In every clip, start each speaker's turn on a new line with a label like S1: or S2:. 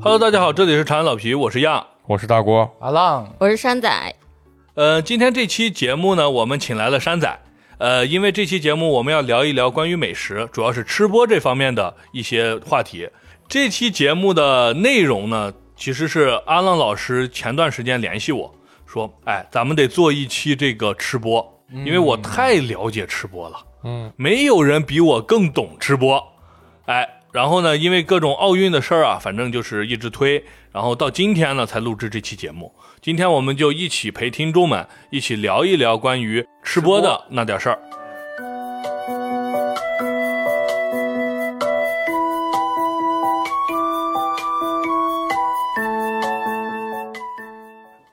S1: Hello，大家好，这里是长安老皮，我是亚。
S2: 我是大郭，
S3: 阿浪，
S4: 我是山仔，
S1: 呃，今天这期节目呢，我们请来了山仔。呃，因为这期节目我们要聊一聊关于美食，主要是吃播这方面的一些话题。这期节目的内容呢，其实是阿浪老师前段时间联系我说，哎，咱们得做一期这个吃播，因为我太了解吃播了。
S2: 嗯，
S1: 没有人比我更懂吃播。哎，然后呢，因为各种奥运的事儿啊，反正就是一直推，然后到今天呢才录制这期节目。今天我们就一起陪听众们一起聊一聊关于吃播的那点事儿。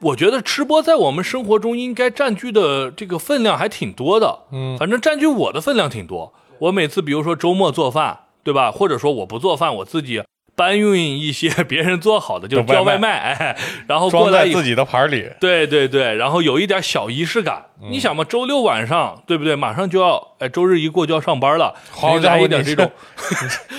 S1: 我觉得吃播在我们生活中应该占据的这个分量还挺多的，
S2: 嗯
S1: 反正占据我的分量挺多。我每次比如说周末做饭，对吧？或者说我不做饭，我自己搬运一些 别人做好的，就是
S2: 叫
S1: 叫
S2: 外
S1: 外
S2: 卖
S1: 卖，哎，然后过
S2: 装
S1: 来
S2: 在
S1: 以
S2: 自己的盘 儿里，
S1: 对对对，然后有一点小仪式感。
S2: 嗯
S1: 你想嘛，周六晚上，对不对？马上就要，哎，周日一过就要上班了，
S2: 好
S1: 得
S2: 家
S1: 来
S2: 伙
S1: 一点
S2: 你
S1: 这
S2: 这
S1: 种，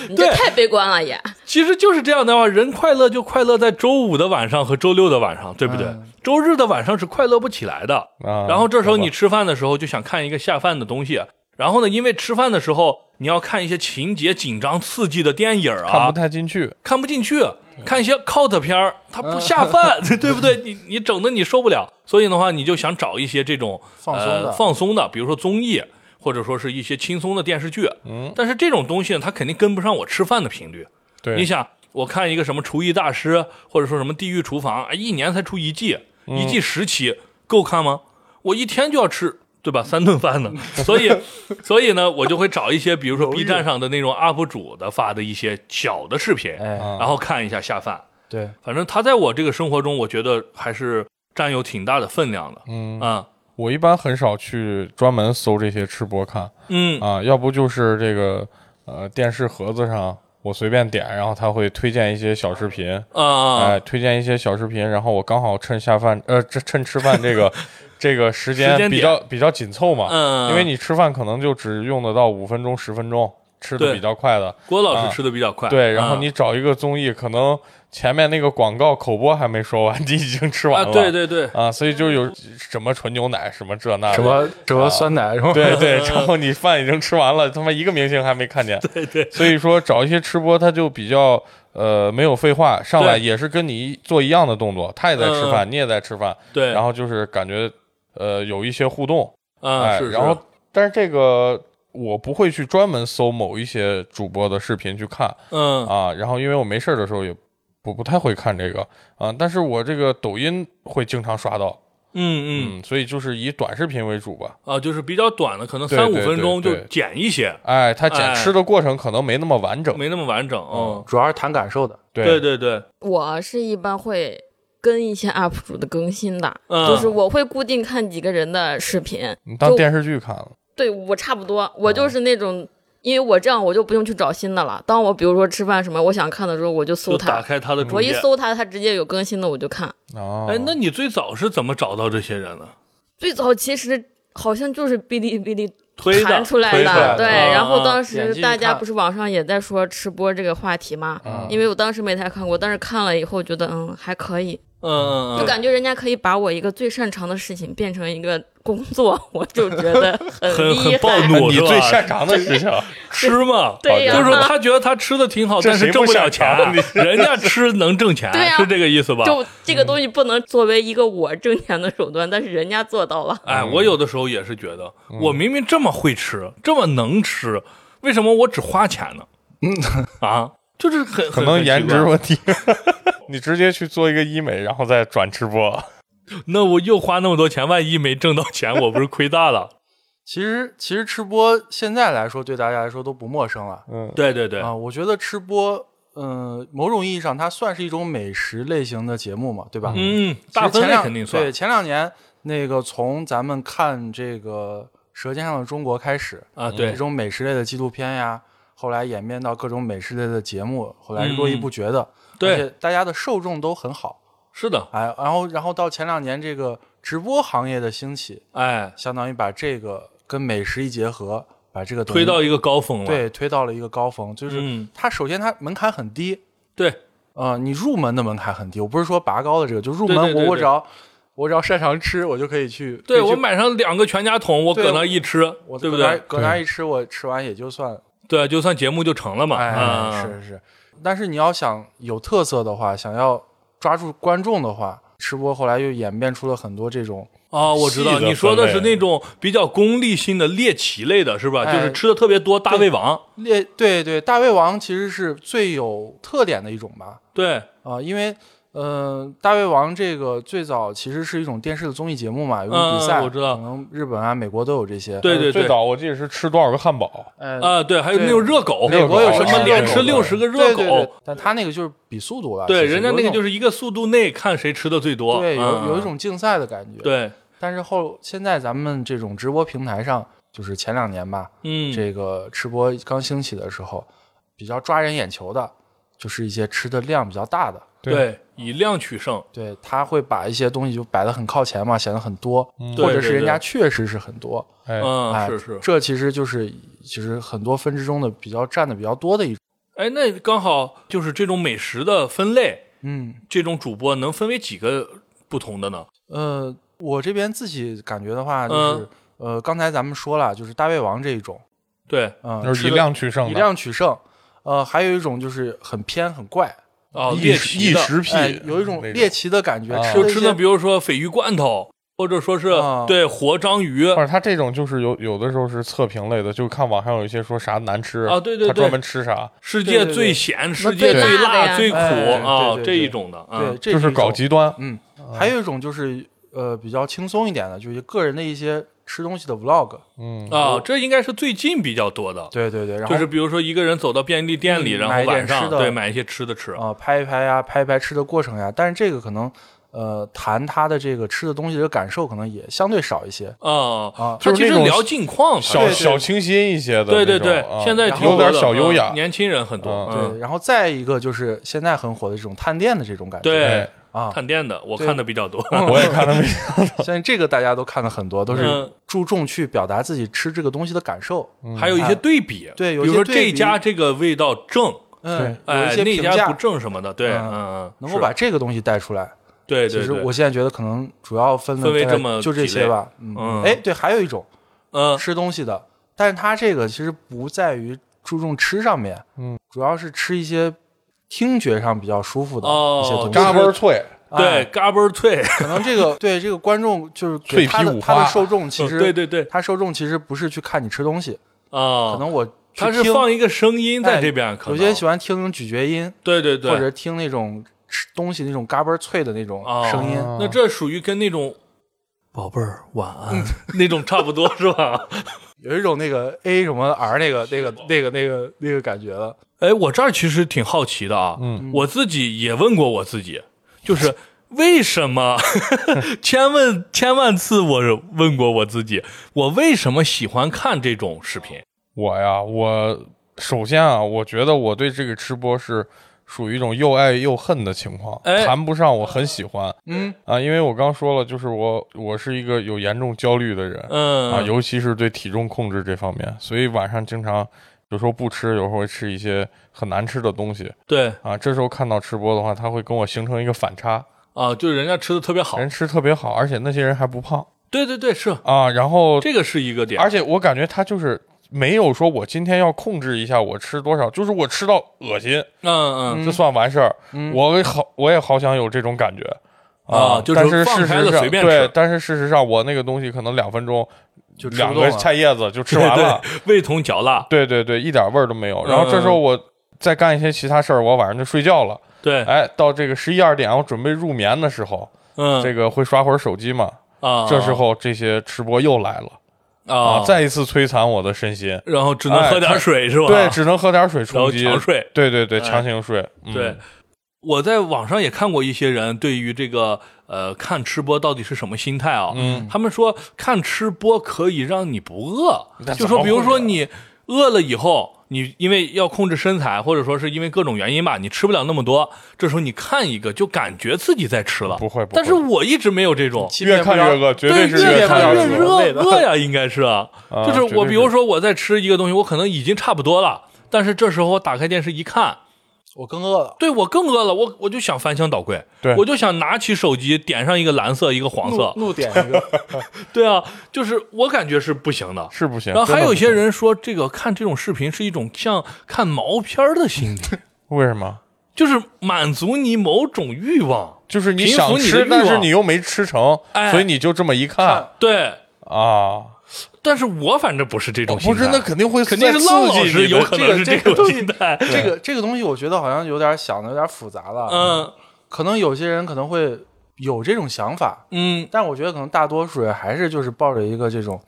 S4: 你
S1: 对
S4: 这太悲观了也。
S1: 其实就是这样的话，人快乐就快乐在周五的晚上和周六的晚上，对不对？
S3: 嗯
S1: 周日的晚上是快乐不起来的。
S2: 啊，
S1: 然后这时候你
S2: 好吧
S1: 吃饭的时候就想看一个下饭的东西，啊然后呢，因为吃饭的时候你要看一些情节紧张刺激的电影啊，
S2: 看不太进去，
S1: 看不进去，看一些 cult 片儿，它不下饭，
S3: 嗯
S1: 对不对？你你整的你受不了，所以的话，你就想找一些这种
S3: 放松的
S1: 呃、放松的，比如说综艺，或者说是一些轻松的电视剧。
S2: 嗯，
S1: 但是这种东西呢，它肯定跟不上我吃饭的频率。
S2: 对，
S1: 你想，我看一个什么厨艺大师，或者说什么地狱厨房，哎一年才出一季，
S3: 嗯
S1: 一季十期，够看吗？我一天就要吃。对吧？三顿饭 呢，所以，所以呢，我就会找一些，比如说 B 站上的那种 UP 主的发的一些小的视频，
S3: 哎，
S2: 啊
S1: 然后看一下下饭。
S3: 对，
S1: 反正他在我这个生活中，我觉得还是占有挺大的分量的。
S2: 嗯，
S1: 啊，
S2: 我一般很少去专门搜这些吃播看
S1: 嗯，
S2: 啊，要不就是这个呃电视盒子上我随便点，然后他会推荐一些小视频，
S1: 啊
S2: 哎，，推荐一些小视频，然后我刚好趁下饭呃这趁吃饭这 个这个时
S1: 时
S2: 间
S1: 间
S2: 比
S1: 点
S2: 较比较紧凑嘛，
S1: 嗯
S2: 因为你吃饭可能就只用得到五分钟十分钟，吃的
S1: 对
S2: 比较快的，
S1: 郭老师吃的比较快。
S2: 对，然后你
S1: 啊
S2: 找一个综艺，可能前面那个广告口播还没说完， 你已经吃完
S1: 啊，
S2: 了。
S1: 对对对，
S2: 啊，所以就有什么纯牛奶，什么这那的
S3: 什么什么酸奶是吧？
S2: 对对，然后你饭已经吃完了，他妈一个明星还没看见。对
S1: 对，
S2: 所以说找一些吃播，他就比较呃没有废话，上来
S1: 对嗯
S2: 也是跟你做一样的动作，他也在吃饭，你也在吃饭，
S1: 对，
S2: 然后就是感觉呃有一些互动，
S1: 啊
S2: 哎，
S1: 是，是
S2: 然后但是这个我不会去专门搜某一些主播的视频去看。
S1: 嗯
S2: 啊，然后因为我没事儿的时候也不不太会看这个啊，但是我这个抖音会经常刷到，
S1: 嗯嗯
S2: 所以就是以短视频为主吧。
S1: 啊，就是比较短的，可能
S2: 对
S1: 三五
S2: 对
S1: 分
S2: 对
S1: 钟就
S2: 对
S1: 剪一些，
S2: 哎，它剪
S1: 哎
S2: 吃的过程可能没那么完整，
S1: 没那么完整。嗯，
S3: 主要是谈感受的，
S1: 对
S2: 哦对
S1: 对对，
S4: 我是一般会跟一些 UP 主的更新的，
S1: 嗯
S4: 就是我会固定看几个人的视频。
S2: 你当
S4: 就
S2: 电视剧看了，
S4: 对我差不多，我就是那种，因为我这样我就不用去找新的了。当我比如说吃饭什么，我想看的时候我就搜
S1: 就打
S4: 它，
S1: 开他的主
S4: 我一
S1: 页。
S4: 搜它，它直接有更新的我就看。
S2: 哦，
S1: 哎，那你最早是怎么找到这些人的？
S4: 最早其实好像就是哔哩哔哩
S1: 推
S4: 弹
S1: 的，
S4: 出来
S2: 推出来的
S4: 的，对。
S1: 啊
S4: 然后当
S3: 点
S4: 时
S3: 进去
S4: 大家
S3: 看
S4: 不是网上也在说吃播这个话题嘛，
S2: 嗯
S4: 因为我当时没太看过，但是看了以后觉得嗯还可以，
S1: 嗯嗯，嗯
S4: 就感觉人家可以把我一个最擅长的事情变成一个工作， 我就觉得
S1: 很
S4: 厉
S1: 很暴
S4: 害。
S2: 那
S1: 怒，
S2: 哎你
S1: 是吧
S2: 最擅长的事情，
S1: 吃嘛，
S4: 对 呀、
S1: 就是 说他觉得他吃的挺好，
S2: 这
S1: 但是
S2: 谁
S1: 挣
S2: 不
S1: 不了
S2: 擅
S1: 钱
S2: 长
S1: 啊
S2: 你，
S1: 人家吃能挣钱
S4: 对，呀啊
S1: 是这个意思吧？嗯
S4: 就这个东西不能作为一个我挣钱的手段，但是人家做到了。
S1: 哎，
S3: 嗯
S1: 我有的时候也是觉得，我明明这么会吃，这么能吃，为什么我只花钱呢？嗯啊，就是很
S2: 可
S1: 很
S2: 能
S1: 很奇
S2: 颜值
S1: 怪
S2: 问题。 你直接去做一个医美，然后再转吃播，
S1: 那我又花那么多钱，万一没挣到 钱，我不是亏大了？
S3: 其实其实吃播现在来说对大家来说都不陌生了
S2: 嗯，
S1: 对对对，
S3: 啊。我觉得吃播，嗯，某种意义上它算是一种美食类型的节目嘛，对吧？
S1: 嗯，
S3: 其
S1: 大
S3: 实
S1: 分
S3: 前
S1: 类
S3: 两
S1: 肯定
S3: 对，
S1: 算
S3: 前两年那个从咱们看这个《舌尖上的中国》开始，
S1: 啊，
S3: 这
S1: 对，
S3: 种美食类的纪录片呀，后来演变到各种美食类的节目，后来是络绎不绝的。
S1: 对
S3: 而且大家的受众都很好。
S1: 是的，
S3: 哎，然后然后到前两年这个直播行业的兴起，
S1: 哎，
S3: 相当于把这个跟美食一结合，把这个东西
S1: 推到一个高峰了，
S3: 对推到了一个高峰，就是
S1: 嗯
S3: 它首先它门槛很低，
S1: 对
S3: 呃，你入门的门槛很低，我不是说拔高的这个，就入门我
S1: 对对对对
S3: 我只要我只要擅长吃，我就可以去。
S1: 对
S3: 可以去
S1: 我买上两个全家桶，我
S3: 对
S1: 搁那一吃
S3: 我，
S1: 对不
S3: 搁那
S1: 对？
S3: 搁那一吃，我吃完也就算，
S1: 对，就算节目就成了嘛。
S3: 哎，
S1: 啊，
S3: 是是。但是你要想有特色的话，想要抓住观众的话，吃播后来又演变出了很多这种，
S1: 哦，我知
S2: 细
S1: 道
S2: 的
S1: 你说的
S2: 分类
S1: 是那种比较功利性的猎奇类的，是吧？
S3: 哎
S1: 就是吃的特别多，大胃王。
S3: 列对对，大胃王其实是最有特点的一种吧，
S1: 对，
S3: 啊、因为呃，大胃王这个最早其实是一种电视的综艺节目嘛，
S1: 嗯
S3: 有种比赛，
S1: 我知道
S3: 可能日本啊、美国都有这些，
S1: 对对
S2: 最
S1: 对，
S2: 早我记得是吃多少个汉堡，
S3: 哎，
S1: 啊，对，还有那种热狗，
S3: 美国有
S1: 什
S3: 吃
S1: 么
S3: 热
S1: 连
S3: 狗
S1: 吃
S3: 的
S1: 六十个
S3: 对
S1: 热
S3: 对对
S1: 狗，，
S3: 但他那个就是比速度了，
S1: 对，
S3: 其实
S1: 人家那个
S3: 有一种
S1: 就是一个速度内看谁吃的最多，
S3: 对有
S1: 嗯
S3: 有一种竞赛的感觉，。
S1: 对，
S3: 但是后现在咱们这种直播平台上，就是前两年吧，
S1: 嗯，
S3: 这个吃播刚兴起的时候，比较抓人眼球的，就是一些吃的量比较大的，
S1: 对，以量取胜，
S3: 对，他会把一些东西就摆得很靠前嘛，显得很多，
S1: 对
S3: 或者
S1: 对
S3: 是
S1: 对
S3: 人家确实是很多，
S2: 哎，
S1: 嗯，
S3: 哎，
S1: 是是。
S3: 这其实就是其实很多分支中的比较占的比较多的一种，
S1: 哎，那刚好就是这种美食的分类，
S3: 嗯
S1: 这种主播能分为几个不同的呢？
S3: 呃，我这边自己感觉的话，就是、呃，刚才咱们说了，就是大胃王这一种，
S1: 对，
S3: 嗯、
S2: 就是
S3: 吃
S2: 以
S3: 的
S2: 量取胜的，
S3: 以量取胜，呃，还有一种就是很偏很怪，
S1: 哦，
S2: 一
S1: 猎
S2: 时
S1: 奇
S2: 一
S1: 的，
S2: 时癖
S3: 哎，，有一种
S2: 那
S3: 猎奇的感觉，
S2: 啊
S1: 就
S3: 的
S1: 吃
S3: 吃的
S1: 的，比如说鲱鱼罐头，或者说是
S3: 啊
S1: 对活章鱼
S2: 或者他这种就是有有的时候是测评类的，就看网上有一些说啥难吃
S1: 啊对对
S2: 他
S1: 对
S2: 专门吃啥，
S1: 世
S3: 对
S1: 界
S3: 对
S1: 最
S3: 对
S1: 咸、
S4: 什么
S1: 世界
S4: 最
S1: 最
S4: 辣的
S1: 辣、
S4: 呀
S1: 最苦
S3: 哎
S1: 啊
S3: 对对对
S1: 这一种的啊
S3: 对，，这
S2: 就是
S3: 一种
S2: 搞极端。
S3: 嗯，还有一种就是呃比较轻松一点的，就是个人的一些吃东西的 vlog，
S2: 嗯，
S1: 啊，这应该是最近比较多的，
S3: 对对对，然后
S1: 就是比如说一个人走到便利店里，
S3: 嗯
S1: 然
S3: 买一
S1: 后
S3: 点
S1: 晚上
S3: 吃的
S1: 对买一些吃的吃，
S3: 呃拍一拍呀，拍一拍吃的过程呀，但是这个可能呃谈他的这个吃的东西的感受可能也相对少一些。
S1: 啊
S3: 啊，
S1: 他
S2: 就是
S1: 其实
S2: 那种
S1: 聊近况，
S2: 小
S1: 反
S3: 对
S2: 小清新一些的那种，
S1: 正对对对
S2: 啊，
S1: 现在
S3: 然
S1: 挺
S3: 后
S1: 多的
S2: 有点小优雅
S1: 嗯，年轻人很多，
S2: 嗯
S1: 嗯
S3: 对，然后再一个就是现在很火的这种探店的这种感觉，
S1: 对
S2: 哎，
S3: 啊，
S1: 探店的我
S3: 对嗯
S1: 看的比较多，
S2: 我也看他们，
S3: 现在这个大家都看的很多，都是
S1: 嗯
S3: 注重去表达自己吃这个东西的感受，
S1: 还有一些对比，
S3: 嗯对有
S1: 比
S3: 一
S1: 如
S3: 些
S1: 说
S3: 对
S1: 这
S3: 比
S1: 家这个味道正，
S3: 嗯，有一
S1: 哎，
S3: 些
S1: 那
S3: 评
S1: 家不
S3: 价，
S1: 正什么的，对，
S3: 嗯
S1: 嗯嗯，
S3: 能够
S1: 是
S3: 把这个东西带出来。
S1: 对
S3: 其
S1: 对
S3: 实
S1: 对，
S3: 我现在觉得可能主要分
S1: 分为
S3: 大概
S1: 这么
S3: 就这
S1: 几类
S3: 些吧。
S1: 嗯
S3: 嗯，哎，对，还有一种
S1: 嗯
S3: 吃东西的，但是它这个其实不在于注重吃上面，
S2: 嗯，
S3: 主要是吃一些听觉上比较舒服的
S1: 哦
S3: 一些东西。
S2: 嘎嘣儿脆，
S1: 对
S3: 哎，
S1: 嘎嘣儿脆，
S3: 可能这个对这个观众就是
S2: 脆
S3: 给
S2: 皮
S3: 他的
S2: 五
S3: 他
S2: 花呃
S3: 的受众其实
S1: 嗯对对对
S3: 他受众其实不是去看你吃东西，可
S2: 哦
S1: 啊，
S3: 能我去
S1: 他是
S3: 听
S1: 放一个声音在
S3: 哎
S1: 这边，可
S3: 有
S1: 能
S3: 些人喜欢听咀嚼音，
S1: 对对对，
S3: 或者听那种吃东西那种嘎嘣儿脆的那种
S1: 哦
S3: 声音。
S2: 啊
S1: 那这属于跟那种宝贝儿晚安那种差不多是吧？
S3: 有一种那个 A 什么 R 那个那个那个那个那个感觉了。
S1: 哎，我这儿其实挺好奇的啊，
S2: 嗯，
S1: 我自己也问过我自己，就是为什么， 千万千万次我问过我自己，我为什么喜欢看这种视频？
S2: 我呀，我首先啊，我觉得我对这个吃播是属于一种又爱又恨的情况，
S1: 哎
S2: 谈不上我很喜欢
S3: 嗯
S2: 啊，因为我刚说了，就是我我是一个有严重焦虑的人，
S1: 嗯
S2: 啊，尤其是对体重控制这方面，所以晚上经常有时候不吃，有时候会吃一些很难吃的东西
S1: 对
S2: 啊。这时候看到吃播的话，他会跟我形成一个反差，
S1: 啊，就是人家吃的特别好，
S2: 人吃特别好，而且那些人还不胖
S1: 对对对，是
S2: 啊。然后，
S1: 这个是一个点
S2: 而，且我感觉他就是没有说我今天要控制一下我吃多少，就是我吃到恶心，
S1: 嗯嗯嗯
S2: 这算完事儿。我好，我也好想有这种感觉。
S1: 啊就是
S2: 但是
S1: 放
S2: 事
S1: 开
S2: 实
S1: 了
S2: 上，
S1: 随便
S2: 对
S1: 吃，
S2: 但是事实上，我那个东西可能两分钟，
S3: 就吃
S2: 两
S3: 不动
S2: 个
S3: 了
S2: 菜叶子就吃
S1: 对
S2: 完了，
S1: 对，味同嚼蜡，
S2: 对对对，一点味儿都没有。然后这时
S1: 嗯
S2: 候我再干一些其他事儿，我晚上就睡觉了。
S1: 对，
S2: 哎，到这个十一二点，我准备入眠的时候，
S1: 嗯，
S2: 这个会刷会儿手机嘛。
S1: 啊，
S2: 这时候这些吃播又来了
S1: 啊
S2: 啊，，再一次摧残我的身心。
S1: 然后只能
S2: 哎
S1: 喝点
S2: 他
S1: 水是吧？
S2: 对，只能喝点水
S1: 然后
S2: 充饥。
S1: 啊强睡。
S2: 对对对，
S1: 哎
S2: 强行睡。嗯
S1: 对，，我在网上也看过一些人对于这个呃看吃播到底是什么心态啊？
S2: 嗯，
S1: 他们说看吃播可以让你不饿
S2: 那，
S1: 就
S2: 怎
S1: 说
S2: 么
S1: 比如
S2: 会啊
S1: 说
S2: 呢
S1: 你饿了以后。你因为要控制身材，或者说是因为各种原因吧，你吃不了那么多。这时候你看一个，就感觉自己在吃了。
S2: 不会不会
S1: 但是我一直没有这种，
S2: 越看越饿，绝对是
S1: 越
S2: 看
S1: 看
S2: 越
S1: 越
S2: 饿。
S1: 热饿呀，应该是啊，
S2: 啊
S1: 就是我
S2: 绝对
S1: 比如
S2: 是
S1: 说我在吃一个东西，我可能已经差不多了，但是这时候我打开电视一看，
S3: 我更饿了，
S1: 对我更饿了，我我就想翻箱倒柜，
S2: 对嗯
S1: 我就想拿起手机点上一个蓝色，一个黄色，
S3: 怒怒点一个，
S1: 对啊，就是我感觉是不行的。
S2: 是不行。
S1: 然后还
S2: 真的
S1: 有
S2: 不
S1: 一些
S2: 行，
S1: 人说，这个看这种视频是一种像看毛片儿的心理，
S2: 为什么？
S1: 就是满足你某种欲望。
S2: 就是你
S1: 平
S2: 想
S1: 复你的
S2: 吃，
S1: 欲
S2: 但是
S1: 望
S2: 你又没吃成，
S1: 哎
S2: 所以你就这么一看
S1: 对，
S2: 啊，
S1: 但是我反正不是这种心
S2: 不
S1: 态，
S2: 是那肯定会
S1: 肯定是
S2: 再
S1: 浪
S2: 刺
S1: 老
S2: 激
S1: 师，
S2: 你的
S1: 有可能是
S3: 这个这个
S1: 种
S3: 东西
S1: 心态。
S3: 这个这个东西我觉得好像有点想的有点复杂了，，
S1: 嗯
S3: 可能有些人可能会有这种想法，
S1: 嗯，
S3: 但我觉得可能大多数人还是就是抱着一个这种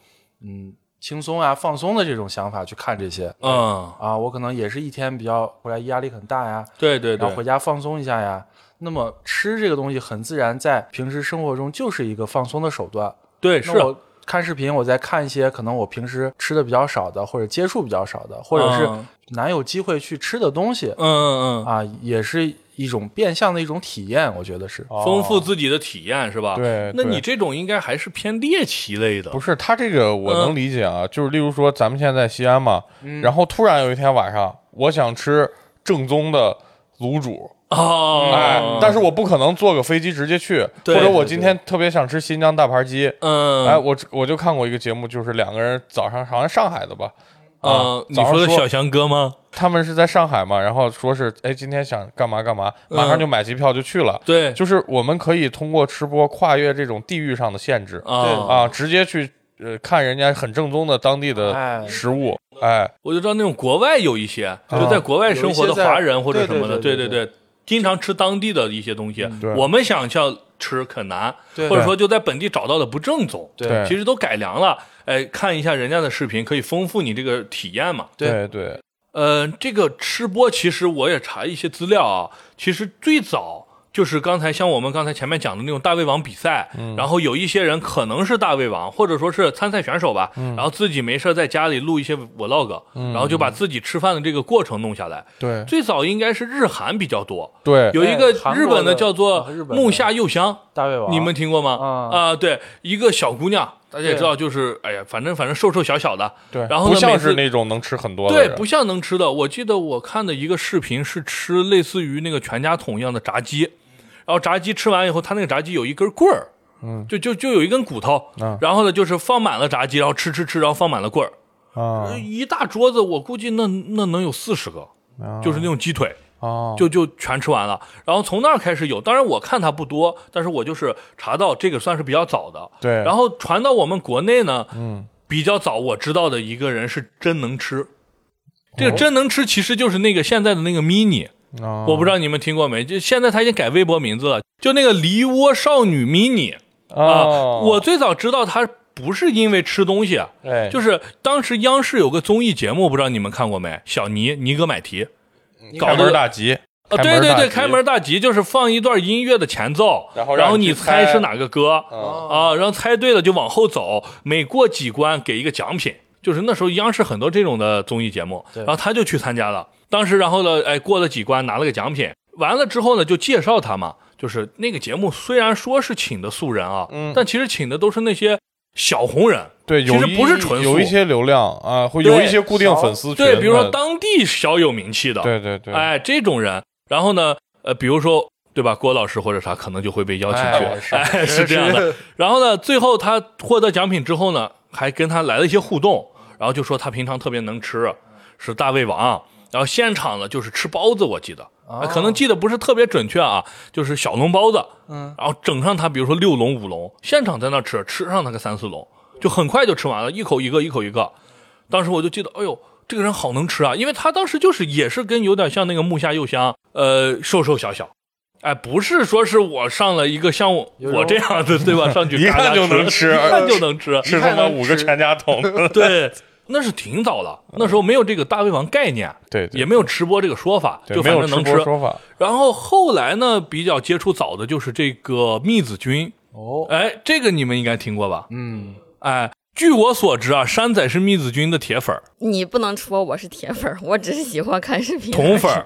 S3: 嗯轻松啊放松的这种想法去看这些
S1: 嗯，
S3: 啊，我可能也是一天比较回来压力很大呀，
S1: 对对
S3: 然后
S1: 对，
S3: 回家放松一下呀。那么吃这个东西很自然，在平时生活中就是一个放松的手段。
S1: 对是啊
S3: 那我看视频，我再看一些可能我平时吃的比较少的，或者接触比较少的，或者
S1: 嗯
S3: 是难有机会去吃的东西、
S1: 嗯嗯
S3: 啊，也是一种变相的一种体验，我觉得是。
S1: 嗯，丰富自己的体验是吧？
S2: 哦对
S1: 那
S2: 对
S1: 你这种应该还是偏猎奇类的
S2: 不，是他这个
S1: 嗯
S2: 我能理解啊，就是例如说咱们现在在西安嘛，然后突然有一天晚上，我想吃正宗的卤煮，
S1: 哦，
S2: 哎，但是我不可能坐个飞机直接去，或
S1: 对
S2: 者我
S1: 对
S2: 今天特别想吃新疆大盘鸡，
S1: 嗯，
S2: 哎，我我就看过一个节目，就是两个人早上好像上海的吧，啊
S1: 嗯，，你
S2: 早上
S1: 说的
S2: 说
S1: 小翔哥吗？
S2: 他们是在上海嘛，然后说是哎今天想干嘛干嘛，马上就买机票就去了，
S1: 嗯对，
S2: 就是我们可以通过吃播跨越这种地域上的限制
S1: 啊
S2: 啊，直接去呃看人家很正宗的当地的
S3: 哎
S2: 食物，哎，
S1: 我就知道那种国外有一
S2: 啊
S1: 些，就在国外生活的华人或者什么的，
S3: 有一些在
S1: 对对，经常吃当地的一些东西。
S2: 嗯对
S1: 我们想要吃很难，
S3: 对
S1: 或者说就在本地找到的不正宗，
S3: 对
S2: 对
S1: 其实都改良了。哎，看一下人家的视频，可以丰富你这个体验嘛。
S2: 对对，
S1: 呃，这个吃播其实我也查一些资料啊，其实最早就是刚才像我们刚才前面讲的那种大胃王比赛，
S3: 嗯
S1: 然后有一些人可能是大胃王，或者说是参赛选手吧，
S3: 嗯
S1: 然后自己没事儿在家里录一些 vlog，、然后就把自己吃饭的这个过程弄下来。
S2: 对
S1: 最早应该是日韩比较多，
S2: 对，
S1: 有一个日
S3: 哎韩国
S1: 本的
S3: 的
S1: 叫做
S3: 啊日本的
S1: 木下佑香，
S3: 大胃王，
S1: 你 们听过吗？
S3: 啊
S1: 对，一个小姑娘，大家也
S3: 对
S1: 知道，就是哎呀，反正反正瘦瘦小小的，
S2: 对，
S1: 然后呢
S2: 不像
S1: 每次
S2: 是那种能吃很多的
S1: 对，
S2: 人
S1: 不像能吃的。我记得我看的一个视频是吃类似于那个全家桶一样的炸鸡，然后炸鸡吃完以后，它那个炸鸡有一根棍儿，嗯，就就就有一根骨头，
S2: 嗯
S1: 然后呢就是放满了炸鸡，然后吃吃吃，然后放满了棍儿，
S2: 啊
S1: 一大桌子，我估计那那能有四十个，
S2: 啊
S1: 就是那种鸡腿。
S2: 啊，
S1: 就就全吃完了。然后从那儿开始有，当然我看它不多，但是我就是查到这个算是比较早的。
S2: 对
S1: 然后传到我们国内呢，
S2: 嗯，
S1: 比较早我知道的一个人是真能吃。这
S2: 哦
S1: 个真能吃其实就是那个现在的那个 mini，、
S2: 啊
S1: 我不知道你们听过没？就现在他已经改微博名字了，就那个梨窝少女 mini 啊、
S2: 啊，
S1: 我最早知道他不是因为吃东西，啊
S2: 哎
S1: 就是当时央视有个综艺节目，不知道你们看过没？小尼尼哥买题，搞
S2: 开
S1: 得
S2: 门大吉
S1: 啊，对对对，
S2: 开
S1: 开
S2: 门大吉
S1: 门大吉就是放一段音乐的前奏，
S2: 然
S1: 然
S2: 后让
S1: 你
S2: 你去猜
S1: 是哪个歌
S2: 啊
S1: 啊，然后猜对了就往后走，每过几关给一个奖品，就是那时候央视很多这种的综艺节目，
S3: 对
S1: 然后他就去参加了，当时然后呢，哎，过了几关拿了个奖品，完了之后呢，就介绍他嘛，就是那个节目虽然说是请的素人啊，
S2: 嗯
S1: 但其实请的都是那些小红人，
S2: 对，有
S1: 其实
S2: 一
S1: 不是纯
S2: 有
S1: 素
S2: 一些流量啊，会
S1: 对
S2: 有一些固定
S3: 少
S2: 粉丝群
S1: 对，比如说
S2: 的
S1: 当地小有名气的，
S2: 对对对，
S1: 哎，这种人，然后呢，呃，比如说对吧，郭老师或者啥，可能就会被邀请去，
S2: 哎
S1: 哎，
S2: 是
S1: 是这样 的。然后呢，最后他获得奖品之后呢，还跟他来了一些互动，然后就说他平常特别能吃，啊是大胃王。然后现场呢，就是吃包子，我记得、啊可能记得不是特别准确啊，就是小笼包子，
S3: 嗯，
S1: 然后整上他，比如说六笼五笼，现场在那吃，吃上他个三四笼，就很快就吃完了，一口一个，一口一个。当时我就记得，哎呦，这个人好能吃啊！因为他当时就是也是跟有点像那个木下佑香，呃，瘦瘦小小，哎，不是说是我上了一个像我
S3: 有一种
S1: 我这样的对吧？上去
S2: 一
S1: 嘎
S2: 看
S1: 嘎
S2: 就能吃
S1: 一看就能吃，
S2: 是
S3: 一看
S2: 他妈
S3: 能
S2: 五个
S3: 吃
S2: 全 家桶，
S1: 对，那是挺早了，那时候没有这个大胃王概念，
S2: 对嗯对
S1: 也没有吃播这个说法，
S2: 对
S1: 就
S2: 没
S1: 反
S2: 有
S1: 正能
S2: 吃
S1: 吃
S2: 播。说法，
S1: 然后后来呢，比较接触早的就是这个密子君，
S3: 哦，
S1: 哎，这个你们应该听过吧？
S3: 嗯，
S1: 哎，据我所知啊，山仔是密子君的铁粉儿、
S4: 你不能说我是铁粉儿，我只是喜欢看视频。
S1: 铜粉 儿、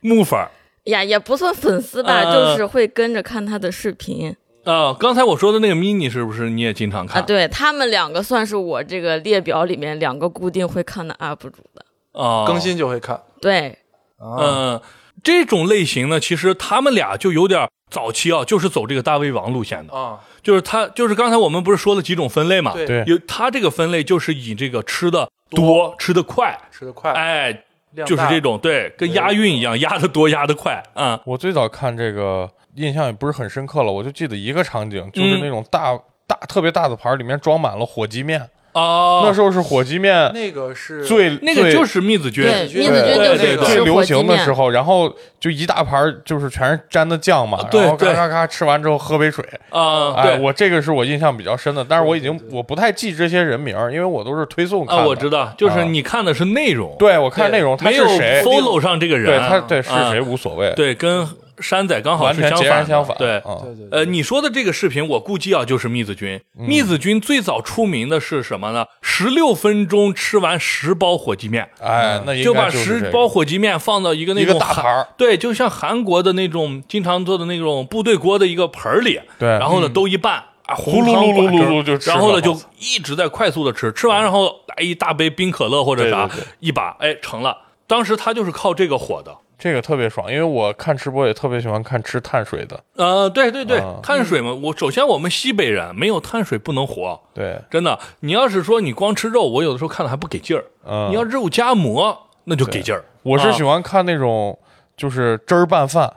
S1: 木粉儿
S4: 呀，也不算粉丝吧，
S1: 呃
S4: 就是会跟着看他的视频
S1: 啊、刚才我说的那个 mini 是不是你也经常
S4: 啊。
S1: 看？
S4: 对他们两个算是我这个列表里面两个固定会看的 UP 主的。
S1: 啊，
S3: 更。新就会看，
S4: 对，
S1: 嗯，这种类型呢，其实他们俩就有点早期啊，就是走这个大胃王路线的，
S3: 啊，
S1: 就是他就是刚才我们不是说了几种分类嘛，
S3: 对，
S2: 对
S1: 有他这个分类就是以这个吃的多、吃的快，
S3: 吃的快，
S1: 哎，
S3: 量
S1: 就是
S3: 大
S1: 这种对，跟押韵一样，押的多，押的快啊、
S2: 我最早看这个印象也不是很深刻了，我就记得一个场景，就是
S1: 嗯
S2: 那种大、大特别大的盘儿里面装满了火鸡面，
S1: 哦，
S2: 那时候是火鸡面
S3: 那个是
S2: 最
S1: 那个
S2: 最
S1: 就是密子君，
S4: 对，
S3: 君
S4: 蜜子君
S1: 对
S4: 就
S1: 对对
S4: 是
S2: 最
S4: 吃
S2: 流
S4: 火鸡
S2: 行的时
S4: 面，
S2: 候，然后就一大盘儿就是全是沾的酱嘛，
S1: 对
S2: 然后咔
S1: 对
S2: 咔咔吃完之后喝杯水。
S1: 啊、
S2: 哎，
S1: 对。
S2: 我这个是我印象比较深的，但是我已经
S3: 对对对
S2: 我不太记这些人名儿，因为我都是推送看
S1: 啊，
S2: 的。
S1: 我知道，就是
S2: 啊
S1: 你看的是内容，
S2: 对我看
S3: 对
S2: 内容他
S1: 没有
S2: 是谁，
S1: follow 上这个人，
S2: 对他对是
S1: 啊
S2: 谁无所谓，
S1: 对，跟山仔刚好
S2: 完
S1: 是
S2: 全
S1: 相
S2: 截
S1: 反
S2: 然
S1: 的，
S2: 相反。
S1: 对，
S2: 啊
S3: 对对对
S1: 呃，你说的这个视频，我估计啊，就是蜜子君。
S2: 嗯
S1: 蜜子君最早出名的是什么呢？十六分钟吃完十包火鸡面，
S2: 哎，那应该
S1: 嗯就把
S2: 是这
S1: 十
S2: 个
S1: 包火鸡面放到一个那
S2: 一
S1: 种
S2: 个大
S1: 韩
S2: 盘儿，
S1: 对，就像韩国的那种经常做的那种部队锅的一个盆儿里，
S2: 对
S1: 然后呢都一拌。啊，
S2: 呼
S1: 红
S2: 噜
S1: 汤
S2: 噜噜
S1: 管汁儿
S2: 噜噜就吃
S1: 然后呢
S2: 了
S1: 就一直在快速的吃，吃完然后来一大杯冰可乐或者啥
S2: 对对对，啊
S1: 一把哎成了。当时他就是靠这个火的，
S2: 这个特别爽，因为我看吃播也特别喜欢看吃碳水的，
S1: 呃，对对对
S2: 啊，
S1: 碳水嘛，我首先我们西北人没有碳水不能活，
S2: 对，
S1: 真的。你要是说你光吃肉，我有的时候看的还不给劲儿，
S2: 嗯，
S1: 你要肉夹馍那就给劲儿。
S2: 我是
S1: 啊
S2: 喜欢看那种就是汁儿拌饭，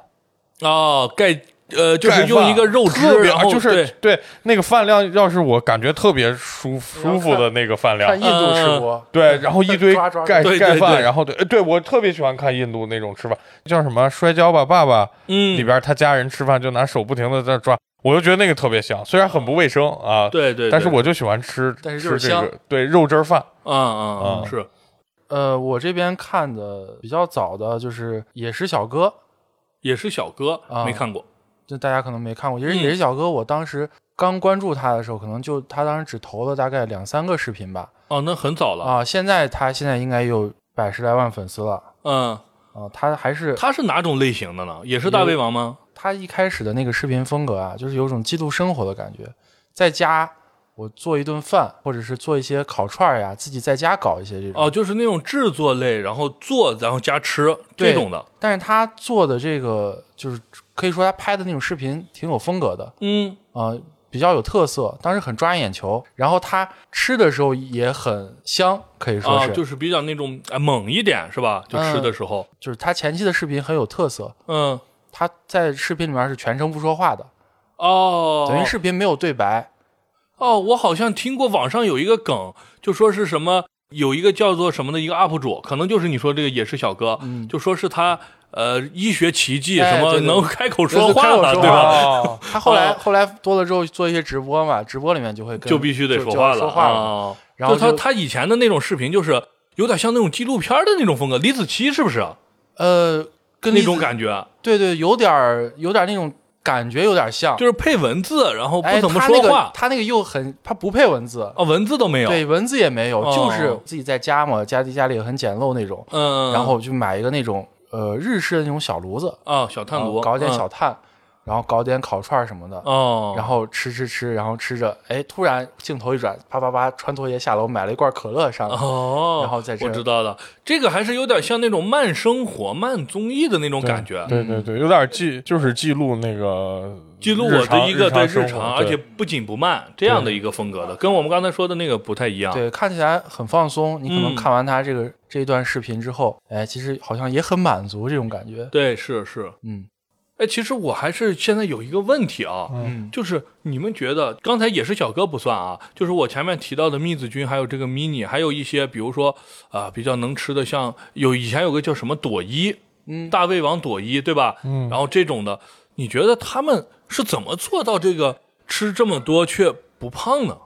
S1: 哦，盖呃就是
S2: 盖
S1: 用
S2: 饭
S1: 一个肉汁
S2: 特，别
S1: 然后
S2: 就是
S1: 对
S2: 对那个饭量，要是我感觉特别舒舒服的那个饭量
S3: 看印，度吃播，
S2: 对，然后一堆
S3: 抓抓
S2: 盖
S1: 对对
S2: 盖
S1: 对
S2: 饭，然后对，呃对我特别喜欢看印度那种吃饭，叫什么摔跤吧爸爸
S1: 嗯
S2: 里边他家人吃饭就拿手不停的在抓，我就觉得那个特别香，虽然很不卫生啊，
S1: 对对，
S2: 但是
S1: 对
S2: 我就喜欢吃，
S3: 但是就
S2: 吃
S3: 是
S2: 这
S3: 香
S2: 个对肉汁儿饭，
S1: 嗯嗯嗯
S2: 啊
S1: 是
S3: 呃，我这边看的比较早的就是《野食小哥
S1: 也是小哥
S3: 啊
S1: 没看过，》，
S3: 就大家可能没看过。其实《
S1: 嗯
S3: 野食小哥》，我当时刚关注他的时候，可能就他当时只投了大概两三个视频吧。
S1: 哦，那很早了，
S3: 啊，现在他现在应该有百十来万粉丝了。
S1: 嗯，
S3: 啊，他还是
S1: 他是哪种类型的呢？也是大胃王吗？
S2: 嗯
S3: 他一开始的那个视频风格啊，就是有种记录生活的感觉。在家我做一顿饭，或者是做一些烤串儿呀，自己在家搞一些这种。
S1: 哦，就是那种制作类，然后做然后加吃这
S3: 对
S1: 种的，
S3: 但是他做的这个，就是可以说他拍的那种视频挺有风格的
S1: 嗯
S3: 啊、呃比较有特色，当时很抓眼球。然后他吃的时候也很香，可以说
S1: 啊，
S3: 是，
S1: 就是比较那种哎猛一点是吧？就
S2: 嗯
S1: 吃的时候，
S3: 就是他前期的视频很有特色。
S1: 嗯
S3: 他在视频里面是全程不说话的，
S1: 哦，
S3: 等于视频没有对白，
S1: 哦，我好像听过网上有一个梗，就说是什么有一个叫做什么的一个 UP 主，可能就是你说这个也是小哥，
S3: 嗯
S1: 就说是他呃医学奇迹，
S3: 哎
S1: 什么
S3: 对对
S1: 能
S3: 对
S1: 开口
S3: 对
S1: 说
S3: 对
S1: 话
S3: 开口
S1: 了，
S3: 说
S1: 对吧？
S3: 话
S2: 哦，
S3: 他后来、
S1: 啊
S3: 后来多了之后做一些直播嘛，直播里面就会跟
S1: 就必须得
S3: 就就
S1: 话
S3: 要
S1: 了。
S3: 说
S1: 啊
S3: 然后
S1: 就他
S3: 就
S1: 他以前的那种视频，就是有点像那种纪录片的那种风格，李子柒是不是
S3: 呃，跟
S1: 那种
S3: 觉，
S1: 感觉？
S3: 对对，有点儿有点儿那种感觉，有点像，
S1: 就是配文字，然后不
S3: 哎
S1: 怎么
S3: 他
S1: 说
S3: 那个
S1: 话
S3: 他那个又很，他不配文字，
S1: 啊，文字都没有。
S3: 对，文字也没有，
S1: 哦
S3: 就是自己在家嘛，家里家里也很简陋那种，
S1: 嗯，
S3: 然后就买一个那种呃日式的那种小炉子，
S1: 啊，小炭
S3: 然
S1: 炉
S3: 后哦搞点
S1: 嗯
S3: 小炭，然后搞点烤串儿什么的。
S1: 哦，
S3: 然后吃吃吃，然后吃着，哎，突然镜头一转，啪啪啪，穿拖鞋下楼买了一罐可乐上来，
S1: 哦，
S3: 然后在这
S1: 我
S3: 儿
S1: 知道了，这个还是有点像那种慢生活、慢综艺的那种感觉，
S2: 对对对，有点记，就是记录那个
S1: 记录我的一个对日
S2: 日
S1: 常，
S2: 生活
S1: 而且
S2: 对
S1: 不紧不慢这样的一个风格的，跟我们刚才说的那个不太一样。
S3: 对，看起来很放松。你可能
S1: 嗯
S3: 看完他这个、这一段视频之后，哎，其实好像也很满足这种感觉。
S1: 对，是是。
S3: 嗯
S1: 哎，其实我还是现在有一个问题啊，
S3: 嗯
S1: 就是你们觉得刚才也是小哥不算啊，就是我前面提到的蜜子君，还有这个 mini，还有一些比如说啊、比较能吃的像，有以前有个叫什么朵一，
S3: 嗯，
S1: 大胃王朵一，对吧？
S2: 嗯
S1: 然后这种的，你觉得他们是怎么做到这个吃这么多却不胖呢？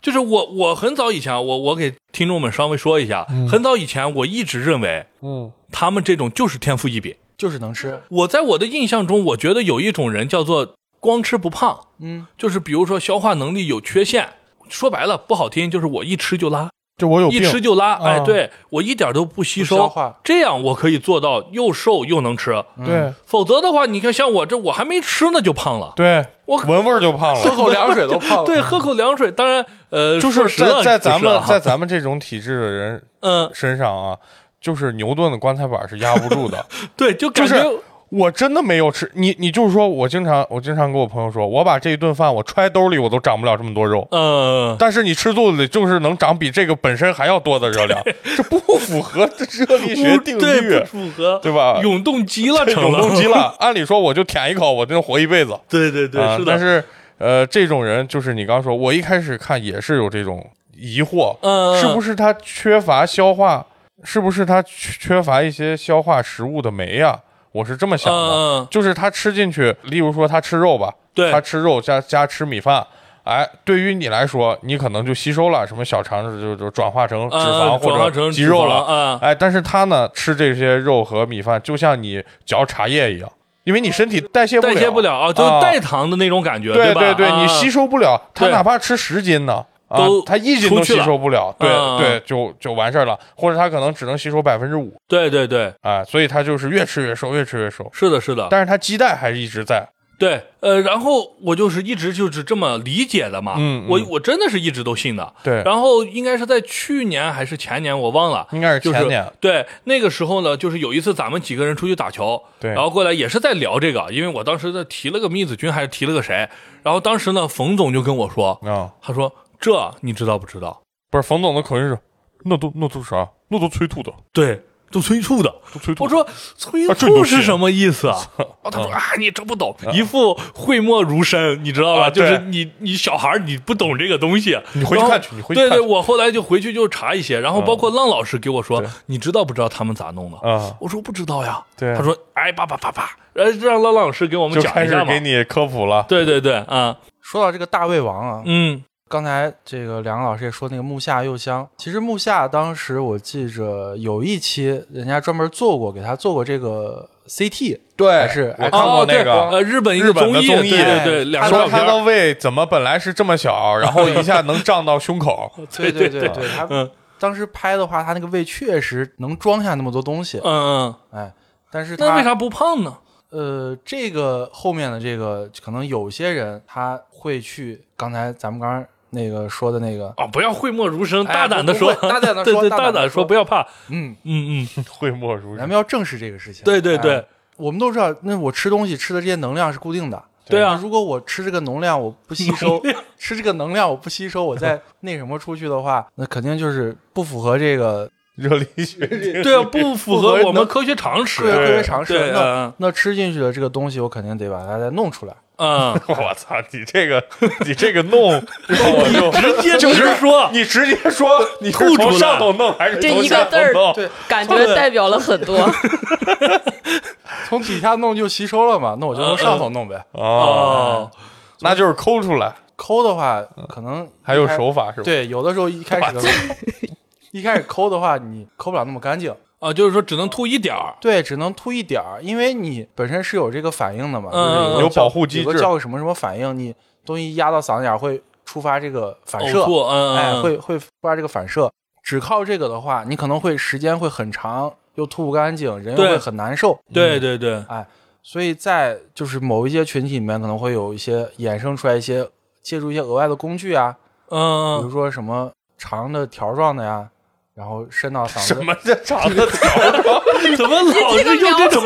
S1: 就是我，我很早以前啊，我我给听众们稍微说一下，很早以前我一直认为
S2: 嗯
S1: 他们这种就是天赋异禀。
S3: 就是能吃。
S1: 我在我的印象中，我觉得有一种人叫做光吃不胖，
S3: 嗯，
S1: 就是比如说消化能力有缺陷，说白了不好听，就是我一吃就拉，
S2: 就我有
S1: 一
S2: 病，
S1: 吃就拉，哎，
S2: 啊
S1: 对我一点都不吸收，
S3: 不 消化
S1: 这样我可以做到又瘦又能吃。
S2: 对
S1: 否则的话，你看像我这，我还没吃呢就胖了。
S2: 对，
S1: 我
S2: 闻味儿就胖
S3: 喝
S2: 了。
S3: 口凉水都胖 了。
S1: 对，喝口凉水，当然，呃，
S2: 就
S1: 说
S2: 是
S1: 实了
S2: 在在咱
S1: 不是
S2: 们
S1: 啊
S2: 在咱们这种体质的人
S1: 嗯
S2: 身上啊，就是牛顿的棺材板是压不住的。
S1: 对，就感
S2: 就
S1: 觉
S2: 我真的没有吃，你你就是说我经常我经常跟我朋友说，我把这一顿饭我揣兜里我都长不了这么 多肉，
S1: 呃，
S2: 但是你吃肚子里就是能长比这个本身还要多的热量， 这不符合热力学定
S1: 对
S2: 律啊
S1: 不，符合，
S2: 对吧？
S1: 永动机了，成
S2: 永
S1: 了
S2: 动机。了， 按理说我就舔一口，我就能活一辈子。
S1: 对对对，
S2: 啊
S1: 是的。
S2: 但是呃，这种人就是你刚说，我一开始看也是有这种疑惑，
S1: 嗯
S2: 是不是他缺乏消化？是不是他缺缺乏一些消化食物的酶呀、我是这么想的，
S1: 嗯嗯
S2: 就是他吃进去，例如说他吃肉吧，
S1: 对
S2: 他吃肉加加吃米饭。哎，对于你来说，你可能就吸收了什么小肠就就转化成脂肪
S1: 嗯转
S2: 或
S1: 化
S2: 者
S1: 成
S2: 肌肉
S1: 脂肪
S2: 了，
S1: 啊，
S2: 哎，但是他呢，吃这些肉和米饭，就像你嚼茶叶一样，因为你身体代谢不了，
S1: 代谢不了啊，就是代糖的那种感觉，
S2: 对
S1: 吧？啊对
S2: 对，你吸收不了，他
S1: 对
S2: 哪怕吃十斤呢。啊
S1: 都，
S2: 他一斤都
S1: 出去
S2: 吸
S1: 了
S2: 收不了，
S1: 嗯
S2: 对对，就就完事儿了，或者他可能只能吸收百分之五，
S1: 对对对，
S2: 哎，所以他就是越吃越瘦，越吃越瘦，
S1: 是的，是的，
S2: 但是他基带还是一直在，
S1: 对，呃，然后我就是一直就是这么理解的嘛，
S2: 嗯嗯
S1: 我我真的是一直都信的，
S2: 对，
S1: 然后应该是在去年还是前年，我忘了。
S2: 应该是
S1: 就是
S2: 前年，
S1: 对那个时候呢，就是有一次咱们几个人出去打球，
S2: 对
S1: 然后过来也是在聊这个，因为我当时在提了个密子君还是提了个谁，然后当时呢，冯总就跟我说，
S2: 啊，
S1: 他说这你知道不知道？
S2: 不是冯总的口音是，那都那都啥？那都催吐的，
S1: 对，都催吐的，
S2: 都催吐
S1: 我
S2: 的。
S1: 说催
S2: 啊这你
S1: 吐
S2: 都
S1: 是
S2: 信嗯
S1: 什么意思 啊？哦，他说啊，你这不懂，一副讳莫如深，你知道吧？
S2: 啊
S1: 就
S2: 对
S1: 是你你小孩儿你不懂这个东西，
S2: 你回去
S1: 然后
S2: 看去你回去
S1: 对
S2: 看
S1: 对，
S2: 去嗯
S1: 我后来就回去就查一些，然后包括浪老师给我说
S2: 对，
S1: 你知道不知道他们咋弄的？
S2: 啊，
S1: 我说不知道呀。
S2: 对
S1: 他说哎，叭叭叭叭，呃，让浪老师给我们
S2: 嗯就
S1: 讲
S2: 开
S1: 一
S2: 始
S1: 下嘛
S2: 给。你科普了，
S1: 对对对，啊，
S3: 说到这个大胃王啊，
S1: 嗯
S3: 刚才这个梁老师也说那个木下佑香，其实木下当时我记着有一期人家专门做过给他做过这个 CT，
S2: 对
S3: 还是
S2: 我
S3: 哎
S2: 看过
S1: 哦对
S2: 那个
S1: 呃，日本一个
S2: 日本的
S1: 综艺，
S2: 综艺
S1: 对对对，
S3: 哎
S1: 两
S3: 他
S1: 个照
S2: 说他
S1: 片
S2: 的
S1: 儿，
S2: 胃怎么本来是这么小，然后一下能胀到胸口，
S3: 对
S1: 对
S3: 对
S1: 对
S3: 对，他
S1: 嗯
S3: 当时拍的话，他那个胃确实能装下那么多东西
S1: 嗯，嗯，
S3: 哎，但是
S1: 那
S3: 他
S1: 为啥不胖呢？
S3: 呃，这个后面的这个可能有些人他会去刚才咱们刚刚那个说的那个，
S1: 啊，不要讳莫如深，
S3: 哎
S1: 大胆的
S3: 不
S1: 说，
S3: 不会大胆地
S1: 对
S3: 说
S1: 对
S3: 大
S1: 大
S3: 胆地
S1: 胆地说，
S3: 说
S1: 不要怕，
S3: 嗯，
S1: 嗯 嗯，
S2: 讳莫如
S3: 咱
S2: 深。
S3: 们要正视这个事情。
S1: 对对对
S3: 哎我们都知道，那我吃东西吃的这些能量是固定的。
S1: 对啊
S3: 那如果我吃这个能量我不吸收，吃这个能量我不吸收，我再那什么出去的话，那肯定就是不符合这个
S2: 热力学定律
S1: 对啊，不符合我们科学常识，
S3: 科学常识。
S1: 对，
S3: 那
S1: 嗯
S3: 那吃进去的这个东西，我肯定得把它再弄出来。
S1: 嗯，
S2: 我操，你这个 你这个弄，我就
S1: 直接直说，
S2: 你直接说， 你是从上头弄还是
S4: 这
S2: 从
S4: 一
S2: 下
S4: 个字
S2: 头
S4: 儿
S2: 弄？
S3: 对，
S4: 感觉代表了很多。
S3: 从底下弄就吸收了嘛，那我就
S1: 嗯
S3: 从上头弄呗。
S2: 哦，
S1: 哦，
S2: 那就是抠出来，
S3: 抠的话，可能
S2: 还有
S3: 一开
S2: 手法是吧？
S3: 对，有的时候一开始的时候 一开始抠的话，你抠不了那么干净。
S1: 啊，就是说只能吐一点儿，
S3: 对，只能吐一点儿，因为你本身是有这个反应的嘛，
S1: 嗯
S3: 就是
S1: 嗯
S2: 有
S3: 叫
S2: 保护机
S3: 有个
S2: 制
S3: 叫个什么什么反应，你东西压到嗓子眼儿会触发这个反
S1: 呕
S3: 射，
S1: 吐，嗯，
S3: 哎，
S1: 嗯，
S3: 会会触发这个反射。只靠这个的话，你可能会时间会很长，又吐不干净，人又
S1: 对
S3: 会很难受。
S1: 对对嗯对，
S3: 所以在就是某一些群体里面，可能会有一些衍生出来一些借助一些额外的工具啊，比如
S1: 嗯，
S3: 说什么长的条状的呀，然后伸到嗓
S2: 什
S3: 子
S2: 么叫长的条状？
S1: 怎么老是用这种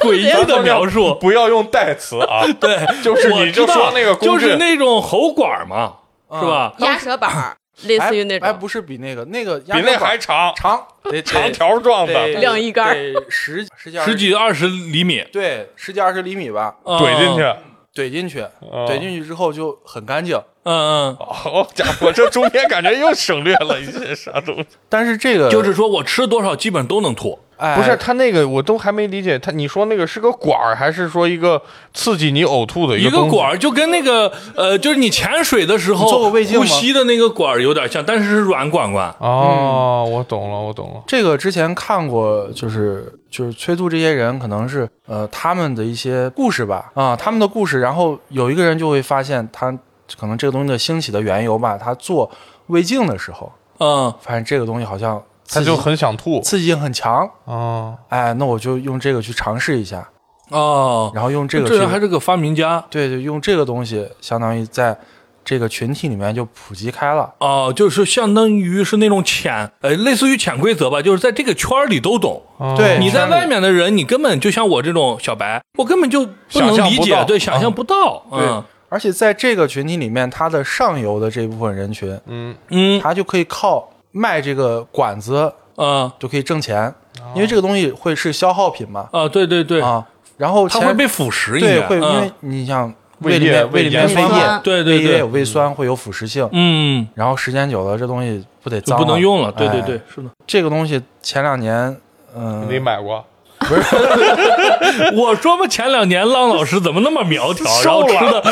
S1: 诡异的描述？
S2: 不要用代词啊！
S1: 对，
S2: 就是
S1: 我
S2: 你就
S1: 知道
S2: 说那个工
S1: 就
S2: 具
S1: 是那种喉管嘛，
S3: 嗯
S1: 是吧？
S4: 鸭舌板儿，类似于那
S3: 哎，哎
S4: 种，
S3: 不是比那个那个比
S2: 比那还 长，
S3: 长，得
S2: 长条状的，
S3: 得
S4: 晾衣杆儿
S3: 得十十几二
S1: 十几二十厘米，
S3: 对十几二十厘米吧，
S1: 嗯
S2: 怼进去，，
S3: 怼进去，
S2: 哦
S3: 怼进去之后就很干净。
S1: 嗯嗯，
S2: 好哦家伙，这中间感觉又省略了一些啥东西。
S3: 但是这个
S1: 就是说我吃多少基本都能吐，
S3: 哎
S2: 不是他那个，我都还没理解他。你说那个是个管儿，还是说一个刺激你呕吐的
S1: 一个
S2: 东西
S1: 管？儿就跟那个呃，就是你潜水的时
S3: 你做过
S1: 候
S3: 胃镜
S1: 呼
S3: 吗
S1: 吸的那个管儿有点像，但是是软管管。
S2: 哦，我懂了，我懂了。
S3: 这个之前看过，就是就是催吐这些人可能是呃他们的一些故事吧，啊、他们的故事，然后有一个人就会发现他可能这个东西的兴起的缘由吧，他做胃镜的时候
S1: 嗯，
S3: 发现这个东西好像
S2: 他
S3: 刺激
S2: 就很想吐
S3: 刺激性很强，
S2: 哦，
S3: 哎，那我就用这个去尝试一下，
S1: 哦，
S3: 然后用这个
S1: 这人
S3: 去
S1: 还是个发明家。
S3: 对对，用这个东西相当于在这个群体里面就普及开了。
S1: 哦，就是相当于是那种潜，呃，类似于潜规则吧，就是在这个圈儿里都懂。
S2: 啊哎
S3: 对
S1: 你在
S3: 圈里
S1: 外面的人，你根本就像我这种小白，我根本就不
S2: 想
S1: 能
S2: 象
S1: 理
S2: 不
S1: 解
S2: 到，
S1: 对，想象不到。嗯
S3: 而且在这个群体里面，它的上游的这部分人群，
S2: 嗯，
S1: 嗯
S3: 他就可以靠卖这个管子
S1: 啊
S3: 就可以挣钱，因为这个东西会是消耗品嘛
S1: 啊，对对对，
S3: 啊。然后
S1: 它
S3: 前
S1: 会被腐蚀一
S3: 对
S1: 点。
S3: 会，因
S1: 嗯
S3: 为你想
S2: 胃
S3: 胃里
S2: 液
S3: 面
S2: 胃
S3: 里
S2: 盐
S3: 面胃
S4: 酸
S3: 液，
S1: 对
S3: 胃
S1: 对
S3: 液
S1: 对
S3: 有胃酸会有腐蚀性，
S1: 嗯，
S3: 然后时间久了这东西不得
S1: 就
S3: 脏
S1: 不能用了。对
S3: 哎
S1: 对对，是的。
S3: 这个东西前两年，嗯、
S2: 你买过？
S1: 我说嘛，前两年浪老师怎么那么苗 条，然后吃 的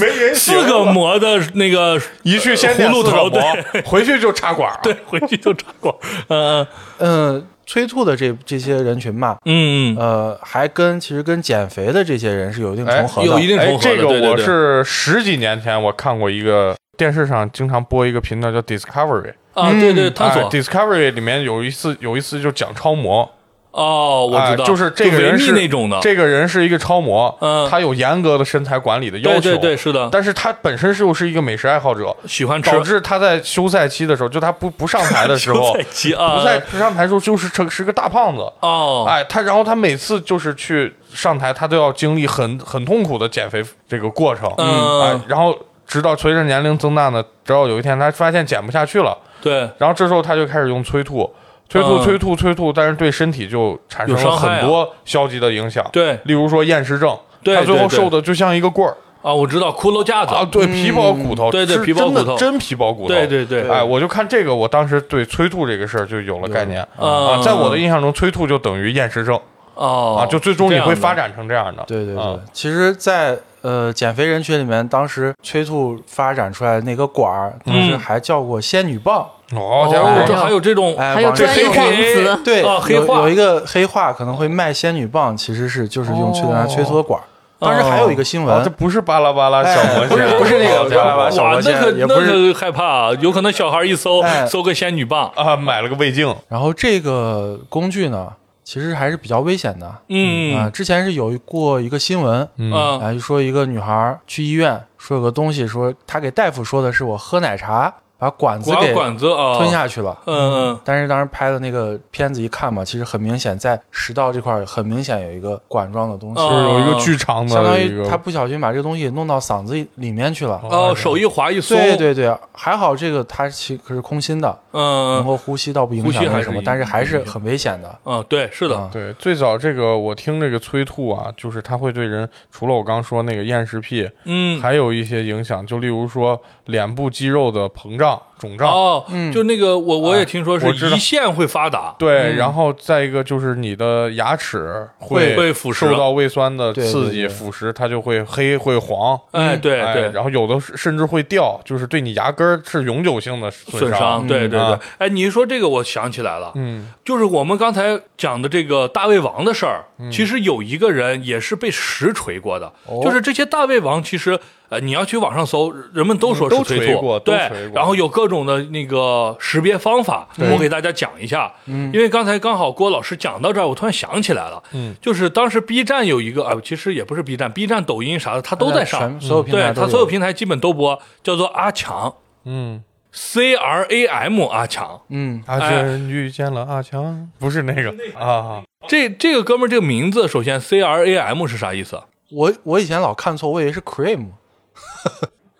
S2: 没人行
S1: 四个馍的那个，
S2: 一去先点
S1: 葫芦
S2: 四个
S1: 头
S2: 馍，回去就插管。
S1: 对，，回去就炸过。 嗯
S3: 嗯，催吐的这这些人群吧，
S1: 嗯嗯
S3: 呃，还跟其实跟减肥的这些人是有一定
S2: 哎
S3: 重合
S1: 嗯，
S3: 的。
S1: 有一定
S2: 哎
S1: 重，合
S2: 这
S1: 的。
S2: 个
S1: 对对
S2: 我
S1: 对
S2: 是十几年前我看过一个电视上经常播一个频道叫 Discovery，
S1: 啊，对对，探
S2: 哎
S1: 索。
S2: Discovery 里面有一次有一次就讲超模，
S1: 哦，我知道，
S2: 哎就是这个
S1: 维
S2: 人
S1: 密
S2: 是
S1: 那种的。
S2: 这个人是一个超模，
S1: 嗯
S2: 他有严格的身材管理的要
S1: 对
S2: 求，
S1: 对对，是的，
S2: 但是他本身是又是一个美食爱好者，
S1: 喜欢吃
S2: 导致他在休赛期的时候，就他不不上台的时
S1: 韭
S2: 候
S1: 菜，鸡啊，
S2: 不在不上台的时候就是成是个大胖子。
S1: 哦，
S2: 哎，他然后他每次就是去上台，他都要经历很很痛苦的减肥这个过程，
S1: 嗯
S2: 哎，然后直到随着年龄增大呢，直到有一天他发现减不下去了，
S1: 对，
S2: 然后这时候他就开始用催吐，催吐
S1: 嗯
S2: 催吐催吐，但是对身体就产生
S1: 有
S2: 了
S1: 伤害啊
S2: 很多消极的影响，
S1: 对
S2: 例如说厌食症，
S1: 对
S2: 他最后
S1: 对对
S2: 瘦的就像一个棍儿
S1: 啊，我知道骷髅架子，
S2: 啊，对，皮包骨头，
S1: 对对
S2: 是
S1: 皮包
S2: 真的
S1: 骨头
S2: 真皮包骨头，
S1: 对对对，
S2: 哎，我就看这个，我当时对催吐这个事儿就有了概念
S1: 嗯
S2: 啊，在我的印象中，催吐就等于厌食症
S1: 哦
S2: 啊，就最终你会发
S1: 展
S2: 展成这样的。
S3: 对对对，
S2: 啊
S3: 其实在，呃减肥人群里面，当时催吐发展出来的那个管儿，当时
S1: 嗯
S3: 还叫过仙女棒，
S2: 哦，假
S1: 哦，
S2: 如
S1: 这还有这种
S3: 哎，
S4: 还有
S3: 网
S1: 这
S3: 上
S4: 专
S1: 黑
S4: 有
S3: 有
S4: 网
S1: 化
S4: 词，
S3: 对
S1: 哦黑
S3: 有
S1: 化
S3: 有一个黑话可能会卖仙女棒，其实是就是用
S1: 哦
S3: 催吐来催吐的管儿。当时还有一个新闻，
S2: 哦这不是巴拉巴拉小哦魔
S3: 哎不是
S2: 仙，
S3: 不是那个
S2: 好家伙
S3: 巴拉巴拉小
S1: 哇
S3: 魔，仙
S1: 那可
S3: 也
S1: 那
S3: 不是
S1: 可害怕啊，有可能小孩一搜
S3: 哎
S1: 搜个仙女棒，
S2: 啊，买了个胃镜，
S3: 然后这个工具呢，其实还是比较危险的。啊、
S1: 嗯
S3: 之前是有过一个新闻，
S2: 嗯，
S1: 啊
S3: 啊，就说一个女孩儿去医院，说有个东西，说她给大夫说的是我喝奶茶把管子
S1: 管
S3: 给
S1: 管子啊，
S3: 吞下去了。
S1: 嗯
S3: 但是当时拍的那个片子一看嘛，其实很明显，在食道这块儿很明显有一个管状的东西，
S1: 哦
S2: 就是有一个巨长
S3: 相当
S2: 的一
S3: 于
S2: 个
S3: 她不小心把这个东西弄到嗓子里面去了。
S1: 嗯，哦，手一滑一松，
S3: 对对对，还好这个它其可是空心的，能
S1: 嗯，
S3: 够呼吸到不影
S1: 呼吸
S3: 响
S1: 还
S3: 那
S1: 是
S3: 什么
S1: 影，
S3: 但是还是很危险的。
S1: 嗯，对，是的，
S3: 啊
S2: 对，最早这个我听这个催吐啊，就是它会对人，除了我刚说那个厌食癖，
S1: 嗯，
S2: 还有一些影响，就例如说脸部肌肉的膨胀、肿胀。
S1: 哦，
S3: 嗯
S1: 就那个我我也听说是
S2: 我知道
S1: 胰腺会发达，
S3: 嗯
S2: 对，然后再一个就是你的牙齿
S1: 会会腐蚀
S2: 受到胃酸的
S3: 对对
S2: 刺激
S3: 对
S2: 腐蚀，它就会黑会黄，
S1: 哎，
S3: 嗯
S1: 对
S2: 哎
S1: 对，
S2: 然后有的是甚至会掉，就是对你牙根儿是永久性的损
S1: 损伤，对对对
S2: 啊。
S1: 哎，你一说这个，我想起来了，
S2: 嗯，
S1: 就是我们刚才讲的这个大胃王的事儿，
S2: 嗯
S1: 其实有一个人也是被实锤过的，
S2: 哦
S1: 就是这些大胃王，其实呃，你要去网上搜，人们都说是
S2: 嗯都
S1: 催
S2: 锤
S1: 吐，
S2: 过都
S1: 对
S2: 锤，过
S1: 然后有各种的那个识别方法，我给大家讲一下，因为刚才刚好郭老师讲到这儿，我突然想起来了，
S2: 嗯
S1: 就是当时 B 站有一个啊，其实也不是 B 站，B 站、抖音啥的，它都在上
S2: 哎
S1: 嗯
S3: 全，所有平台
S1: 对，
S3: 都
S1: 它所有平台基本都播，叫做阿强
S2: 嗯，
S1: ，C R A M 阿强。
S3: 嗯，
S2: 阿
S1: 哎
S2: 娟遇见了阿强，不是那个啊，
S1: 这这个哥们儿这个名字，首先 C R A M 是啥意思？
S3: 我我以前老看错，我以为是 cream，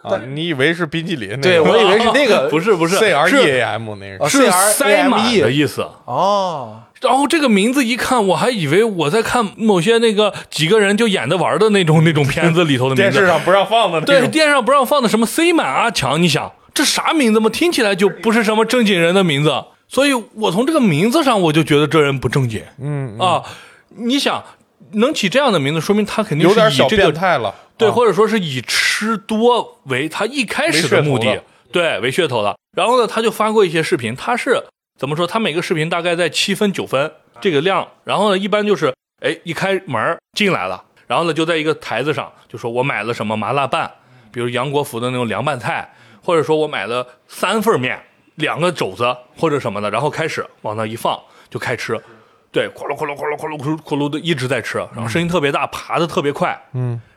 S2: 啊你以为是冰激凌那个？
S3: 对我以为是那个
S1: 不是不是
S2: C R E
S1: 是
S2: A M 那
S3: 哦
S2: 是
S1: 是
S3: CRAME
S1: 塞满
S2: E
S1: 的意思。
S3: 哦，
S1: 然后这个名字一看，我还以为我在看某些那个几个人就演着玩的那种那种片子里头的名
S2: 电
S1: 字。
S2: 视上不让放的那
S1: 对，
S2: 种。
S1: 电视上不让放的什么 C 满阿强，你想这啥名字嘛？听起来就不是什么正经人的名字，所以我从这个名字上我就觉得这人不正经
S2: 嗯，
S1: 啊。你想能起这样的名字，说明他肯定
S2: 有
S1: 是
S2: 点
S1: 以
S2: 小
S1: 这个
S2: 变态了。
S1: 对，
S2: 啊
S1: 或者说是以吃多为他一开始的目
S2: 为噱
S1: 的
S2: 头，
S1: 对，为噱头的。然后呢，他就发过一些视频，他是怎么说？他每个视频大概在七分九分这个量，然后呢，一般就是哎一开门儿进来了，然后呢就在一个台子上就说我买了什么麻辣拌，比如杨国福的那种凉拌菜，或者说我买了三份面，两个肘子或者什么的，然后开始往那一放就开吃。对，咕
S2: 嗯
S1: 噜咕噜咕噜咕噜咕噜咕噜的一直在吃，然后声音特别大，爬的特别快，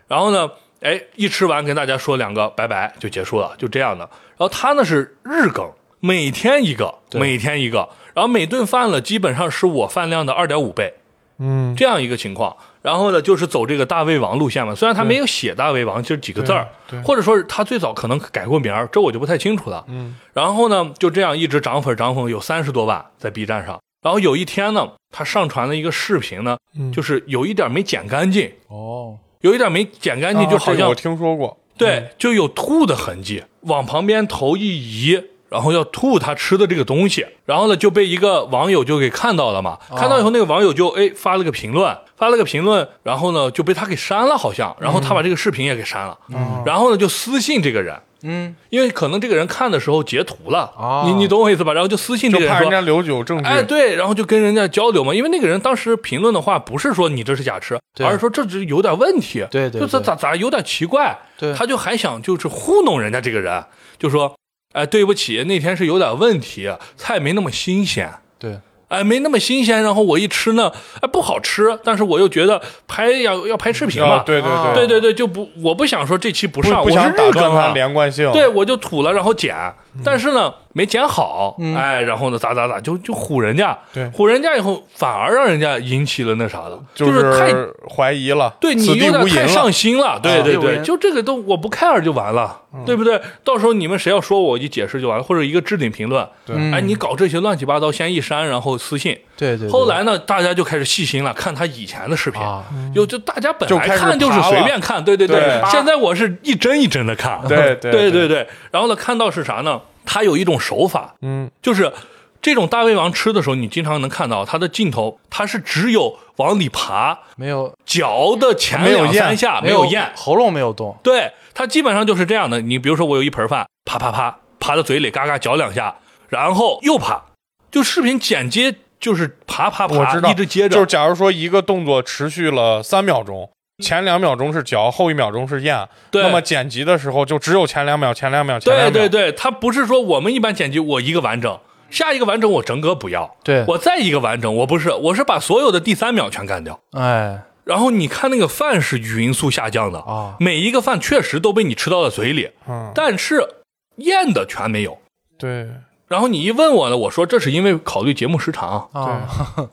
S1: 然后呢，哎，一吃完跟大家说两个拜拜就结束了，就这样的。然后他呢是日更，每天一个，每天一个，然后每顿饭了基本上是我饭量的二点五倍，
S2: 嗯，
S1: 这样一个情况。然后呢，就是走这个大胃王路线嘛。虽然他没有写大胃王，就是几个字儿
S2: 对对，
S1: 或者说是他最早可能改过名儿，这我就不太清楚了。
S2: 嗯，
S1: 然后呢，就这样一直涨粉涨粉，有三十多万在 B 站上。然后有一天呢，他上传了一个视频呢，
S2: 嗯
S1: 就是有一点没剪干净，
S3: 哦，
S1: 有一点没剪干净，就好
S2: 哦啊这个
S1: 像
S2: 我听说过，
S3: 嗯
S1: 对，就有吐的痕迹，往旁边头一移，然后要吐他吃的这个东西，然后呢就被一个网友就给看到了嘛，
S3: 啊
S1: 看到以后那个网友就哎发了个评论，发了个评论，然后呢就被他给删了，好像，然后他把这个视频也给删了，然后呢就私信这个人。
S3: 嗯，
S1: 因为可能这个人看的时候截图了，
S3: 哦
S1: 你你懂我意思吧？然后就私信这
S2: 就
S1: 个人
S2: 怕
S1: 说
S2: 人家，留有证据。
S1: 哎，对，然后就跟人家交流嘛，因为那个人当时评论的话不是说你这是假吃，
S3: 对
S1: 而是说这只是有点问题，
S3: 对对
S1: 就
S3: 对
S1: 是咋咋有点奇怪，
S3: 对
S1: 他就还想就是糊弄人家这个人，就说，哎，对不起，那天是有点问题，菜没那么新鲜。
S3: 对，
S1: 哎，没那么新鲜，然后我一吃呢，哎，不好吃，但是我又觉得拍要要拍视频嘛，
S2: 啊，对对
S3: 啊
S1: 对对对，就不，我不想说这期不
S2: 不
S1: 上，
S2: 不
S1: 我是
S2: 想打
S1: 日
S2: 断
S1: 更
S2: 它
S1: 啊，
S2: 连贯性。
S1: 对，我就吐了，然后剪，
S2: 嗯
S1: 但是呢没剪好，哎，然后呢咋咋咋就就唬人家，
S2: 对
S1: 唬人家以后反而让人家引起了那啥了，
S2: 就是
S1: 太
S2: 是怀疑了，
S1: 对你
S2: 此地
S1: 有点
S2: 无银
S1: 太
S2: 了
S1: 上。心了，对
S3: 啊
S1: 对
S3: 有
S1: 对，
S3: 人
S1: 就这个都我不 care 就完了，
S2: 嗯
S1: 对不对？到时候你们谁要说我，我就解释就完了，或者一个置顶评论，
S2: 对嗯
S1: 哎，你搞这些乱七八糟，先一删，然后私信。
S3: 对对，
S1: 后来呢，大家就开始细心了，看他以前的视频
S3: 啊，
S1: 有就大家本
S2: 就
S1: 来
S2: 开始
S1: 看就是
S2: 爬
S1: 随
S2: 了
S1: 便看，对对
S2: 对
S1: 现在我是一帧一帧的看，
S2: 对 对
S1: 对
S2: 对
S1: 对。然后呢，看到是啥呢？他有一种手法，
S2: 嗯，
S1: 就是这种大胃王吃的时候，你经常能看到它的镜头，它是只有往里爬，
S3: 没有
S1: 嚼的前
S2: 没有
S1: 两
S2: 咽
S1: 三下啊没
S3: 有
S1: 咽，
S3: 喉咙没有动，
S1: 对，它基本上就是这样的。你比如说，我有一盆饭，啪啪啪，爬到嘴里，嘎嘎嚼两下，然后又爬，就视频剪接就是爬爬
S2: 我
S1: 爬
S2: 知，道，
S1: 一直接着，
S2: 就是假如说一个动作持续了三秒钟，前两秒钟是嚼，后一秒钟是咽，
S1: 嗯对
S2: 那么剪辑的时候就只有前两秒、前两秒、前两
S1: 对
S2: 秒。
S1: 对对，它不是说我们一般剪辑我一个完整，下一个完整我整个不要，
S3: 对
S1: 我再一个完整，我不是，我是把所有的第三秒全干掉。
S3: 哎，
S1: 然后你看那个饭是匀速下降的
S3: 啊
S1: 每一个饭确实都被你吃到了嘴里，
S2: 哦嗯，
S1: 但是咽的全没有。
S2: 对
S1: 然后你一问我呢，我说这是因为考虑节目时长，
S3: 啊，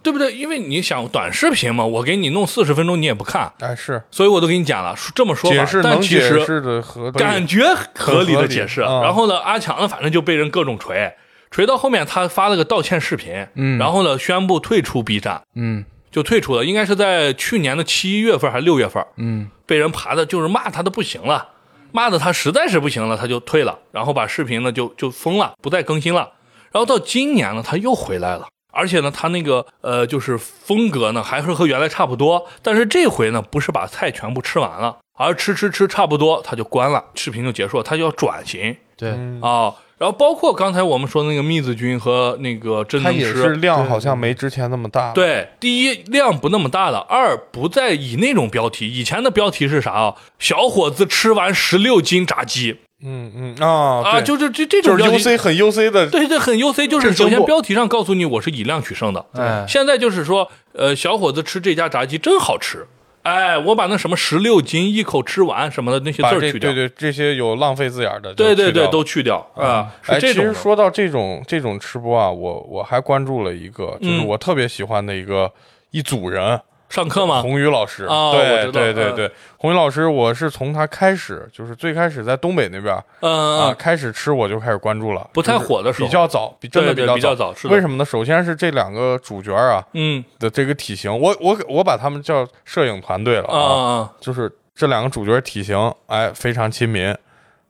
S1: 对不对？因为你想短视频嘛，我给你弄四十分钟你也不看，
S2: 哎是
S1: 所以我都给你讲了，说这么说
S2: 解
S1: 吧
S2: 释，
S1: 但
S2: 能
S1: 其
S2: 解
S1: 实
S2: 释的和
S1: 感觉合理的解释。
S2: 很合理嗯
S1: 然后呢，阿强呢，反正就被人各种锤，锤到后面他发了个道歉视频，
S3: 嗯
S1: 然后呢宣布退出 B 站，
S3: 嗯
S1: 就退出了，应该是在去年的七月份还是六月份，
S3: 嗯，
S1: 被人爬的就是骂他的不行了，骂的他实在是不行了，他就退了，然后把视频呢就就封了，不再更新了。然后到今年呢，他又回来了，而且呢，他那个呃就是风格呢还是和原来差不多，但是这回呢不是把菜全部吃完了，而吃吃吃差不多他就关了，视频就结束了，他就要转型
S3: 对，
S2: 嗯
S1: 啊、然后包括刚才我们说的那个蜜子君和那个真
S2: 它
S1: 能
S2: 也
S1: 吃，
S2: 是量好像没之前那么大。，
S1: 对，第一量不那么大了，二不再以那种标题，以前的标题是啥啊？小伙子吃完十六斤炸鸡
S2: 嗯嗯啊
S1: 啊，
S2: 对
S1: 就是这这种
S2: 就是
S1: 标题，
S2: UC 很 UC 的，
S1: 对对，很 UC，就是
S3: 这
S1: 首
S3: 真
S1: 先
S3: 不
S1: 标题上告诉你我是以量取胜的，
S3: 哎
S1: 现在就是说，呃，小伙子吃这家炸鸡真好吃，哎，我把那什么十六斤一口吃完什么的那些字
S2: 把
S1: 儿
S2: 这
S1: 去掉
S2: 对，对这些有浪费字眼儿的
S1: 对
S2: 就去掉了，
S1: 对对，都去掉啊，是
S2: 哎，其
S1: 这种
S2: 实
S1: 的。
S2: 说到这种这种吃播啊，我我还关注了一个，就是
S1: 嗯
S2: 我特别喜欢的一个一组人，
S1: 上课吗？
S2: 宏宇老师。
S1: 哦我知道
S2: 对对对
S1: 嗯
S2: 对，宏宇老师，我是从他开始，就是最开始在东北那边
S1: 嗯
S2: 啊
S1: 嗯，
S2: 开始吃，我就开始关注了，
S1: 不太
S2: 就是
S1: 火的时候
S2: 比较早，比真的
S1: 对对
S2: 较
S1: 比较早是的
S2: 为什么呢？首先是这两个主角啊
S1: 嗯
S2: 的这个体型，我我我把他们叫摄影团队了
S1: 啊
S2: 啊，
S1: 啊，
S2: 就是这两个主角体型，哎，非常亲民。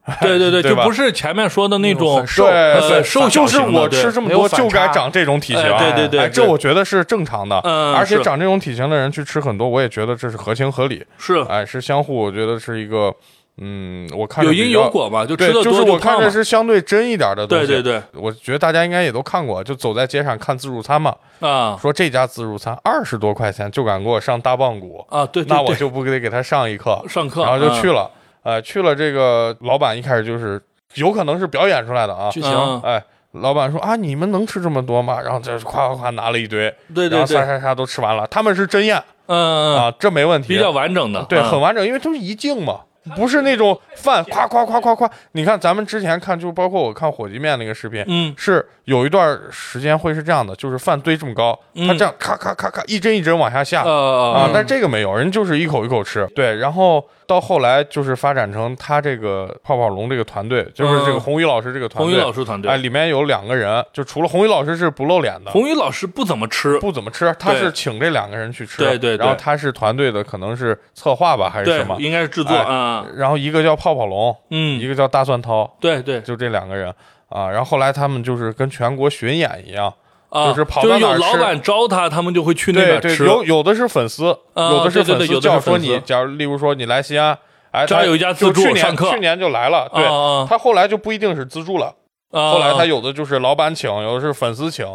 S1: 啊对对对，
S2: 哎对
S1: 就
S2: 吧
S1: 不是前面说的那种
S3: 很瘦
S1: 呃
S2: 对，对
S1: 瘦小
S2: 就是
S1: 型的
S2: 我
S1: 对
S2: 吃这么
S3: 没有
S2: 多
S3: 反
S2: 就该
S3: 差
S2: 长这种体型，
S1: 哎对对对
S2: 哎这
S1: 对
S2: 我觉得是正常的，
S1: 嗯
S2: 而且
S1: 是
S2: 长这种体型的人去吃很多，我也觉得这是合情合理，
S1: 是
S2: 哎，是相互，我觉得是一个，嗯，我看着
S1: 有
S2: 比
S1: 因有
S2: 较，
S1: 果嘛，就吃
S2: 对，
S1: 的多
S2: 就是我看
S1: 胖
S2: 着
S1: 嘛。
S2: 是相对真一点的东
S1: 对对
S2: 西，
S1: 对
S2: 我觉得大家应该也都看过，就走在街上看自助餐嘛，
S1: 啊
S2: 说这家自助餐二十多块钱就敢给我上大棒骨，
S1: 啊，对对对，
S2: 那我就不得给他上一课，
S1: 上课，嗯
S2: 然后就去
S1: 了。
S2: 了，呃，去了这个老板一开始就是有可能是表演出来的啊，
S3: 剧
S1: 嗯
S3: 情，
S2: 哎，老板说啊，你们能吃这么多吗？然后这夸夸夸拿了一堆，
S1: 对
S2: 然
S1: 对
S2: 后
S1: 对
S2: 啥，啥啥都吃完了。他们是真宴
S1: 嗯嗯，
S2: 啊，这没问题，
S1: 比较完整的，
S2: 对，
S1: 嗯
S2: 很完整，因为都是一镜嘛。不是那种饭夸夸夸夸夸。你看咱们之前看，就是包括我看火鸡面那个视频，
S1: 嗯
S2: 是有一段时间会是这样的，就是饭堆这么高，
S1: 嗯
S2: 它这样咔咔咔咔一针一针往下下。啊
S1: 呃，
S2: 但这个没有，人就是一口一口吃，对，然后到后来就是发展成他这个泡泡龙这个团队，就是这个
S1: 嗯
S2: 红宇老师这个团
S1: 红
S2: 队，
S1: 宇老师团队，
S2: 哎，里面有两个人，就除了红宇老师是不露脸的，
S1: 红宇老师不怎么吃，
S2: 不怎么吃，他
S1: 对
S2: 是请这两个人去吃，
S1: 对对对
S2: 然后他是团队的，可能是策划吧还是
S1: 对
S2: 什么，，
S1: 应该是制作
S2: 哎
S1: 啊，
S2: 然后一个叫泡泡龙，
S1: 嗯
S2: 一，个叫大蒜涛，
S1: 对对
S2: 就这两个人啊。然后后来他们就是跟全国巡演一样，
S1: 啊，
S2: 就是跑
S1: 就是
S2: 到哪
S1: 有
S2: 儿
S1: 老
S2: 吃
S1: 板招他，他们就会去那
S2: 对
S1: 边
S2: 对，
S1: 吃。
S2: 有有的是粉丝，
S1: 啊
S2: 有的是
S1: 对对
S2: 粉
S1: 对有的是
S2: 丝叫说
S1: 粉丝
S2: 你，假如例如说你来西安，哎，
S1: 这
S2: 他
S1: 儿有一家自
S2: 就
S1: 助
S2: 去年
S1: 上课
S2: 去年就来了，对，
S1: 啊
S2: 他后来就不一定是资助了，
S1: 啊，
S2: 后来他
S1: 有
S2: 有的就是老板请，有的是粉丝请，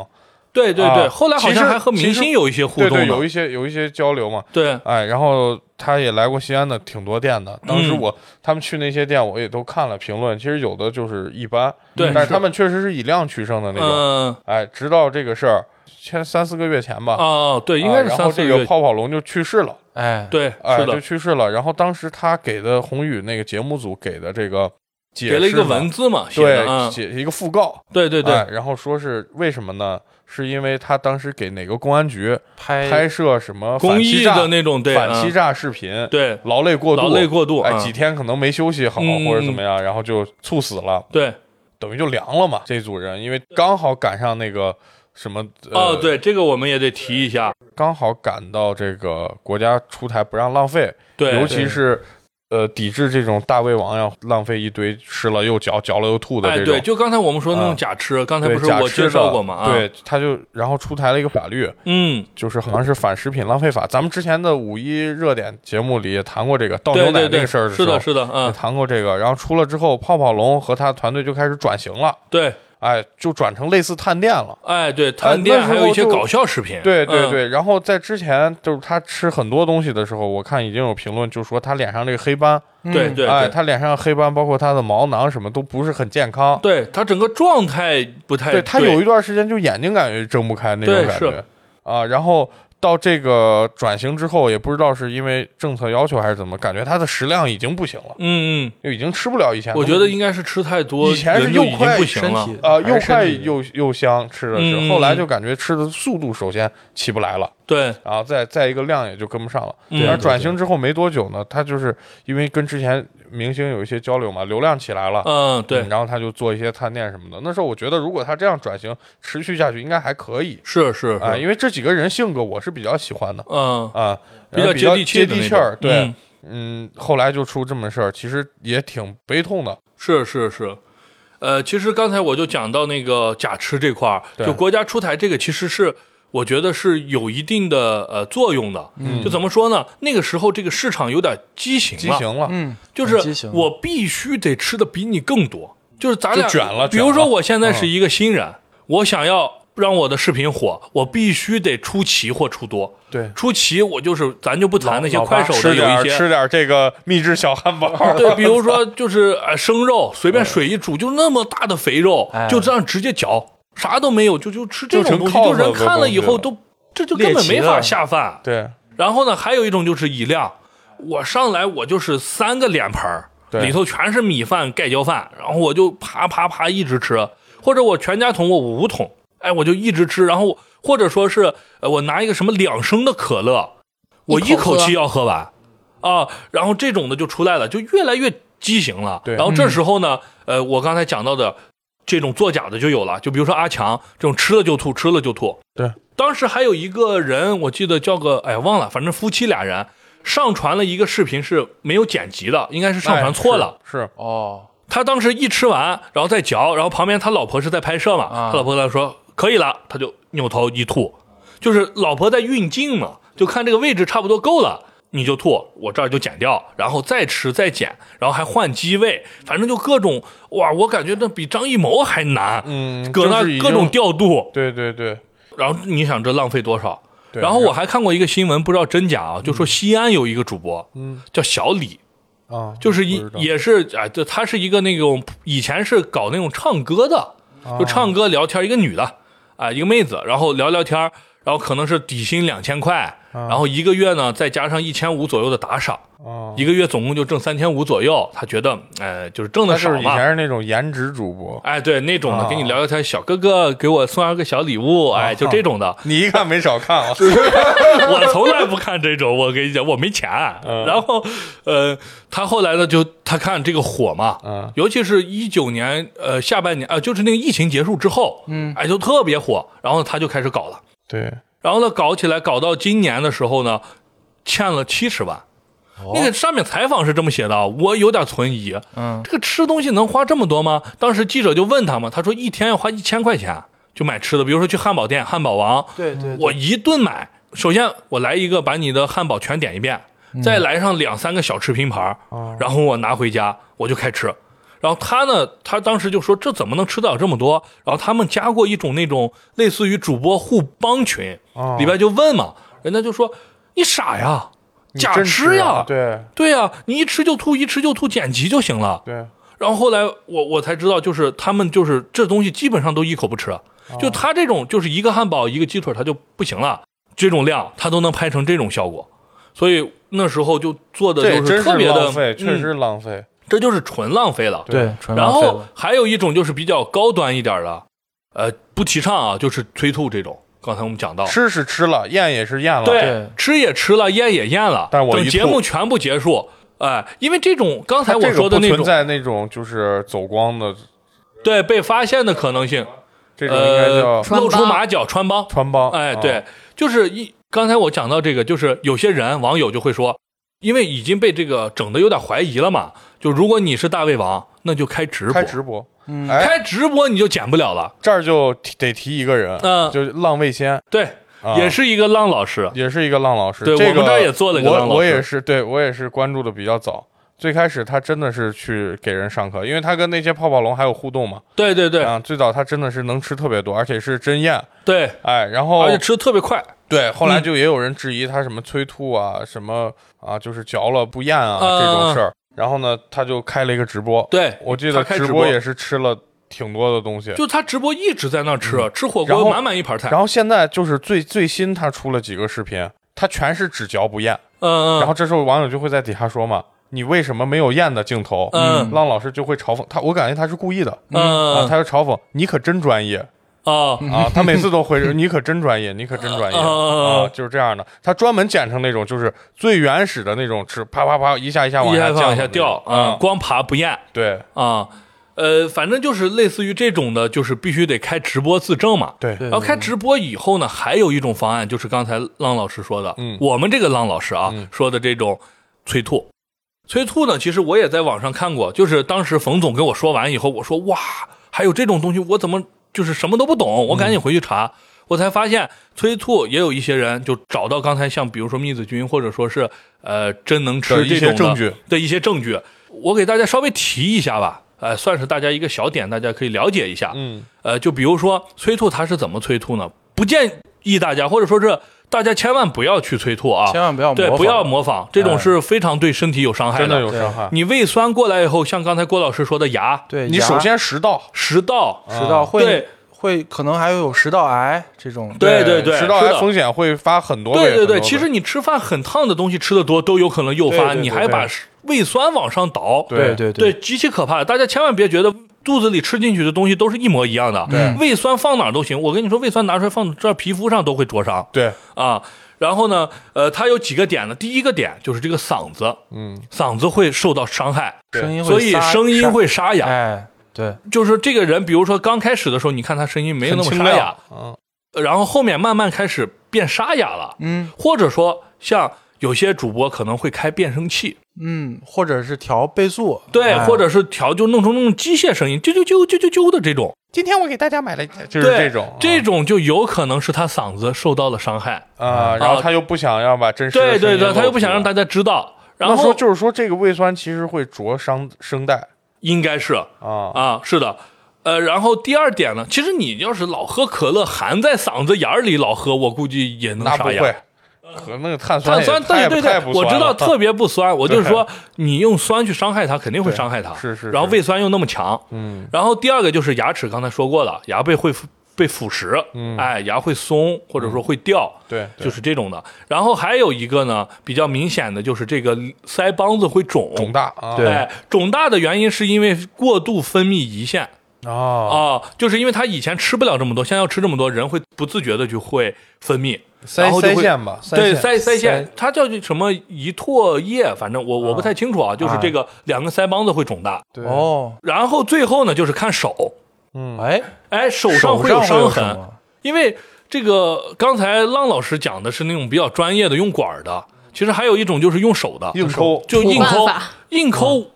S1: 对对对，
S2: 啊
S1: 后来好
S2: 其
S1: 像
S2: 实
S1: 还和明
S2: 其
S1: 星
S2: 实
S1: 有一些互
S2: 对
S1: 动
S2: 对，
S1: 呢
S2: 有一些有一些交流嘛，
S1: 对
S2: 哎，然后他也来过西安的挺多店的。当
S1: 嗯
S2: 时我、他们去那些店，我也都看了评论，其实有的就是一般，
S1: 对
S2: 嗯但是
S1: 是
S2: 他们确实是以量取胜的那种。
S1: 嗯
S2: 哎，直到这个事儿前三四个月前吧，
S1: 哦，对，
S2: 啊
S1: 应该是
S2: 然后
S1: 三四
S2: 这
S1: 月
S2: 个，泡泡龙就去世了，
S3: 哎，
S1: 对，
S2: 哎，
S1: 是
S2: 就
S1: 的，
S2: 去世了。然后当时他给的宏宇那个节目组给的这个解释
S1: 给了一个
S2: 嘛
S1: 文字嘛，写的，
S2: 对，
S1: 嗯，
S2: 写一个讣告，
S1: 对对对
S2: 哎，然后说是为什么呢？是因为他当时给哪个公安局
S3: 拍
S2: 拍摄什么反
S1: 哎公
S2: 欺
S1: 益
S2: 诈
S1: 的那种，对，
S2: 反欺
S1: 嗯
S2: 诈视频，
S1: 对
S2: 劳累过度，
S1: 劳累过度
S2: 哎，
S1: 嗯
S2: 几天可能没休息好
S1: 嗯
S2: 或者怎么样，然后就猝死了，
S1: 对，
S2: 等于就凉了嘛。这组人因为刚好赶上那个什么，呃、
S1: 哦，，对，这个我们也得提一下，
S2: 刚好赶到这个国家出台不让浪费，
S1: 对
S2: 尤，其是呃抵制这种大胃王呀，浪费一堆吃了又嚼，嚼了又吐的
S1: 哎，
S2: 这种。
S1: 对，就刚才我们说那种
S2: 啊
S1: 假吃，刚才
S2: 对
S1: 不是
S2: 假
S1: 我
S2: 吃
S1: 介
S2: 的
S1: 绍过吗？啊，
S2: 对，他就然后出台了一个法律，
S1: 嗯，
S2: 就是好像是反食品浪费法。咱们之前的五一热点节目里也谈过这个倒牛
S1: 对
S2: 奶
S1: 对
S2: 那
S1: 对，
S2: 个事儿
S1: 是
S2: 时候
S1: 的，是的，
S2: 也
S1: 嗯，
S2: 谈过这个，然后出了之后，泡泡龙和他的团队就开始转型了，
S1: 对，
S2: 哎，就转成类似探店了。
S1: 哎，对，探店
S2: 呃那时
S1: 还有
S2: 候
S1: 一些
S2: 就
S1: 搞笑视频，
S2: 对对
S1: 嗯，
S2: 对，然后在之前就是他吃很多东西的时候，我看已经有评论就说他脸上这个黑斑，
S3: 嗯
S1: 对对
S2: 哎，
S1: 对。
S2: 他脸上的黑斑包括他的毛囊什么都不是很健康，
S1: 对他整个状态不太
S2: 对他有一段时间就眼睛感觉睁不开那
S1: 对
S2: 种感
S1: 是
S2: 觉啊，然后到这个转型之后，也不知道是因为政策要求还是怎么，感觉他的食量已经不行了，
S1: 嗯
S2: 就已经吃不了以前
S1: 嗯，
S2: 那
S1: 我
S2: 么。
S1: 觉得应该是吃太多，
S2: 以前是
S1: 人就
S2: 又
S1: 已经
S2: 快
S1: 不
S3: 身
S1: 行了
S3: 体，
S2: 啊，又
S3: 还是身
S2: 快
S3: 体
S2: 又又香，吃的是，
S1: 嗯
S2: 后来就感觉吃的速度首先起不来了，
S1: 对，
S2: 然后再再一个量也就跟不上了。
S1: 嗯
S2: 但是转型之后没多久呢，他就是因为跟之前明星有一些交流嘛，流量起来了，
S1: 嗯，对
S2: 嗯，然后他就做一些探店什么的。那时候我觉得，如果他这样转型持续下去，应该还可以
S1: 是是
S2: 啊，
S1: 是，
S2: 因为这几个人性格我是比较喜欢的
S1: 嗯，
S2: 啊，
S1: 比
S2: 然
S1: 较
S2: 后比
S1: 接
S2: 较
S1: 地气
S2: 接
S1: 的那种，
S2: 地气儿，对
S1: 嗯，，
S2: 嗯，后来就出这么事儿，其实也挺悲痛的，
S1: 是是是。呃，其实刚才我就讲到那个假吃这块儿，
S2: 对
S1: 就国家出台这个，其实是我觉得是有一定的呃作用的。嗯，就怎么说呢？那个时候这个市场有点畸形
S2: 畸
S1: 了，
S2: 形了，
S3: 嗯，
S1: 就
S3: 很畸
S1: 是
S3: 形
S1: 我必须得吃的比你更多，就是咱俩
S2: 就卷了
S1: 比如
S2: 卷
S1: 说
S2: 了嗯
S1: 我现在是一个新人，我想要让我的视频火，我必须得出奇或出多。
S2: 对。
S1: 出奇我就是咱就不谈那些
S3: 老
S1: 快手
S2: 吃
S1: 的有
S2: 点
S1: 一
S2: 儿
S1: 些
S2: 吃点儿这个秘制小 汉堡，
S1: 啊 对，比如说就是呃生肉，随便水一煮，就那么大的肥肉
S3: 嗯哎，
S1: 就这样直接嚼，啥都没有，就就吃这
S2: 就
S1: 种
S2: 成
S1: 东西，
S2: 靠
S1: 就人
S2: 它的
S1: 看了
S2: 东西
S1: 以后
S2: 了
S1: 都这就根本没
S3: 猎奇
S1: 法
S3: 了
S1: 下饭。
S2: 对
S1: 然后呢，还有一种就是以量，我上来我就是三个脸盆儿，
S2: 对
S1: 里头全是米饭、盖浇饭，然后我就啪啪啪一直吃，或者我全家桶我五桶，哎，我就一直吃，然后或者说是呃我拿一个什么两升的可乐，我
S4: 一
S1: 一
S4: 口喝
S1: 口气要喝完啊，然后这种的就出来了，就越来越畸形了。
S2: 对
S1: 然后这时候呢，呃，我刚才讲到的这种作假的就有了，就比如说阿强这种吃了就吐，吃了就吐，
S2: 对，
S1: 当时还有一个人，我记得叫个哎呀忘了，反正夫妻俩人上传了一个视频是没有剪辑的，应该是上传错了。
S2: 哎是是
S3: 哦，
S1: 他当时一吃完，然后再嚼，然后旁边他老婆是在拍摄嘛，
S3: 啊
S1: 他老婆在说可以了，他就扭头一吐，就是老婆在运镜嘛，就看这个位置差不多够了。你就吐，我这儿就剪掉，然后再吃再剪，然后还换机位，反正就各种哇，我感觉那比张艺谋还难，
S2: 嗯，
S1: 搁那
S2: 就是已经
S1: 各种调度，
S2: 对对对，
S1: 然后你想这浪费多少？
S2: 对嗯
S1: 然后我还看过一个新闻，不知道真假啊，就说西安有一个主播，嗯，叫小李，
S2: 啊，
S1: 就是一
S2: 不知道
S1: 也是啊，哎就她是一个那种以前是搞那种唱歌的，
S2: 啊
S1: 就唱歌聊天，一个女的啊，一个妹子，然后聊聊
S2: 啊
S1: 天，然后可能是底薪两千块，然后一个月呢再加上一千五左右的打赏，
S2: 哦，
S1: 一个月总共就挣三千五左右，他觉得，呃，就是挣的
S2: 他
S1: 少
S2: 是以
S1: 嘛。
S2: 前是那种颜值主播，
S1: 哎，对那种的，
S2: 啊
S1: 给你聊聊天，小哥哥给我送上个小礼物，哎，就这种的，
S2: 你一看没少看啊。
S1: 我从来不看这种，我跟你讲，我没钱。
S2: 嗯
S1: 然后，呃，他后来呢，就他看这个火嘛，
S2: 嗯
S1: 尤其是一九年呃下半年啊、就是那个疫情结束之后，嗯，哎，就特别火，然后他就开始搞了，
S2: 对，
S1: 然后呢，搞起来，搞到今年的时候呢，欠了七十万。那个上面采访是这么写的啊，我有点存疑，
S3: 嗯，
S1: 这个吃东西能花这么多吗？当时记者就问他嘛，他说一天要花一千块钱就买吃的，比如说去汉堡店、汉堡王，
S3: 对对
S1: 嗯我一顿买，首先我来一个把你的汉堡全点一遍，
S2: 嗯
S1: 再来上两三个小吃拼盘儿，
S2: 哦
S1: 然后我拿回家我就开吃。然后他呢，他当时就说这怎么能吃得了这么多？然后他们加过一种那种类似于主播互帮群，
S2: 哦
S1: 里边就问嘛，人家就说你傻呀，
S2: 你
S1: 假
S2: 真
S1: 吃
S2: 吃
S1: 呀
S2: 啊，对
S1: 对呀、你一吃就吐，一吃就吐，剪辑就行了。
S2: 对，
S1: 然后后来我我才知道，就是他们就是这东西基本上都一口不吃，啊
S2: 哦
S1: 就他这种就是一个汉堡一个鸡腿他就不行了，这种量他都能拍成这种效果，所以那时候就做的
S2: 这
S1: 就
S2: 真
S1: 特别的
S2: 浪费，，确
S1: 嗯
S2: 实浪费。
S1: 这就是纯浪费了。
S3: 对，纯
S1: 然
S3: 浪费
S1: 后
S3: 了
S1: 还有一种就是比较高端一点的，呃，不提倡啊，就是催吐这种。刚才我们讲到，
S2: 吃是吃了，咽也是咽了。
S1: 哦对
S3: 对，
S1: 吃也吃了，咽也咽了，
S2: 但我
S1: 等
S2: 一
S1: 节
S2: 吐
S1: 目全部结束，哎、因为这种刚才
S2: 它
S1: 我
S2: 这
S1: 说的
S2: 个不
S1: 那
S2: 存
S1: 种，
S2: 在那种就是走光的
S1: 对被发现的可能性，
S2: 这种，应该叫
S4: 呃穿帮
S1: 露出马脚穿帮。
S2: 穿帮。
S1: 呃哎，
S2: 啊
S1: 对，就是一刚才我讲到这个，就是有些人网友就会说，因为已经被这个整的有点怀疑了嘛，就如果你是大胃王，那就开直播，
S2: 开直播。
S3: 嗯
S2: 哎，
S1: 开直播你就减不了了。
S2: 这儿就提得提一个人，
S1: 嗯
S2: 就是浪味仙，
S1: 对，
S2: 啊
S1: 也是一个浪老师，
S2: 也是一个浪老师。
S1: 对
S2: 这
S1: 我们这儿也做了一个浪老师
S2: 我我也是，对我也是关注的比较早。最开始他真的是去给人上课，因为他跟那些泡泡龙还有互动嘛。
S1: 对对对
S2: 啊，最早他真的是能吃特别多，而且是真咽。
S1: 对，
S2: 哎，然后
S1: 而且吃的嗯特别快。
S2: 对，后来就也有人质疑他什么催吐啊，什么啊，就是嚼了不咽啊这种事儿。然后呢，他就开了一个直播，
S1: 呃对，
S2: 我记得
S1: 他开直播
S2: 播也是吃了挺多的东西。
S1: 就他直播一直在那儿吃，吃火
S2: 嗯然
S1: 锅
S2: 后
S1: 满满一盘菜。
S2: 然后现在就是最最新他出了几个视频，他全是只嚼不咽。
S1: 嗯
S2: 然后
S1: 嗯
S2: 这时候网友就会在底下说嘛，你为什么没有咽的镜头？
S1: 嗯
S2: 浪老师就会嘲讽他，我感觉他是故意的。啊，
S1: 嗯
S2: 他就嘲讽你可真专业
S1: 啊
S2: 啊！他每次都会你可真专业， 你可真专业
S1: 嗯嗯嗯嗯
S2: 啊，就是这样的。他专门剪成那种就是最原始的那种吃，啪啪啪一下一下往
S1: 一下
S2: 下降
S1: 往下掉啊，
S2: 啊。
S1: 光爬不咽。
S2: 对
S1: 啊，呃，反正就是类似于这种的，就是必须得开直播自证嘛。
S2: 对
S3: 对
S1: 然后开直播以后呢，还有一种方案，就是刚才浪老师说的，
S2: 嗯
S1: 我们这个浪老师啊、
S2: 嗯
S1: 说的这种催吐。催吐呢，其实我也在网上看过，就是当时冯总跟我说完以后，我说哇，还有这种东西，我怎么就是什么都不
S2: 嗯
S1: 懂？我赶紧回去查，我才发现催吐也有一些人就找到刚才像比如说密子君，或者说是呃真能吃
S2: 的
S1: 这种
S2: 一些
S1: 的
S2: 证据
S1: 的一些证据，我给大家稍微提一下吧，呃，算是大家一个小点，大家可以了解一下。
S2: 嗯，
S1: 呃，就比如说催吐，它是怎么催吐呢？不建议大家，或者说是大家千万不要去催吐啊，
S3: 千万不要模
S1: 对，
S3: 仿
S1: 不要模仿，这种是非常对身体有伤害
S2: 真的
S1: 的。
S2: 有伤害。
S1: 你胃酸过来以后，像刚才郭老师说的牙、
S3: 对
S2: 你
S3: 牙
S2: 首先食道，
S1: 食道，
S3: 食道
S1: 啊对
S3: 会会可能还有食道癌这种，
S1: 对对对，
S2: 食道
S1: 是
S2: 癌
S1: 的
S2: 风险会发很多倍。
S1: 对对对，
S2: 很多倍
S1: 其实你吃饭很烫的东西吃的多，都有可能诱发，
S2: 对对对
S1: 你还把胃酸往上倒，
S3: 对对
S1: 对，极其可怕的。大家千万别觉得肚子里吃进去的东西都是一模一样的，
S3: 对
S1: 胃酸放哪儿都行。我跟你说，胃酸拿出来放这皮肤上都会灼伤
S2: 对，
S1: 啊。然后呢，呃，它有几个点呢？第一个点就是这个嗓子，
S2: 嗯，
S1: 嗓子会受到伤害，
S2: 对
S3: 声音会
S1: 所以
S3: 沙
S1: 声音
S3: 沙
S1: 会沙哑。
S3: 哎，对，
S1: 就是这个人，比如说刚开始的时候，你看他声音没有那么
S2: 很清
S1: 沙哑
S2: 亮，，嗯，
S1: 然后后面慢慢开始变沙哑了，
S3: 嗯
S1: 或者说像有些主播可能会开变声器，
S3: 嗯，或者是调倍速，
S1: 对，
S3: 哎
S1: 或者是调就弄成那种机械声音，啾啾啾啾啾啾的这种，
S2: 今天我给大家买了，就是
S1: 对
S2: 这种嗯
S1: 这种就有可能是他嗓子受到了伤害。
S2: 啊，然后他又不想要把真实的
S1: 哦对对
S2: 声音
S1: 对，
S2: 露
S1: 他又不
S2: 出
S1: 想让
S2: 来
S1: 大家知道，然
S2: 那说
S1: 后
S2: 就是说这个胃酸其实会灼伤声带
S1: 应该是
S2: 啊
S1: 啊，是的。呃，然后第二点呢，其实你要是老喝可乐含在嗓子眼儿里老喝，我估计也能
S2: 那不
S1: 沙哑。
S2: 会，和那个碳酸
S1: 碳
S2: 也
S1: 酸，对
S2: 太
S1: 对
S2: 太
S1: 对
S2: 不，
S1: 我
S2: 酸
S1: 知道
S2: 了
S1: 特别不酸，我就是说你用酸去伤害它，肯定会伤害它。
S2: 是是
S1: 然后
S2: 是
S1: 胃酸又那么强，
S2: 嗯
S1: 然后第二个就是牙齿，刚才说过了，牙被会被腐蚀，
S2: 嗯
S1: 哎，牙会松或者说会掉，
S2: 对，对
S1: 就是这种的。然后还有一个呢，比较明显的就是这个腮帮子会肿，
S2: 肿大啊，
S3: 对
S1: 哎，肿大的原因是因为过度分泌胰腺
S2: 啊，
S1: 啊，就是因为他以前吃不了这么多，现在要吃这么多，人会不自觉的就会分泌。
S2: 腮
S1: 然后就
S2: 腮
S1: 会
S2: 腺吧，
S1: 对，
S2: 腮
S1: 腮腮腺，，它叫什么胰唾液，反正我我不太清楚啊，就是这个两个腮帮子会肿大，
S2: 对，
S3: 哦，
S1: 然后最后呢就是看手，
S2: 嗯，
S3: 哎，
S1: 哎，手上
S3: 手
S1: 会
S3: 上
S1: 伤
S3: 什
S1: 痕，
S3: 么？
S1: 因为这个刚才浪老师讲的是那种比较专业的用管儿的，其实还有一种就是用手的，
S2: 硬抠，
S1: 就硬
S4: 办
S1: 抠
S4: 法，
S1: 硬抠，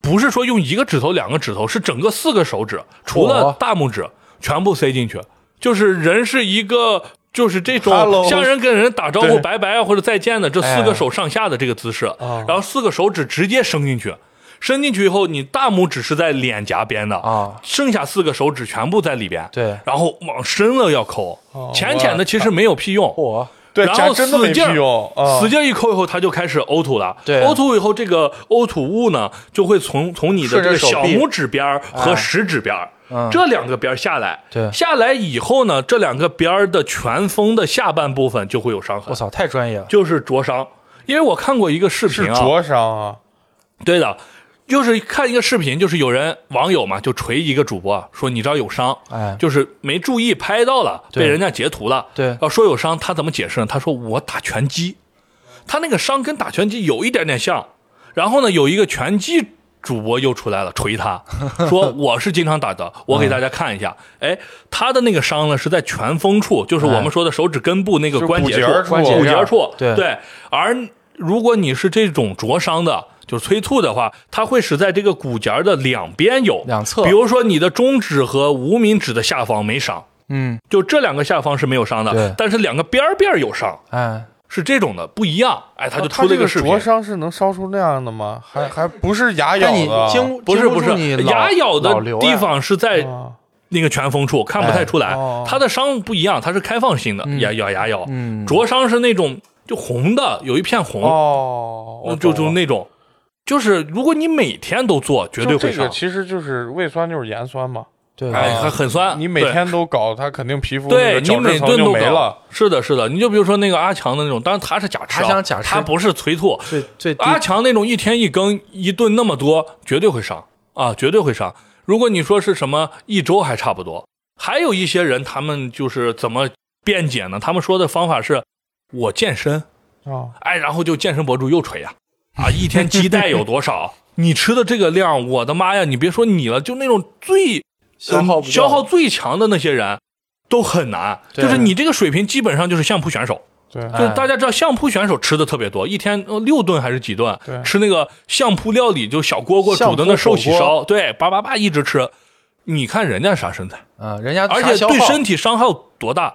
S1: 不是说用一个指头、两个指头，是整个四个手指，除了
S3: 哦
S1: 大拇指，全部塞进去。就是人是一个，就是这种
S2: Hello
S1: 像人跟人打招呼
S2: 对
S1: 拜拜啊或者再见的这四个
S3: 哎
S1: 手上下的这个姿势，然后四个手指直接伸进去，伸进去以后，你大拇指是在脸颊边的
S3: 啊，
S1: 剩下四个手指全部在里边，
S3: 对，
S1: 然后往深了要抠
S2: 哦，
S1: 浅浅的其实没有屁用，
S3: 嚯，
S2: 对，
S1: 然
S2: 夹
S1: 后
S2: 真的没
S1: 使
S2: 屁
S1: 劲儿
S2: 用，啊
S1: 使劲一抠以后，它就开始呕吐了。
S3: 哦对
S1: 呕吐以后，这个呕吐物呢，就会从从你的
S3: 顺
S1: 这
S3: 着
S1: 个
S3: 手
S1: 小
S3: 臂
S1: 拇指边儿和
S3: 哎
S1: 食指边儿
S3: 嗯
S1: 这两个边儿下来。
S3: 对
S1: 下来以后呢，这两个边儿的全峰的下半部分就会有伤痕，
S3: 我操，太专业了。
S1: 就是灼伤。因为我看过一个视
S2: 是
S1: 频啊，
S2: 灼伤啊，
S1: 对的，就是看一个视频，就是有人网友嘛，就锤一个主播说你这儿有伤，
S3: 哎
S1: 就是没注意拍到了，
S3: 对
S1: 被人家截图了。
S3: 对
S1: 要说有伤，他怎么解释呢？他说我打拳击，他那个伤跟打拳击有一点点像。然后呢，有一个拳击主播又出来了，锤他，说我是经常打的，我给大家看一下。哎，他的那个伤呢是在拳锋处，就是我们说的手指根部那个
S2: 就是
S1: 关
S2: 骨
S1: 节
S2: 节
S1: 处
S2: 儿，
S1: 关
S2: 处
S1: 骨节儿处，
S3: 对
S1: 而如果你是这种灼伤的，就是催促的话，它会使在这个骨节儿的两边有
S3: 两侧
S1: 比如说你的中指和无名指的下方没伤，
S3: 嗯，
S1: 就这两个下方是没有伤的
S3: 对，
S1: 但是两个边儿边儿有伤，
S3: 哎，
S1: 是这种的不一样。哎，他就
S2: 啊
S1: 出了
S2: 这
S1: 一个
S2: 个
S1: 视频
S2: 灼，伤是能烧出那样的吗？还还不是牙咬
S3: 那你
S2: 的，
S3: 经
S1: 不是
S3: 经
S1: 不
S3: 住
S1: 是
S3: 你，老
S1: 牙咬的
S3: 老啊刘
S1: 地
S3: 呀
S1: 方是在
S2: 啊
S1: 那个拳锋处，看不太出来
S2: 哎哦，
S1: 它的伤不一样，它是开放性的，咬咬牙咬，
S3: 嗯
S1: 灼伤是那种就红的，有一片红，
S2: 哦，我
S1: 嗯就
S2: 懂
S1: 就
S2: 了
S1: 那种。就是如果你每天都做，绝对
S2: 就
S1: 会
S2: 这个
S1: 伤。
S2: 其实就是胃酸就是盐酸嘛，
S3: 对
S1: 哎，
S2: 啊
S1: 很很酸。
S2: 你每
S1: 对
S2: 天都搞，它肯定皮肤那
S1: 对
S2: 个
S1: 你
S2: 角
S1: 每顿
S2: 质层
S1: 都
S2: 就没
S1: 搞
S2: 了。。
S1: 是的，是的，你就比如说那个阿强的那种，当然他是假吃、啊，
S3: 阿强假吃
S1: 他不是催吐。
S3: 最最低
S1: 阿强那种一天一更，一顿那么多，绝对会伤啊，绝对会伤。如果你说是什么一周还差不多，还有一些人他们就是怎么辩解呢？他们说的方法是，我健身，
S2: 啊，
S1: 哎，然后就健身博主又锤呀、啊，一天鸡蛋有多少？ 你吃的这个量，我的妈呀！你别说你了，就那种最
S3: 消耗
S1: 嗯
S3: 不掉
S1: 消耗最强的那些人，都很难。
S3: 对
S1: 就是你这个水平，基本上就是相扑选手。
S2: 对，
S1: 就
S3: 哎
S1: 是大家知道，相扑选手吃的特别多，一天呃六顿还是几顿
S2: 对，
S1: 吃那个相扑料理，就小锅锅煮的那寿喜
S3: 相扑火
S1: 烧，对，叭叭叭一直吃。你看人家啥身材，
S3: 啊，人家
S1: 而
S3: 啥
S1: 且
S3: 消
S1: 对
S3: 耗
S1: 身体伤害有多大？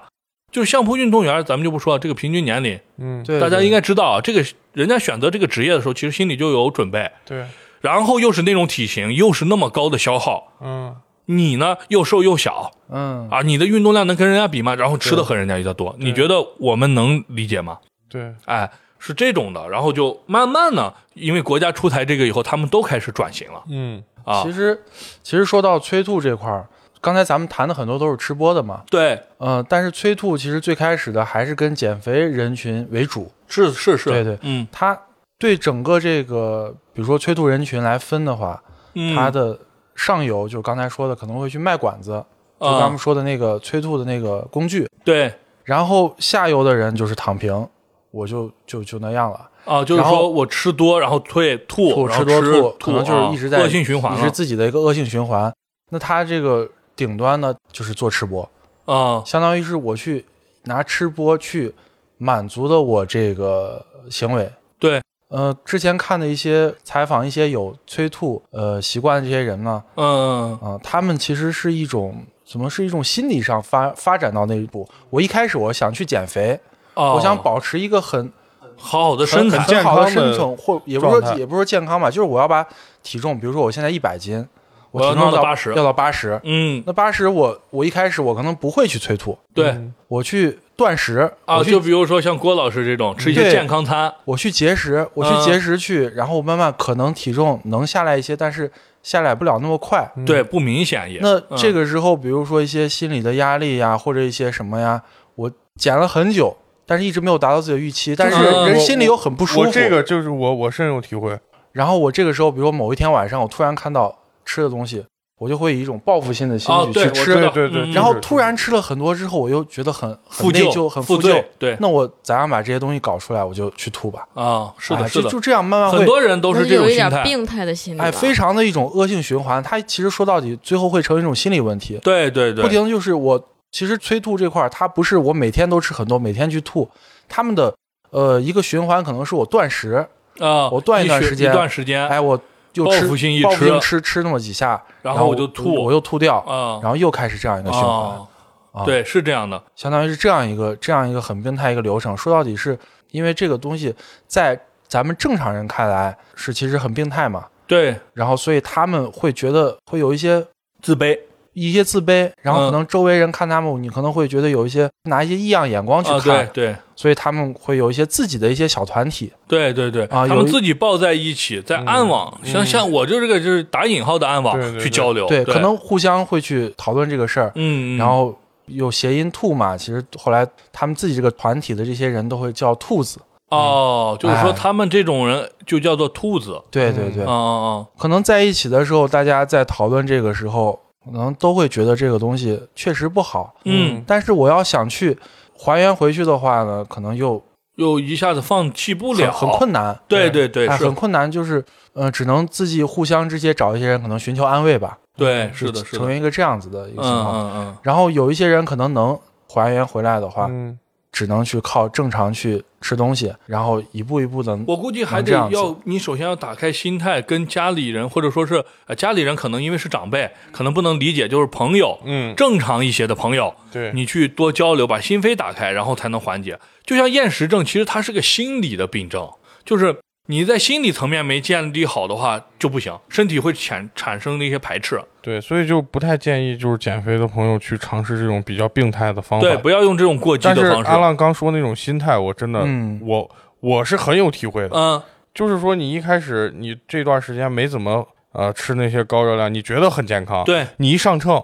S1: 就是相扑运动员，咱们就不说了这个平均年龄，
S2: 嗯，
S3: 对
S1: 大家应
S3: 该
S1: 该知道啊，这个人家选择这个职业的时候，其实心里就有准备。
S2: 对，
S1: 然后又是那种体型，又是那么高的消耗，
S2: 嗯，
S1: 你呢又瘦又小
S3: 嗯
S1: 啊，你的运动量能跟人家比吗？然后吃的和人家一样多，你觉得我们能理解吗？
S2: 对，
S1: 哎，是这种的。然后就慢慢呢，因为国家出台这个以后，他们都开始转型了
S2: 嗯，
S1: 啊
S3: 其。实其实说到催吐这块儿，刚才咱们谈的很多都是吃播的嘛，
S1: 对，
S3: 嗯，但是催吐其实最开始的还是跟减肥人群为主，
S1: 是是是，
S3: 对对
S1: 嗯
S3: 它对整个这个比如说催吐人群来分的话，
S1: 嗯，
S3: 它的上游就是刚才说的可能会去卖馆子，就
S1: 啊
S3: 咱们说的那个催吐的那个工具，
S1: 对
S3: 然后下游的人就是躺平，我就就就那样了。
S1: 啊，就是
S3: 然后
S1: 说我吃多，然后退吐，
S3: 吐
S1: 然后
S3: 吃多
S1: 吃
S3: 吐
S1: 吐，
S3: 可能就是一直在
S1: 啊恶性循环
S3: 一直
S1: 了
S3: 自己的一个恶性循环。那他这个顶端呢，就是做吃播，
S1: 啊。
S3: 相当于是我去拿吃播去满足的我这个行为。
S1: 对，
S3: 呃，之前看的一些采访，一些有催吐呃习惯的这些人呢，
S1: 嗯，
S3: 啊、他们其实是一种怎么是一种心理上发发展到那一步。我一开始我想去减肥，
S1: 哦
S3: 我想保持一个很
S1: 好好的身材
S2: 很，
S3: 很
S2: 健康
S3: 好
S2: 的
S3: 身体，或也不是
S2: 状态
S3: 说也不是说健康吧，就是我要把体重，比如说我现在一百斤，
S1: 我
S3: 我
S1: 要
S3: 只能
S1: 弄到
S3: 到
S1: 80
S3: 要到八十。
S1: 嗯，
S3: 那八十我我一开始我可能不会去催吐，
S1: 对
S2: 嗯
S3: 我去断食
S1: 啊，
S3: 嗯我去
S1: 就比如说像郭老师这种吃一些
S3: 对
S1: 健康餐，
S3: 我去节食，我
S1: 嗯
S3: 去节食去，然后我慢慢可能体重能下来一些，但是下来不了那么快。
S2: 嗯
S1: 对，不明显也。
S3: 嗯那
S1: 嗯
S3: 这个时候，比如说一些心理的压力呀，或者一些什么呀，我减了很久，但是一直没有达到自己的预期，但是
S1: 嗯
S3: 人
S2: 我
S3: 心里又很不舒服。
S2: 我这个就是我我深有体会，
S3: 然后我这个时候，比如说某一天晚上，我突然看到吃的东西，我就会以一种报复性的心
S1: 哦，
S3: 理
S1: 对，
S3: 去
S1: 我
S3: 吃，
S1: 知道
S2: 对对
S1: 嗯
S2: 对
S3: 然后
S2: 是
S3: 突然吃了很多之后，我又觉得很很
S1: 负
S3: 内
S1: 疚、
S3: 疚、很
S1: 负
S3: 负疚
S1: 罪。，对
S3: 那我咋样把这些东西搞出来，我就去吐吧。
S1: 啊，是
S3: 哎
S1: 的，是
S3: 就
S1: 的
S3: 就，这样慢慢
S1: 很
S3: 会
S1: 多人都
S4: 那
S1: 是
S4: 就
S1: 这种
S4: 有一
S1: 心
S4: 点
S1: 态。
S4: 病态的心理嗯吧，
S3: 哎，非常的一种恶性循环。它其实说到底，最后会成为一种心理问题。
S1: 对对对，
S3: 不停地就是我，其实催吐这块儿，它不是我每天都吃很多，每天去吐，他们的呃一个循环可能是我断食，
S1: 啊，
S3: 我断一段
S1: 学
S3: 时间
S1: 一段时间，
S3: 哎，我又
S1: 报
S3: 吃，
S1: 复性一
S3: 报复
S1: 吃
S3: 性吃吃那么几下，
S1: 然
S3: 然
S1: 后我
S3: 我
S1: 就吐
S3: 我又吐掉，
S1: 啊，
S3: 然后又开始这样一个循环，
S1: 哦
S3: 啊
S1: 对，是这样的，
S3: 相当于是这样一个这样一个很病态一个流程。说到底是因为这个东西在咱们正常人看来是其实很病态嘛，
S1: 对，
S3: 然后所以他们会觉得会有一些
S1: 自卑
S3: 一些自卑，然
S1: 嗯
S3: 后可能周围人看他们，你可能会觉得有一些拿一些异样眼光去
S1: 啊，
S3: 看，
S1: 对对
S3: 所以他们会有一些自己的一些小团体。
S1: 对对对，他
S3: 啊有
S1: 们
S3: 一嗯
S1: 自己抱在一起，在暗网，像像我就这个就是打引号的暗网
S2: 对对对
S1: 去交流，
S3: 对，可能互相会去讨论这个事儿，
S1: 哦嗯，嗯
S3: 然后有谐音兔嘛，其实后来他们自己这个团体的这些人都会叫兔子。
S1: 哦，就是说
S3: 哎
S1: 他们这种人就叫做兔子，
S3: 对对对，
S1: 啊啊
S3: 可能在一起的时候，大家在讨论这个时候，可能都会觉得这个东西确实不好，
S1: 嗯，
S3: 但是我要想去还原回去的话呢，可能又
S1: 又一下子放弃不
S3: 很
S1: 了，
S3: 很困难。
S1: 对对对，
S3: 哎，
S1: 是
S3: 很，困难，就是呃，只能自己互相之间找一些人，可能寻求安慰吧。
S1: 对，哎是的，
S3: 就是
S1: 的，
S3: 成为一个这样子的一
S1: 嗯
S3: 个情况。
S1: 嗯嗯，
S3: 然后有一些人可能能还原回来的话，
S2: 嗯，
S3: 只能去靠正常去吃东西，然后一步一步的。
S1: 我估计还
S3: 能这
S1: 得
S3: 样子
S1: 要你首先要打开心态，跟家里人或者说是呃家里人，可能因为是长辈，可能不能理解，就是朋友，
S2: 嗯
S1: 正常一些的朋友，
S2: 对
S1: 你去多交流，把心扉打开，然后才能缓解。就像厌食症，其实它是个心理的病症，就是你在心理层面没建立好的话就不行，身体会产产生的一些排斥。
S2: 对，所以就不太建议就是减肥的朋友去尝试这种比较病态的方法。
S1: 对，不要用这种过激
S2: 但是
S1: 的方
S2: 阿
S1: 式。
S2: 浪刚说那种心态，我真的，
S3: 嗯
S2: 我我是很有体会的。
S1: 嗯，
S2: 就是说，你一开始你这段时间没怎么呃吃那些高热量，你觉得很健康，，
S1: 对，
S2: 你一上秤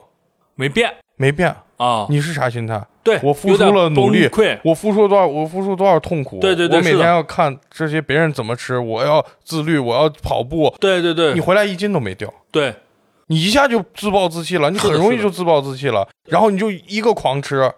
S1: 没变
S2: 没变，
S1: 啊。
S2: 你是啥心态？
S1: 对，
S2: 我付
S1: 有点
S2: 出了努力
S1: 崩溃。
S2: 我付出了多少？我付出多少痛苦？
S1: 对对对
S2: 我每
S1: 是的
S2: 天要看这些别人怎么吃，我要自律，我要跑步。
S1: 对对
S2: 你
S1: 对
S2: 回来一斤都没掉，
S1: 对，
S2: 你一下就自暴自弃了，你
S1: 是的
S2: 很容易
S1: 是的
S2: 就自暴自弃了，然后你就一个狂吃，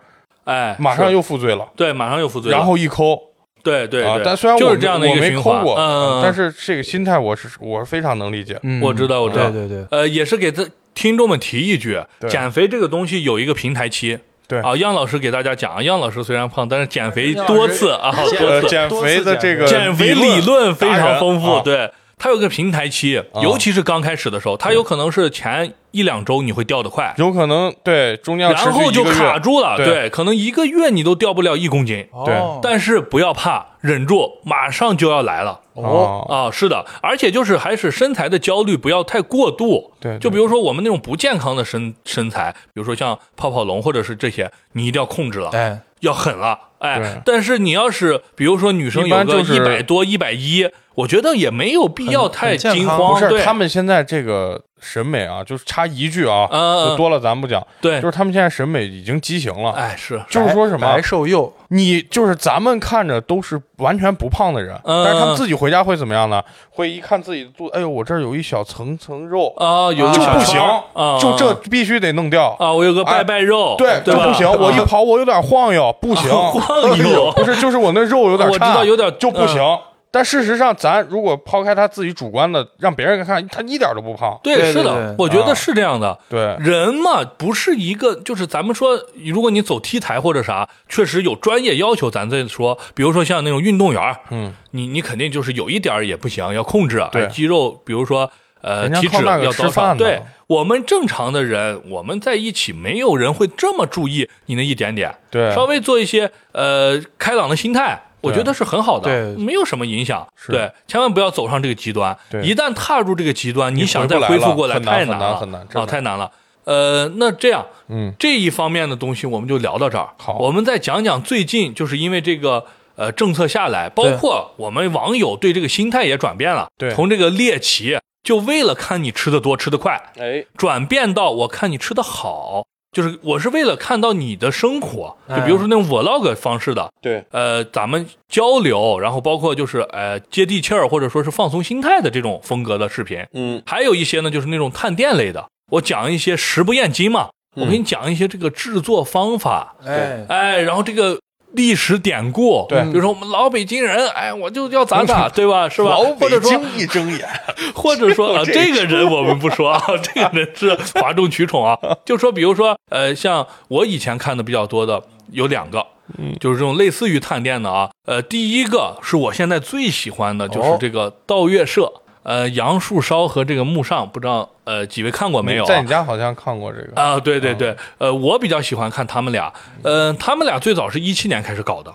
S1: 哎，
S2: 马上
S1: 是
S2: 又负罪了，
S1: 对，马上又负罪了。
S2: 然后一抠
S1: 对对
S2: 啊
S1: 对，，
S2: 但虽然我
S1: 就是
S2: 没
S1: 这样的一
S2: 我
S1: 个
S2: 没
S1: 循
S2: 抠
S1: 环，
S2: 过，
S1: 嗯，
S2: 但是这个心态我是我是非常能理解。呃
S3: 嗯，
S1: 我知道我知道
S3: 对对对，
S1: 呃，也是给他听众们提一句，
S2: 对
S1: 减肥这个东西有一个平台期。
S2: 对
S1: 啊，样老师给大家讲，样老师虽然胖，但是减肥
S3: 但是
S1: 多次啊，
S3: 老师
S1: 多
S2: 呃，
S1: 次
S2: 减肥的这个
S3: 多次
S1: 减肥理论非常丰
S2: 达人
S1: 富，
S2: 啊
S1: 对。它有个平台期，尤其是刚开始的时候，它有可能是前一两周你会掉得快，
S2: 有可能对中间要持续
S1: 然后就
S2: 一个月
S1: 卡住了，
S2: 对
S1: 对，可能一个月你都掉不了一公斤，
S3: 哦
S2: 对
S1: 但是不要怕，忍住，马上就要来了。
S3: 哦，
S2: 啊
S1: 啊，是的，而且就是还是身材的焦虑不要太过度。
S2: 对对
S1: 就比如说我们那种不健康的身身材，比如说像泡泡龙或者是这些，你一定要控制了，
S3: 哎，
S1: 要狠了，哎
S2: 对。
S1: 但是你要是比如说女生
S2: 一
S1: 有
S2: 般
S1: 个
S2: 就是
S1: 一百多、一百一，我觉得也没有必要
S3: 很
S1: 太
S3: 很健
S1: 惊
S3: 康
S1: 慌。
S2: 不是
S1: 哦对，
S2: 他们现在这个审美啊，就是插一句啊，
S1: 嗯嗯
S2: 就多了咱不讲，
S1: 对
S2: 就，是他啊们现在审美已经畸形了，
S1: 哎是，
S2: 就是说什么
S3: 白，瘦幼，
S2: 你就是咱们看着都是完全不胖的人，
S1: 嗯
S2: 但是他们自己回家会怎么样呢？会一看自己的肚子，哎呦，我这儿有一小层层肉，
S1: 啊，有个
S2: 就
S1: 小
S2: 不
S1: 圈
S2: 行
S1: 儿啊，，
S2: 就这必须得弄掉。
S1: 啊，我有个拜
S2: 哎
S1: 拜肉，
S2: 对，
S1: 对
S2: 就
S1: 吧？
S2: 不行，我一
S1: 啊
S2: 跑我有点晃悠，不行，
S1: 晃悠
S2: 不是，就是我那肉有点
S1: 我知
S2: 颤
S1: 道有点嗯
S2: 就不行。但事实上，咱如果抛开他自己主观的，让别人看，他一点都不胖。
S1: 对，
S3: 对
S1: 是
S3: 对
S1: 的
S3: 对，
S1: 我觉得
S2: 啊
S1: 是这样的。
S2: 对，
S1: 人嘛，不是一个，就是咱们说，如果你走 T 台或者啥，确实有专业要求，咱再说，比如说像那种运动员儿，
S2: 嗯，
S1: 你你肯定就是有一点儿也不行，要控制，
S2: 对
S1: 哎肌肉，比如说呃
S2: 人家
S1: 体
S2: 靠
S1: 脂
S2: 那个
S1: 要
S2: 吃
S1: 多少？
S2: 饭的
S1: 对我们正常的人，我们在一起，没有人会这么注意你那一点点，
S2: 对
S1: 稍微做一些呃开朗的心态。我觉得是很好的，
S3: 对
S1: 没有什么影响。
S2: 是
S1: 对，千万不要走上这个极端，
S2: 对
S1: 一旦踏入这个极端，你想再
S2: 回不来
S1: 恢复过
S2: 了
S1: 来
S2: 很难
S1: 太
S2: 很难
S1: 了，
S2: 很难真
S1: 啊，
S2: 的
S1: 太难了。呃，那这样
S2: 嗯，
S1: 这一方面的东西我们就聊到这儿。
S2: 好
S1: 我们再讲讲最近，就是因为这个呃政策下来，包
S3: 对
S1: 括我们网友对这个心态也转变了，
S2: 对
S1: 从这个猎奇，就为了看你吃的多吃的快，
S2: 哎，
S1: 转变到我看你吃的好，就是我是为了看到你的生活，就比如说那种 vlog 方式的，
S2: 哎对，
S1: 呃，咱们交流，然后包括就是呃接地气儿或者说是放松心态的这种风格的视频，
S2: 嗯，
S1: 还有一些呢就是那种探店类的，我讲一些食不厌精嘛，我给
S2: 嗯
S1: 你讲一些这个制作方法，
S3: 哎，
S1: 哎，然后这个。历史典故，
S2: 对
S1: 比
S2: 嗯
S1: 如说我们老北京人，哎，我就要咋咋，对吧？是吧？
S2: 老
S1: 或
S2: 北
S1: 者说
S2: 京一睁眼，
S1: 或者说啊，
S2: 就这
S1: 这个人我们不说啊，这个人是哗众取宠啊。就说比如说，呃，像我以前看的比较多的有两个，就是这种类似于探店的啊。呃，第一个是我现在最喜欢的，就是
S3: 哦
S1: 这个道月社，呃，杨树梢和这个木上，不知道呃几位看过没有、啊？
S2: 在你家好像看过这个，
S1: 啊，对对对，呃，我比较喜欢看他们俩，嗯、他们俩最早是一七年开始搞的，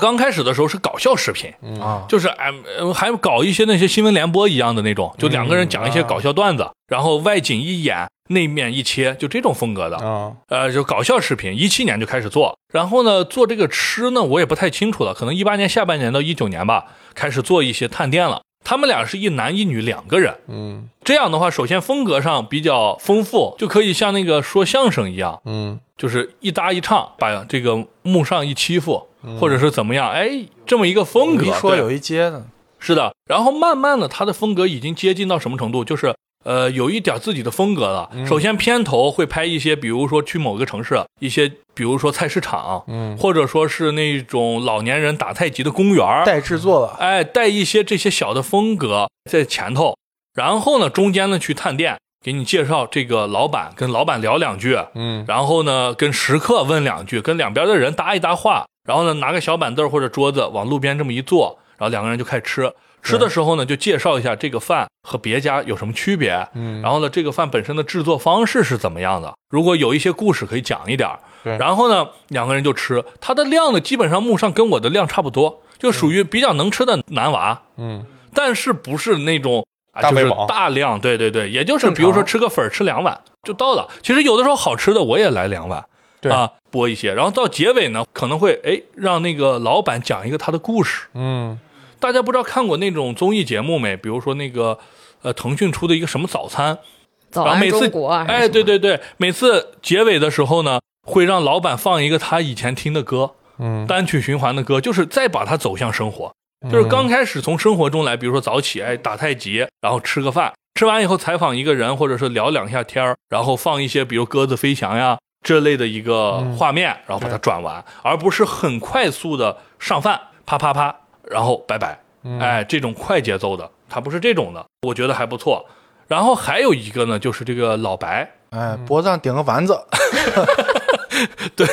S1: 刚开始的时候是搞笑视频，
S2: 嗯
S3: 啊，
S1: 就是哎、呃还搞一些那些新闻联播一样的那种，就两个人讲一些搞笑段子，然后外景一演，内面一切，就这种风格的，
S2: 啊，
S1: 呃，就搞笑视频，一七年就开始做，然后呢，做这个吃呢，我也不太清楚了，可能一八年下半年到一九年吧，开始做一些探店了。他们俩是一男一女两个人，
S2: 嗯
S1: 这样的话，首先风格上比较丰富，就可以像那个说相声一样，
S2: 嗯，
S1: 就是一搭一唱，把这个幕上一欺负，
S2: 嗯
S1: 或者是怎么样，哎，这么一个风格。
S3: 一说
S1: 对
S3: 有一接呢，
S1: 是的，然后慢慢的，他的风格已经接近到什么程度？就是呃，有一点自己的风格了。首先，片头会拍一些，比如说去某个城市，一些比如说菜市场，
S2: 嗯
S1: 或者说是那种老年人打太极的公园儿，
S3: 带制作了，
S1: 哎，带一些这些小的风格在前头，然后呢，中间呢去探店，给你介绍这个老板，跟老板聊两句，
S2: 嗯
S1: 然后呢跟食客问两句，跟两边的人搭一搭话，然后呢拿个小板凳或者桌子往路边这么一坐，然后两个人就开始吃。吃的时候呢，就介绍一下这个饭和别家有什么区别，
S2: 嗯，
S1: 然后呢，这个饭本身的制作方式是怎么样的？如果有一些故事可以讲一点儿。
S2: 对
S1: 然后呢，两个人就吃，它的量呢，基本上木上跟我的量差不多，就属于比较能吃的男娃，
S2: 嗯
S1: 但是不是那种。啊
S2: 大
S1: 就
S2: 胃
S1: 是
S2: 王
S1: 大量，对对对，也就是
S3: 正
S1: 比如说
S3: 常
S1: 吃个粉儿，吃两碗就到了。其实有的时候好吃的我也来两碗，
S2: 对
S1: 啊，播一些，然后到结尾呢，可能会哎让那个老板讲一个他的故事，
S2: 嗯
S1: 大家不知道看过那种综艺节目没？比如说那个呃腾讯出的一个什么早餐，
S4: 早
S1: 然后
S4: 安
S1: 每次
S4: 中国啊，还是
S1: 哎，对对对，每次结尾的时候呢，会让老板放一个他以前听的歌，
S2: 嗯，
S1: 单曲循环的歌，就是再把它走向生活。就是
S2: 哦
S1: 刚开始从生活中来，比如说早起，哎，打太极，然后吃个饭，吃完以后采访一个人，或者是聊两下天儿，然后放一些比如鸽子飞翔呀这类的一个画面，然后把它转完，而不是很快速的上饭，啪啪啪，然后拜拜，
S2: 嗯
S1: 哎，这种快节奏的，它不是这种的，我觉得还不错。然后还有一个呢，就是这个老白，
S3: 哎，脖子上顶个丸子，
S1: 哎对，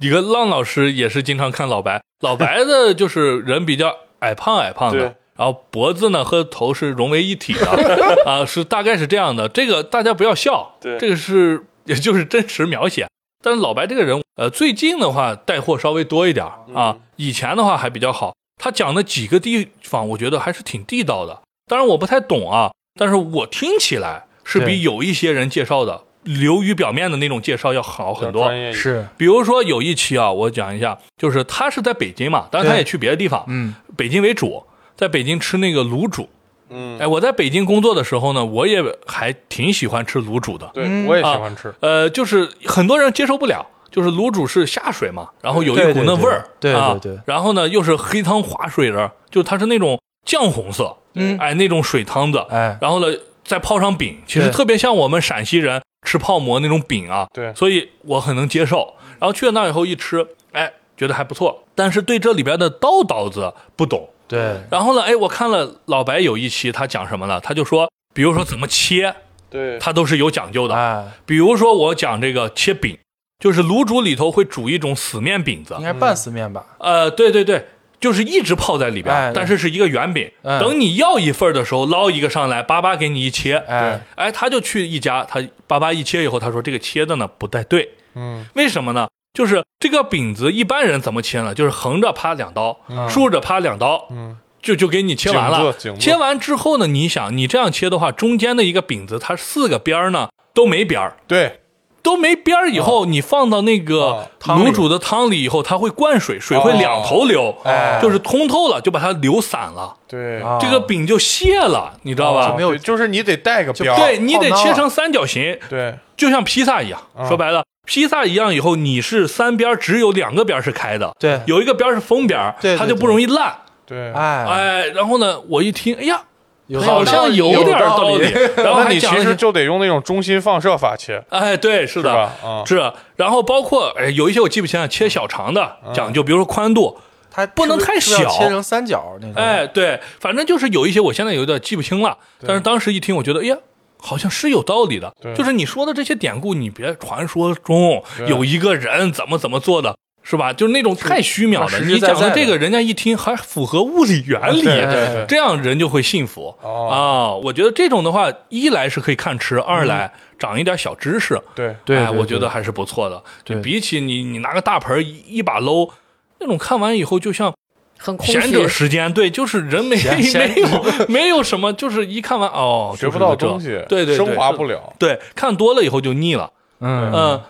S1: 一个浪老师也是经常看老白，老白的就是人比较矮胖矮胖
S2: 对
S1: 的，然后脖子呢和头是融为一体的，啊，是大概是这样的。这个大家不要笑，
S2: 对
S1: 这个是也就是真实描写。但是老白这个人，呃，最近的话带货稍微多一点儿啊，以前的话还比较好。他讲的几个地方，我觉得还是挺地道的。当然我不太懂啊，但是我听起来是
S3: 对
S1: 比有一些人介绍的流于表面的那种介绍要好很多。
S3: 是，
S1: 比如说有一期啊，我讲一下，就是他是在北京嘛，当然他
S3: 对
S1: 也去别的地方，
S3: 嗯，
S1: 北京为主，在北京吃那个卤煮。
S2: 嗯，
S1: 哎，我在北京工作的时候呢，我也还挺喜欢吃卤煮的。
S2: 对，我也喜欢吃，
S1: 呃，就是很多人接受不了，就是卤煮是下水嘛，然后有一
S3: 对
S1: 股
S3: 对
S1: 那
S3: 对
S1: 味儿，
S3: 对对
S1: 啊
S3: 对
S1: 然后呢又是黑汤滑水的，就它是那种酱红色，
S3: 嗯
S1: 哎那种水汤子，
S3: 哎
S1: 然后呢再泡上饼，其实
S3: 对
S1: 特别像我们陕西人吃泡馍那种饼啊，
S2: 对
S1: 所以我很能接受。然后去了那以后一吃，哎，觉得还不错，但是对这里边的道道子不懂，
S3: 对，
S1: 然后呢，哎，我看了老白有一期，他讲什么了？他就说，比如说怎么切，
S2: 对，
S1: 他都是有讲究的。
S3: 哎，
S1: 比如说我讲这个切饼，就是卤煮里头会煮一种死面饼子
S3: 应，该是半丝面吧？
S1: 呃，对对对，就是一直泡在里边，
S3: 哎
S1: 但是是一个圆饼。
S3: 哎
S1: 等你要一份的时候，捞一个上来，叭叭给你一切。
S3: 哎
S1: 哎，他就去一家，他叭叭一切以后，他说这个切的呢不太对，
S2: 嗯
S1: 为什么呢？就是这个饼子一般人怎么切呢？就是横着啪两刀，
S3: 嗯
S1: 竖着啪两刀，
S2: 嗯，
S1: 就就给你切完了
S2: 颈子颈。子
S1: 切完之后呢，你想你这样切的话，中间的一个饼子它四个边儿呢都没边儿，
S2: 对，
S1: 都没边儿以后，你放到那个
S2: 哦
S1: 卤煮的汤里以后，它会灌水，水会两头流，
S2: 哎
S1: 就是通透了，就把它流散了，
S2: 对，
S3: 啊
S1: 嗯这个饼就泄了，你知道
S3: 就
S1: 吧
S3: 没？有
S2: 对就是你得带个标儿，
S1: 对你得
S3: 泡汤
S1: 切
S3: 了
S1: 成三角形，
S2: 对，
S1: 就像披萨一样。
S2: 嗯
S1: 说白了，披萨一样以后，你是三边儿只有两个边儿是开的，
S3: 对，
S1: 有一个边儿是封边儿，
S3: 哎对对
S1: 它就不容易烂。
S2: 对，
S3: 哎，
S1: 哎，然后呢，我一听，哎呀，
S3: 有
S1: 好像有点
S3: 道
S1: 道理。然后
S2: 那
S1: 还
S2: 你
S1: 讲了
S2: 其
S1: 一
S2: 实
S1: 些，
S2: 就得用那种中心放射法切，
S1: 哎，对，是
S2: 是
S1: 的
S2: 吧，？啊，
S1: 是。然后包括哎，有一些我记不清了，切小肠的讲究，比如说宽度，
S3: 它
S1: 不能太
S3: 是是要
S1: 小
S3: 切成三角那种。
S1: 哎，对，反正就是有一些我现在有点记不清了，但是当时一听，我觉得，哎呀。好像是有道理的，
S2: 对
S1: 就是你说的这些典故，你别传说中
S2: 对
S1: 有一个人怎么怎么做的，是吧？就是那种太虚渺
S3: 是
S1: 了。
S3: 实实
S1: 你讲的
S3: 在在
S1: 这
S3: 的
S1: 个，人家一听还符合物理原理，
S2: 对对对
S1: 这样人就会信服。
S2: 哦，
S1: 啊，我觉得这种的话，一来是可以看吃，二来长一点小知识，
S2: 对，
S3: 对，
S1: 哎，
S3: 对
S1: 我觉得
S3: 对
S1: 还是不错的。
S3: 对
S1: 就比起你你拿个大盆儿一一把搂，那种看完以后就像
S4: 很空
S1: 闲者
S4: 虚。
S1: 时间，对，就是人 没
S3: 闲闲
S1: 没有没有什么，就是一看完哦，
S2: 学不到
S1: 就是这
S2: 东西，
S1: 对对对，
S2: 升华
S1: 是
S2: 不了。
S1: 对，看多了以后就腻了。
S3: 嗯
S1: 嗯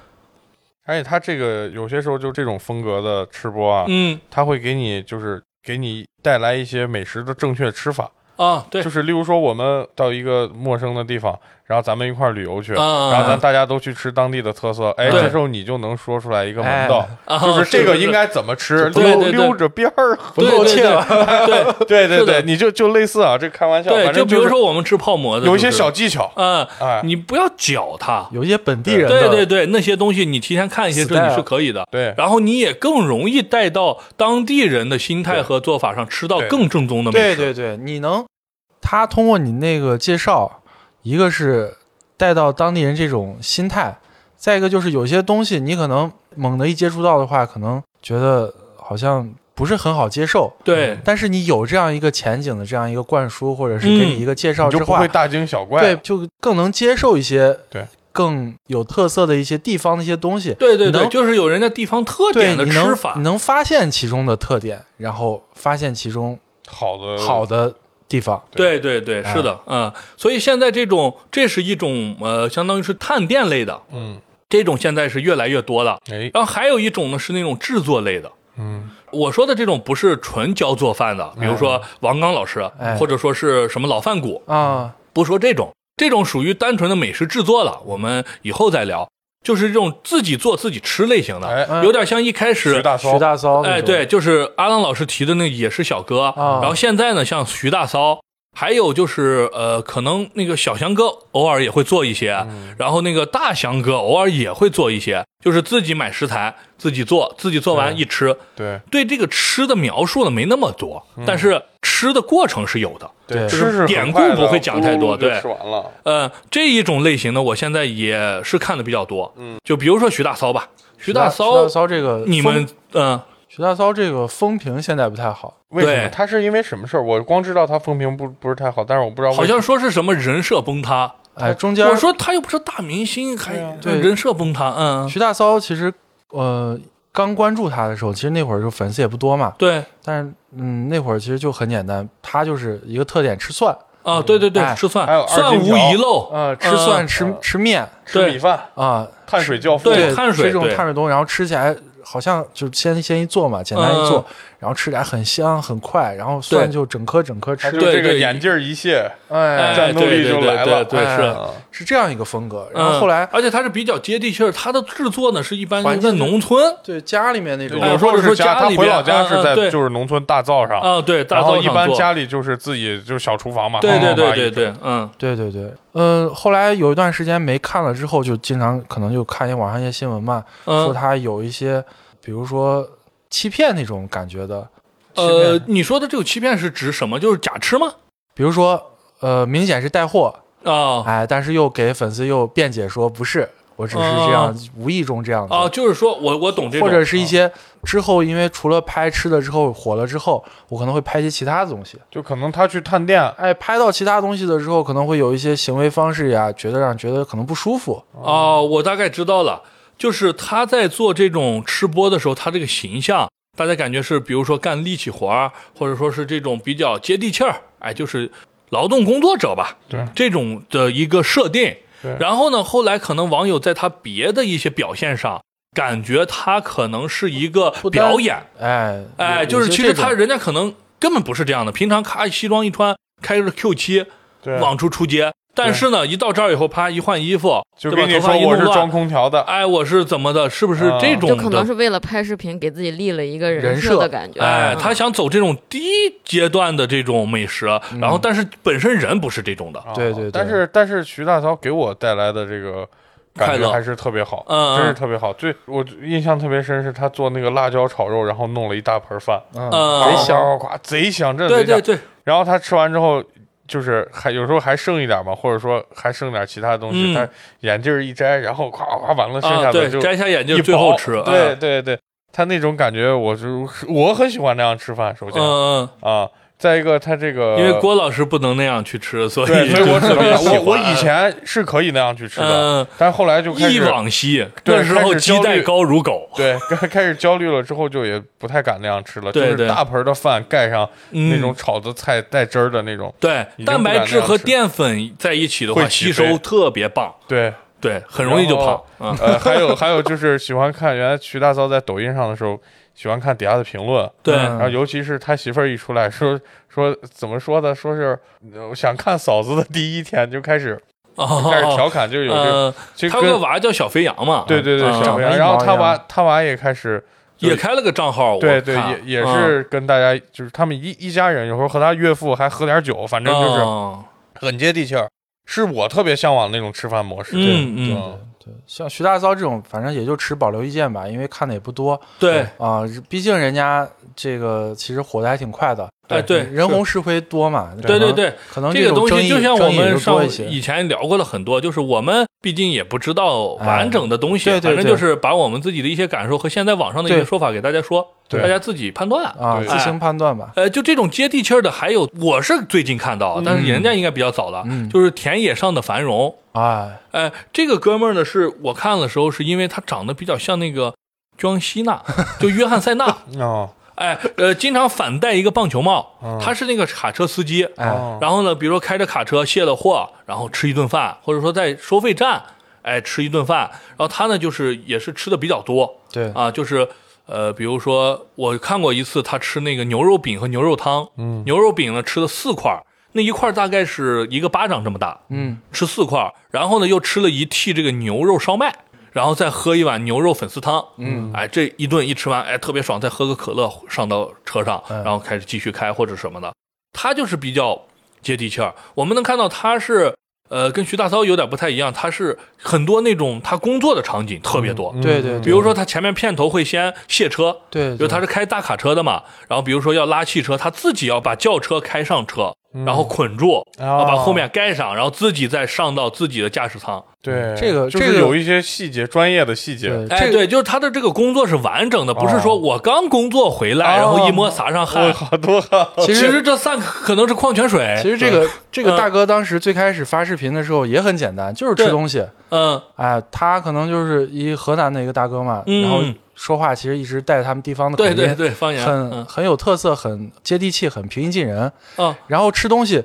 S2: 而且他这个有些时候就这种风格的吃播啊，
S1: 嗯
S2: 他会给你就是给你带来一些美食的正确吃法，
S1: 啊，对
S2: 就，是例如说我们到一个陌生的地方，然后咱们一块儿旅游去，
S1: 啊
S2: 然后咱大家都去吃当地的特色，哎，
S1: 对
S2: 这时候你就能说出来一个门道，
S1: 哎
S2: 就是这
S1: 啊
S2: 个
S1: 是是
S2: 应该怎么吃，
S1: 对
S2: 溜
S1: 对对
S2: 溜着边儿
S1: 不
S2: 对
S1: 露怯了。对
S2: 对对
S1: 是
S2: 对，
S1: 的
S2: 你就就类似啊，这开玩笑，
S1: 对，
S2: 反
S1: 就
S2: 正
S1: 比如
S2: 是
S1: 说我们吃泡馍的，
S2: 有一些
S1: 就是
S2: 小技巧，
S1: 嗯，
S2: 哎，
S1: 你不要搅它，
S3: 有一些本地人
S1: 对
S3: 的
S1: 对对，那些东西你提前看一些，这
S3: Style
S1: 你是可以的。
S2: 对
S1: 然后你也更容易带到当地人的心态
S2: 对
S1: 和做法上，吃到
S2: 对
S1: 更正宗的美
S3: 对
S1: 食。
S3: 对对，你能，他通过你那个介绍，一个是带到当地人这种心态，再一个就是有些东西你可能猛地一接触到的话，可能觉得好像不是很好接受。
S1: 对
S3: 但是你有这样一个前景的这样一个灌输，或者是给
S1: 嗯
S3: 你一个介绍
S2: 你就
S3: 之
S2: 不
S3: 话，
S2: 会大惊小怪，
S3: 对，就更能接受一些
S2: 对
S3: 更有特色的一些地方的一些东西。
S1: 对对
S3: 你
S1: 对，
S3: 能
S1: 就是有人家地方特
S3: 对，
S1: 点的
S3: 你
S1: 吃
S3: 能嗯
S1: 法
S3: 你。能发现其中的特点，然后发现其中
S2: 好的
S3: 好的地方。
S1: 对对对，是
S3: 啊
S1: 的，嗯，所以现在这种，这是一种呃，相当于是探店类的，
S2: 嗯，
S1: 这种现在是越来越多了。
S2: 哎，
S1: 然后还有一种呢是那种制作类的，
S2: 嗯，
S1: 我说的这种不是纯教做饭的，比如说王刚老师，
S3: 啊哎
S1: 或者说是什么老饭骨，
S3: 啊，
S1: 不说这种，这种属于单纯的美食制作了，我们以后再聊。就是这种自己做自己吃类型的，
S2: 哎
S3: 嗯
S1: 有点像一开始
S2: 徐，大
S3: 徐
S2: 骚，
S3: 大骚那
S1: 哎，
S3: 种
S1: 对，，就是阿浪老师提的那个也是小哥，
S3: 啊
S1: 然后现在呢，像徐大骚。还有就是，呃，可能那个小翔哥偶尔也会做一些，
S2: 嗯
S1: 然后那个大翔哥偶尔也会做一些，就是自己买食材，自己做，自己做完
S2: 对
S1: 一吃。
S2: 对
S1: 对这个吃的描述呢没那么多，但是吃的过程是有的。
S3: 对
S2: 吃是
S1: 典
S2: 很
S1: 故
S2: 快
S1: 不
S2: 的
S1: 会讲
S2: 咕
S1: 太
S2: 噜
S1: 多
S2: 就
S1: 对
S2: 吃完了，
S1: 呃，这一种类型呢，我现在也是看的比较多。嗯，就比如说徐大骚吧，徐
S3: 徐
S1: 大
S3: 骚，徐
S1: 骚
S3: 大，骚这个
S1: 你
S3: 风
S1: 们嗯、
S3: 徐大骚这个风评现在不太好，
S2: 为什么？
S1: 对
S2: 他是因为什么事儿？我光知道他风评不不是太好，但是我不知道为
S1: 好
S2: 什
S1: 像说是什么人设崩塌。
S3: 哎，中间
S1: 我说他又不是大明星，还
S3: 对
S1: 人设崩塌，嗯，
S3: 徐大骚其实呃刚关注他的时候，其实那会儿就粉丝也不多嘛，
S1: 对
S3: 但是嗯那会儿其实就很简单，他就是一个特点吃蒜，
S1: 啊，对对对，
S3: 哎
S1: 吃蒜
S2: 还有二
S1: 蒜
S2: 荆
S1: 无
S2: 条
S1: 遗漏，
S3: 呃吃
S1: 嗯
S3: 蒜吃
S2: 嗯
S3: 吃面
S2: 吃
S1: 对
S2: 米饭，
S3: 啊，
S2: 碳水教父，
S1: 对碳
S3: 吃
S1: 水
S3: 这种
S1: 对
S3: 碳水东西，然后吃起来好像就先先一做嘛，简单一做，然后吃起来很香很快，然后蒜
S1: 嗯对
S3: 就整颗整颗
S2: 他就
S3: 吃，
S1: 对
S2: 这个
S1: 对
S2: 眼镜儿一卸，
S1: 哎，
S3: 哎，
S2: 战斗力
S1: 对
S2: 就
S1: 对
S2: 来
S1: 对对
S2: 了
S1: 对
S3: 哎
S1: 是。
S2: 啊
S3: 是这样一个风格。然
S1: 嗯
S3: 后后来
S1: 而且它是比较接地气儿，它的制作呢是一般
S3: 环
S1: 在
S3: 境
S1: 农村
S3: 对家里面那种
S1: 哎
S2: 有时候
S1: 或者说
S2: 是家，
S1: 家
S2: 他
S1: 里
S2: 回
S1: 边
S2: 老家
S1: 嗯
S2: 是
S1: 嗯
S2: 在
S1: 对
S2: 就是农村大灶上，
S1: 啊，对，大
S2: 然后
S1: 灶
S2: 一
S1: 上
S2: 般
S1: 做，
S2: 家里就是自己就是小厨房嘛，
S1: 对对
S2: 妈妈
S1: 对对
S2: 一整
S1: 对，嗯，
S3: 对对对，嗯，后来有一段时间没看了之后，就经常可能就看一网上一些新闻嘛，说
S1: 嗯，
S3: 他有一些，比如说欺骗那种感觉的，
S1: 呃，你说的这个欺骗是指什么？就是假吃吗？
S3: 比如说呃，明显是带货，
S1: 啊
S3: 哎，但是又给粉丝又辩解说不是，我只是
S1: 嗯
S3: 这样、无意中这样的。
S1: 啊，就是说我我懂这种，啊
S3: 或者是一些之后，因为除了拍吃的之后火了之后，我可能会拍一些其他的东西。
S2: 就可能他去探店
S3: 哎，拍到其他东西的时候，可能会有一些行为方式呀，觉得让觉得可能不舒服。
S1: 啊哦，我大概知道了。就是他在做这种吃播的时候，他这个形象，大家感觉是，比如说干力气活儿，或者说是这种比较接地气儿，哎，就是劳动工作者吧，
S2: 对
S1: 这种的一个设定
S2: 对。
S1: 然后呢，后来可能网友在他别的一些表现上，感觉他可能是一个
S3: 不单
S1: 表演，
S3: 哎
S1: 哎，
S3: 有
S1: 就是
S3: 有些
S1: 其实
S3: 这种
S1: 他人家可能根本不是这样的，平常咔西装一穿，开着 Q 七
S2: 对，
S1: 往出出街。但是呢，一到这儿以后，啪一换衣服，
S2: 就
S1: 对吧
S2: 跟你
S1: 头发
S2: 说
S1: 一
S2: 我是
S1: 弄乱
S2: 装空调的，
S1: 哎，我是怎么的？是不是
S2: 啊
S1: 这
S4: 就
S1: 种
S4: 可
S1: 的
S4: 能是为了拍视频给自己立了一个
S3: 人
S4: 设
S3: 设
S4: 的感觉。
S1: 哎，
S4: 嗯
S1: 他想走这种低阶段的这种美食，啊然后但是本身人不是这种的，
S2: 嗯啊
S3: 对对对
S2: 但是但是徐大嫂给我带来的这个
S1: 快
S2: 感
S1: 乐
S2: 觉还是特别好，
S1: 嗯嗯
S2: 真是特别好。最我印象特别深是他做那个辣椒炒肉，然后弄了一大盆饭，
S3: 嗯
S1: 呃
S2: 夸
S1: 贼
S2: 夸
S1: 香
S2: 夸夸夸贼香，真的
S1: 对
S2: 贼香
S1: 对。对，
S2: 然后他吃完之后。就是还有时候还剩一点嘛，或者说还剩点其他东西，
S1: 嗯
S2: 他眼镜一摘，然后夸夸完了，剩
S1: 啊
S2: 下的
S1: 对
S2: 就，
S1: 摘下眼
S2: 一
S1: 镜最
S2: 饱
S1: 后吃，
S2: 对
S1: 嗯
S2: 对对，他那种感觉，我就是我很喜欢那样吃饭，首先、
S1: 嗯，
S2: 啊，再一个他这个
S1: 嗯因为郭老师不能那样去吃，所以
S2: 呃对，所以我只能
S1: 特别喜
S2: 我
S1: 欢
S2: 我以前是可以那样去吃的，
S1: 嗯
S2: 但是后来就开
S1: 忆
S2: 始
S1: 往昔，
S2: 对
S1: 那时候
S2: 开始
S1: 鸡
S2: 焦
S1: 蛋
S2: 虑
S1: 高如狗，
S2: 对开开始焦虑了，之后就也不太敢那样吃了，
S1: 对
S2: 就是
S1: 对
S2: 大盆的饭盖上
S1: 嗯
S2: 那种炒的菜带汁儿的那种，
S1: 对
S2: 已经
S1: 蛋
S2: 不
S1: 白
S2: 敢
S1: 质
S2: 那样
S1: 和
S2: 吃
S1: 淀粉在一起的话，
S2: 会起
S1: 吸收
S2: 飞
S1: 特别棒，
S2: 对，
S1: 对，很容易就
S2: 然
S1: 胖
S2: 后。
S1: 嗯，
S2: 呃，还有还有就是喜欢看原来徐大嫂在抖音上的时候喜欢看底下的评论，
S1: 对，
S3: 嗯
S2: 然后尤其是他媳妇儿一出来说说怎么说的，说是呃想看嫂子的第一天就开始
S1: 哦
S2: 开始调侃，就有这个
S1: 呃，
S2: 其实
S1: 他有个
S2: 跟
S1: 娃叫小肥羊嘛，
S2: 对对对
S1: 嗯
S2: 小
S3: 嗯
S2: 肥
S3: 长得
S2: 羊，
S3: 一
S2: 然后
S3: 毛一
S2: 他
S3: 样
S2: 娃他娃也开始
S1: 也开了个账号，我
S2: 对对，
S1: 看嗯啊
S2: 也也是跟大家，就是他们一一家人，有时候和他岳父还喝点酒，反
S1: 嗯
S2: 正就是
S1: 哦
S2: 很接地气儿，是我特别向往那种吃饭模式。
S1: 嗯
S2: 对
S1: 嗯
S2: 嗯
S3: 对，像徐大钊这种，反正也就持保留意见吧，因为看的也不多
S1: 对，
S3: 啊、毕竟人家这个其实火的还挺快的，
S1: 哎对。
S3: 人红是非多嘛。
S1: 对对对，
S3: 可能
S1: 这个
S3: 种
S1: 东
S3: 争
S1: 西
S3: 议
S1: 就像我
S3: 争议也
S1: 们
S3: 就
S1: 上
S3: 多一些
S1: 以前聊过了很多，就是我们毕竟也不知道完整的东西，
S3: 哎对
S1: 反
S3: 对
S1: 正就是把我们自己的一些感受和现在网上的一些
S3: 对
S1: 说法给大家说，
S2: 对
S1: 大家自己判断。
S3: 啊，
S2: 对
S3: 自行判断吧。
S1: 呃，就这种接地气儿的，还有我是最近看到，但是人家应该比较早了，
S3: 嗯
S1: 就是田野上的繁荣。
S3: 哎，
S1: 哎，这个哥们儿呢，是我看的时候，是因为他长得比较像那个庄希纳，就约翰塞纳。
S2: 哦
S1: 哎，呃，经常反戴一个棒球帽，
S2: 嗯
S1: 他是那个卡车司机。
S3: 哎
S2: 哦
S1: 然后呢，比如说开着卡车卸了货，然后吃一顿饭，或者说在收费站，哎，吃一顿饭。然后他呢，就是也是吃的比较多
S3: 对，
S1: 啊，就是呃，比如说我看过一次他吃那个牛肉饼和牛肉汤，
S2: 嗯
S1: 牛肉饼呢吃了四块儿，那一块儿大概是一个巴掌这么大，
S3: 嗯，
S1: 吃四块儿，然后呢又吃了一屉这个牛肉烧麦，然后再喝一碗牛肉粉丝汤，嗯，哎，这一顿一吃完，哎，特别爽，再喝个可乐上到车上，
S3: 嗯
S1: 然后开始继续开或者什么的，他就是比较接地气儿。我们能看到他是，呃，跟徐大骚有点不太一样，他是很多那种他工作的场景特别多，
S2: 嗯
S3: 对对
S1: 比
S3: 对
S1: 如说他前面片头会先卸车，
S3: 对，
S1: 就
S3: 对
S1: 他是开大卡车的嘛，然后比如说要拉汽车，他自己要把轿车开上车，然后捆住，
S2: 嗯哦
S1: 然后把后面盖上，然后自己再上到自己的驾驶舱。
S2: 对
S3: 嗯这个
S2: 就
S3: 这
S2: 是
S3: 个
S2: 有一些细节，专业的细节
S3: 对。
S1: 哎，
S3: 这
S1: 对，就是他的这个工作是完整的，不是
S2: 哦
S1: 说我刚工作回来，
S2: 哦
S1: 然后一摸洒上汗
S2: 我。好多
S3: 其
S1: 其
S3: 实
S1: 实这散可能是矿泉水。
S3: 其实这个这个大哥当时最开始发视频的时候也很简单，就是
S1: 嗯对
S3: 吃东西。
S1: 嗯，
S3: 哎，他可能就是一河南的一个大哥嘛，
S1: 嗯
S3: 然后说话其实一直带他们地方的口
S1: 对
S3: 音，
S1: 对对，方言。
S3: 很
S1: 嗯
S3: 很有特色，很接地气，很平易近人。
S1: 啊
S3: 然后吃东西，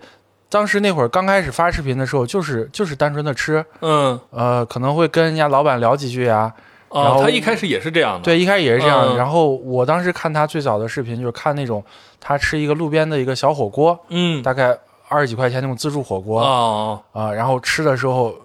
S3: 当时那会儿刚开始发视频的时候，就是就是单纯的吃，
S1: 嗯
S3: 呃，可能会跟人家老板聊几句呀、然
S1: 啊，
S3: 后
S1: 他一开始也是这样的。
S3: 对，一开始也是这样。
S1: 嗯
S3: 然后我当时看他最早的视频，就是看那种他吃一个路边的一个小火锅，
S1: 嗯，
S3: 大概二十几块钱那种自助火锅啊、
S1: 哦，
S3: 然后吃的时候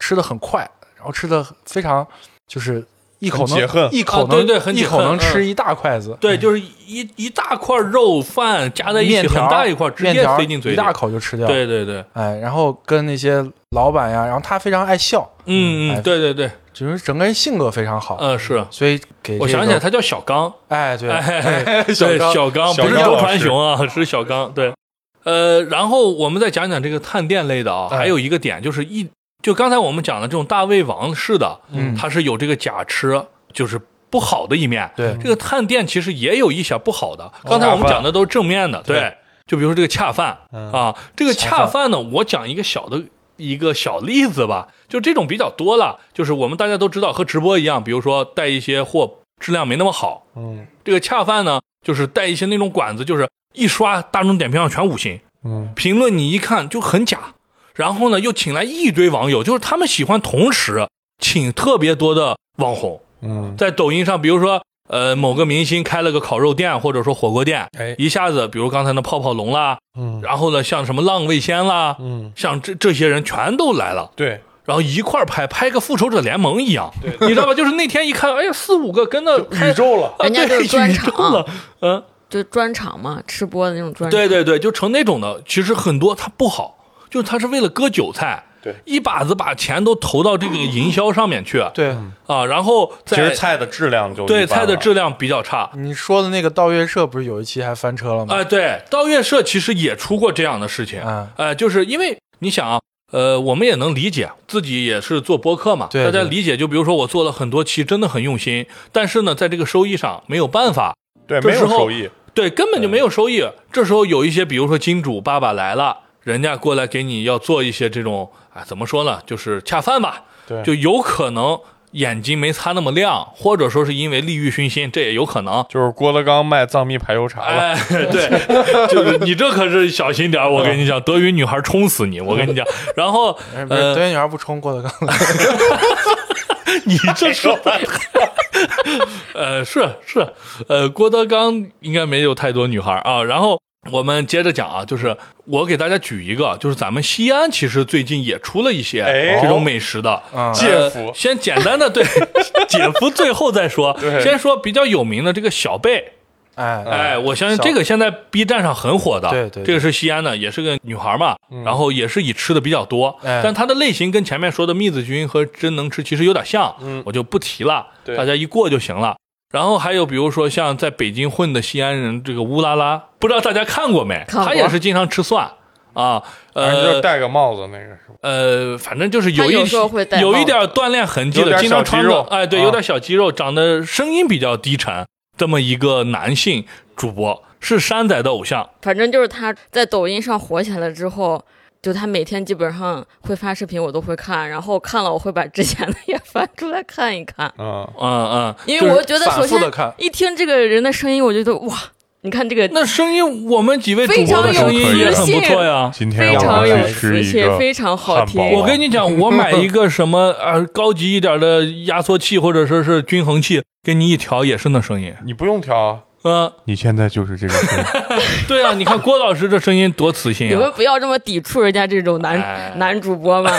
S3: 吃的很快，然后吃的非常就是一口
S2: 很解
S3: 能
S2: 恨
S3: 一口
S1: 啊
S3: 能、
S1: 对对很
S3: 一
S1: 解
S3: 口
S1: 恨
S3: 能
S1: 嗯
S3: 吃一大筷子。
S1: 对，就是一一大块肉饭夹在一起，
S3: 面
S1: 很
S3: 条
S1: 大一块，直
S3: 面
S1: 接
S3: 条
S1: 塞进嘴
S3: 一
S1: 里。
S3: 大口就吃掉。，
S1: 对对对，
S3: 哎，然后跟那些老板呀，然后他非常爱笑，
S1: 嗯
S3: 哎
S1: 嗯，对对对，
S3: 就是整个人性格非常好，
S1: 呃是。
S3: 所以给、这
S1: 我想起来，，他叫小刚，
S3: 哎，对，
S1: 哎， 对，
S3: 小刚
S1: 小刚
S2: 小
S1: 不是
S2: 刚
S1: 周
S2: 老
S1: 传
S2: 师
S1: 雄啊， 是小刚。对，呃，然后我们再讲讲这个探店类的啊，
S2: 哎
S1: 还有一个点就是一，就刚才我们讲的这种大胃王式的，
S3: 嗯
S1: 它是有这个假吃，就是不好的一面。
S3: 对
S1: 这个探店其实也有一些不好的，刚才我们讲的都是正面的，
S2: 对
S1: 对。就比如说这个恰饭
S2: 哦嗯
S1: 啊，这个恰
S3: 恰饭
S1: 饭呢，我讲一个小的一个小例子吧，就这种比较多了。就是我们大家都知道，和直播一样，比如说带一些货质量没那么好，
S2: 嗯
S1: 这个恰饭呢，就是带一些那种馆子，就是一刷大众点评上全五星，
S2: 嗯
S1: 评论你一看就很假，然后呢又请来一堆网友，就是他们喜欢同时请特别多的网红，
S2: 嗯，
S1: 在抖音上，比如说呃某个明星开了个烤肉店或者说火锅店，
S2: 哎，
S1: 一下子比如刚才那泡泡龙啦，
S2: 嗯
S1: 然后呢像什么浪味仙啦，
S2: 嗯，
S1: 像这这些人全都来了。
S2: 对，
S1: 然后一块儿拍，拍个复仇者联盟一样，
S2: 对
S1: 你知道吧？就是那天一看，哎呀，四五个跟着拍
S2: 宇宙了，
S1: 啊
S4: 人家
S1: 对
S4: 就是专
S1: 宇宙
S4: 场
S1: 了，嗯，
S4: 就专场嘛，吃播的那种专场。
S1: 对对对，就成那种的，其实很多它不好，就是它是为了割韭菜，
S2: 对，
S1: 一把子把钱都投到这个营销上面去，
S3: 对，
S2: 嗯
S1: 啊，然后
S2: 其
S1: 再
S2: 实菜的质量就
S1: 对
S2: 一般
S1: 菜的
S2: 了
S1: 质量比较差。
S3: 你说的那个盗月社不是有一期还翻车了吗？
S1: 哎、对，盗月社其实也出过这样的事情，哎、
S3: 嗯
S1: 就是因为你想啊，呃，我们也能理解，自己也是做播客嘛，
S3: 对
S1: 大家
S3: 对
S1: 理解。就比如说我做了很多期，真的很用心，但是呢，在这个收益上没有办法，
S2: 对
S1: 这
S2: 没
S1: 时
S2: 有
S1: 候
S2: 收益，
S1: 对，根本就没有收益。这时候有一些，比如说金主爸爸来了，人家过来给你要做一些这种啊，怎么说呢，就是恰饭吧，
S2: 对，
S1: 就有可能眼睛没擦那么亮，或者说是因为利欲熏心，这也有可能。
S2: 就是郭德纲卖藏秘排油茶了，
S1: 哎，对， 就是你这可是小心点儿，我跟你讲，德云女孩冲死你，我跟你讲。然后
S3: 哎，不是
S1: 呃
S3: 德，云女孩不 冲郭德纲了，
S1: 你这说的， 呃，是是，呃，郭德纲应该没有太多女孩啊。然后我们接着讲啊，就是我给大家举一个，就是咱们西安其实最近也出了一些
S2: 哎
S1: 这种美食的。
S3: 啊
S1: 呃
S2: 姐夫
S1: 先简单的对 姐夫，最后再说。
S2: 对
S1: 先说比较有名的这个小贝，
S3: 哎，
S1: 哎，
S2: 嗯
S1: 我相信
S3: 小
S1: 这个现在 B 站上很火的，
S3: 对对对
S1: 这个是西安的，也是个女孩嘛，
S2: 嗯
S1: 然后也是以吃的比较多，
S3: 哎
S1: 但它的类型跟前面说的蜜子君和真能吃其实有点像，
S2: 嗯
S1: 我就不提了，
S2: 对
S1: 大家一过就行了。然后还有比如说像在北京混的西安人，这个乌拉拉，不知道大家看过没？
S4: 看过
S1: 他也是经常吃蒜啊，
S2: 反正就是
S1: 呃
S2: 戴个帽子那个是吧？
S1: 呃，反正就是有
S4: 他
S1: 一
S4: 有时候会戴
S1: 有
S4: 帽
S1: 一
S4: 子
S1: 点锻炼痕迹
S2: 有
S1: 的，
S2: 点
S1: 经常
S2: 小肌
S1: 穿着
S2: 肉
S1: 哎，对，
S2: 啊
S1: 有点小肌肉，长得声音比较低沉，这么一个男性主播是山仔的偶像。
S4: 反正就是他在抖音上火起来了之后，就他每天基本上会发视频，我都会看，然后看了我会把之前的也翻出来看一看，
S2: 嗯，
S1: 嗯嗯，
S4: 因
S1: 就
S4: 为
S1: 是
S4: 我觉得
S3: 反
S4: 首
S3: 复
S4: 先
S3: 的看，
S4: 一听这个人的声音，我觉得哇，你看这个
S1: 那声音，我们几位主播的声音也很不错呀。
S2: 今
S4: 非
S3: 我
S4: 常
S3: 们
S4: 有
S3: 来
S4: 磁性，非常好
S2: 汉堡
S4: 听。
S2: 王
S1: 我跟你讲，我买一个什么呃高级一点的压缩器或者说是均衡器，给你一调也是那声音。
S2: 你不用调啊，
S1: 嗯，
S2: 你现在就是这个声音，
S1: 对啊，你看郭老师这声音多磁性
S4: 你们
S1: 啊！
S4: 不要这么抵触人家这种男、
S1: 哎
S4: 男主播 嘛，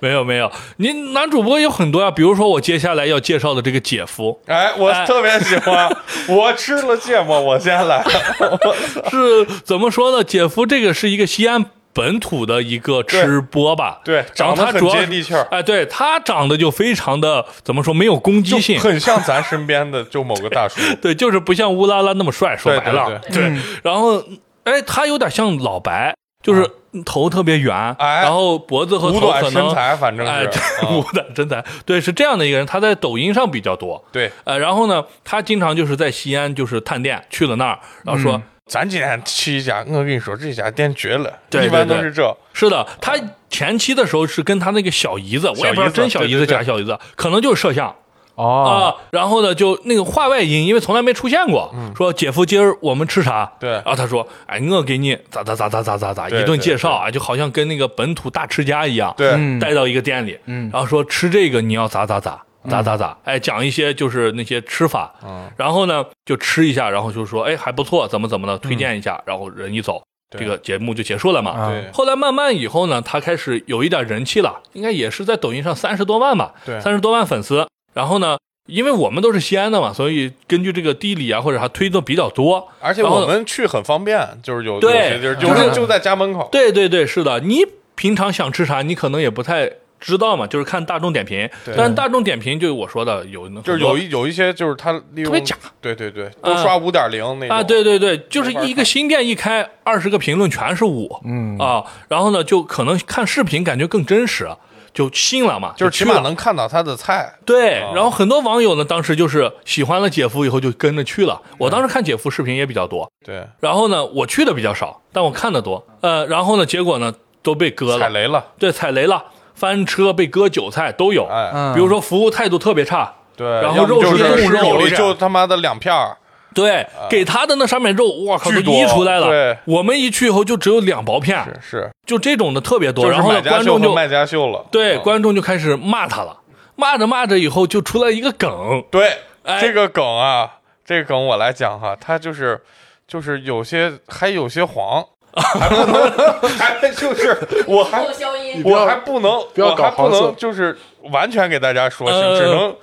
S1: 没有没有，您男主播有很多啊，比如说我接下来要介绍的这个姐夫，
S2: 哎，我
S1: 哎
S2: 特别喜欢，我吃了芥末，我先 来，
S1: 是怎么说呢？姐夫这个是一个西安本土的一个吃播吧，
S2: 对对
S1: 然后
S2: 长
S1: 他
S2: 得很
S1: 主要
S2: 接地气儿
S1: 哎，对他长得就非常的怎么说，没有攻击性
S2: 就。很像咱身边的就某个大 叔，
S1: 对，就是不像乌拉拉那么帅，说
S2: 对
S1: 白了，
S2: 对
S1: 对然后，哎，他有点像老白，就是头特别圆，
S2: 嗯哎
S1: 然后脖子和
S2: 五
S1: 头
S2: 短
S1: 可
S2: 身
S1: 能，
S2: 材，反正
S1: 哎，
S2: 是
S1: 对，
S2: 嗯
S1: 五短身材，对，是这样的一个人。他在抖音上比较多，
S2: 对，
S1: 呃，然后呢，他经常就是在西安就是探店，去了那儿，然后说，
S2: 咱今天吃一家，我跟你说，这家店绝了，
S1: 对
S2: 一般
S1: 对
S2: 都
S1: 对
S2: 是这，
S1: 是的，他前期的时候是跟他那个小姨子，我也不知道
S2: 哦小姨
S1: 真小姨子
S2: 子对对对
S1: 假小姨子，可能就是摄像。啊、
S3: 哦，
S1: 然后呢，就那个话外音，因为从来没出现过，
S2: 嗯
S1: 说姐夫今儿我们吃啥？
S2: 对
S1: 然后他说，哎，我给你咋咋咋咋咋咋咋
S2: 对
S1: 一顿
S2: 对
S1: 介绍啊，就好像跟那个本土大吃家一样，
S2: 对，
S3: 嗯
S1: 带到一个店里，
S3: 嗯
S1: 然后说吃这个你要咋咋咋咋咋咋，哎，讲一些就是那些吃法，
S2: 嗯，
S1: 然后呢就吃一下，然后就说，哎，还不错，怎么怎么的，推荐一下，然后人一走，
S2: 嗯对
S1: 这个嗯节目就结束了嘛，
S3: 啊
S2: 对，
S1: 后来慢慢以后呢，他开始有一点人气了，应该也是在抖音上三十多万吧，
S2: 对
S1: 三十多万粉丝。然后呢，因为我们都是西安的嘛，所以根据这个地理啊或者啥推的比较多。
S2: 而且
S1: 然后
S2: 我们去很方便，就是有有
S1: 对
S2: 些地儿
S1: 就
S2: 就是是就在家门口，
S1: 对对对，是的，你平常想吃啥，你可能也不太知道嘛，就是看大众点评。
S2: 对
S1: 但大众点评就我说的有，
S2: 就是有一有一些就是他利
S1: 特别
S2: 用
S1: 假，嗯
S2: 对对对，都刷五点零那种
S1: 啊，对对对，就是
S2: 没法
S1: 一个新店一开，二十个评论全是我。
S3: 嗯
S1: 啊，然后呢，就可能看视频感觉更真实，就信了嘛，
S2: 就是
S1: 去
S2: 起码
S1: 了
S2: 能看到他的菜，
S1: 对，
S2: 啊
S1: 然后很多网友呢，当时就是喜欢了姐夫以后就跟着去了。
S2: 嗯
S1: 我当时看姐夫视频也比较多，
S2: 对，
S1: 然后呢，我去的比较少，但我看的多。呃，然后呢，结果呢，都被割
S2: 踩
S1: 了，
S2: 雷了，
S1: 对，踩雷了，翻车被割韭菜都有。
S2: 哎，
S3: 嗯，
S1: 比如说服务态度特别差，
S2: 对，
S1: 然后
S2: 要么
S1: 肉
S2: 就是是
S1: 冻
S2: 吃
S1: 肉
S2: 有
S1: 一
S2: 的
S1: 点
S2: 就他妈的两片儿，
S1: 对，给他的那上面肉，我靠，都
S2: 哎巨多
S1: 溢出来了。
S2: 对，
S1: 我们一去以后就只有两薄片儿，
S2: 是是，
S1: 就这种的特别多。
S2: 就是
S1: 然后呢，
S2: 买家
S1: 观
S2: 秀
S1: 众
S2: 和
S1: 就
S2: 卖家秀了，
S1: 对
S2: 嗯
S1: 观众就开始骂他了，骂着骂着以后就出来一个梗，
S2: 对
S1: 哎
S2: 这个梗啊，这个梗我来讲哈，它就是就是有些还有些黄，还不能， 还就是我还
S4: 消音
S3: 不要
S2: 我还不能，
S3: 不要
S2: 我
S3: 搞
S2: 还不
S3: 黄色
S2: 能就是完全给大家说清，
S1: 呃
S2: 只能、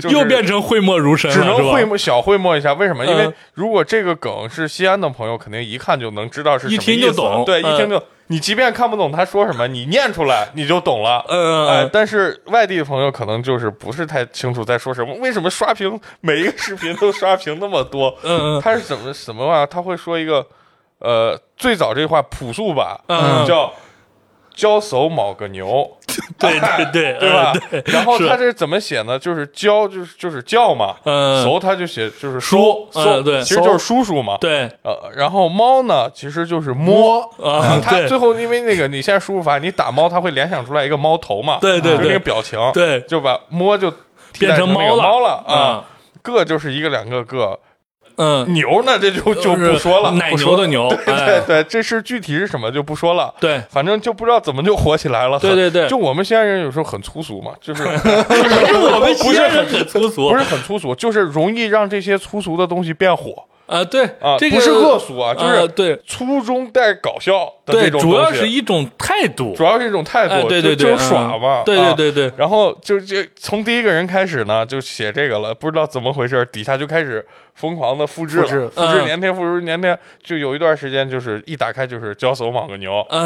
S2: 就是、
S1: 又变成讳莫如深了，
S2: 只能
S1: 是
S2: 会
S1: 吧？
S2: 默小会默一下，为什么？因为
S1: 嗯
S2: 如果这个梗是西安的朋友，肯定一看就能知道是
S1: 一
S2: 什么
S1: 听就
S2: 意思
S1: 懂
S2: 对，一
S1: 嗯
S2: 听就你即便看不懂他说什么，你念出来你就懂了。
S1: 嗯嗯
S2: 哎
S1: 嗯，
S2: 但是外地的朋友可能就是不是太清楚在说什么，为什么刷屏每一个视频都刷屏那么多？
S1: 嗯嗯
S2: 他是怎么什么话？他会说一个，呃，最早这话朴素吧，
S1: 嗯
S2: 叫“交手某个牛”，
S1: 对对对，
S2: 对吧
S1: 嗯？
S2: 然后
S1: 是
S2: 他这怎么写呢？就是教，就是就是叫嘛。
S1: 嗯
S2: 熟他就写就是
S1: 叔
S2: 叔
S1: 嗯对
S2: 其实就是叔叔嘛。
S1: 对
S2: 呃，然后猫呢，其实就是摸。
S1: 啊，
S2: 他
S1: 对
S2: 最后因为那个你现在输入法，你打猫，它会联想出来一个猫头嘛，
S1: 对对
S2: 就
S1: 对
S2: 那个表情，
S1: 对
S2: 就把摸就替
S1: 变
S2: 代
S1: 成
S2: 成那
S1: 猫
S2: 个
S1: 了
S2: 猫了啊，，个就是一个两个个，
S1: 嗯，
S2: 牛呢这就就不说了，
S1: 奶
S2: 不说
S1: 牛
S2: 了
S1: 的牛，
S2: 对
S1: 哎，
S2: 对，这是具体是什么就不说了。
S1: 对
S2: 反正就不知道怎么就火起来了。
S1: 对
S2: 很
S1: 对对
S2: 就我们西安人有时候很粗俗嘛， 就是
S1: 我们
S2: 不
S1: 西
S2: 是
S1: 安人
S2: 很
S1: 很粗俗
S2: 不是很粗俗，就是容易让这些粗俗的东西变火
S1: 啊，对
S2: 啊，
S1: 这个
S2: 不是恶俗啊，就
S1: 呃
S2: 是
S1: 对
S2: 粗中带搞笑的
S1: 对，
S2: 这种
S1: 主要
S2: 东
S1: 是
S2: 西，
S1: 一种态度
S2: 主，要是一种态
S1: 哎，
S2: 度，
S1: 对
S2: 就
S1: 对对，
S2: 就是耍嘛
S1: 嗯，对
S2: 啊
S1: 对对 对，
S2: 然后就就从第一个人开始呢，就写这个了，不知道怎么回事，底下就开始疯狂的复制了，
S3: 复制
S2: 复制
S1: 嗯
S2: 粘贴，复制粘贴，就有一段时间就是一打开就是交手网个牛， 哎，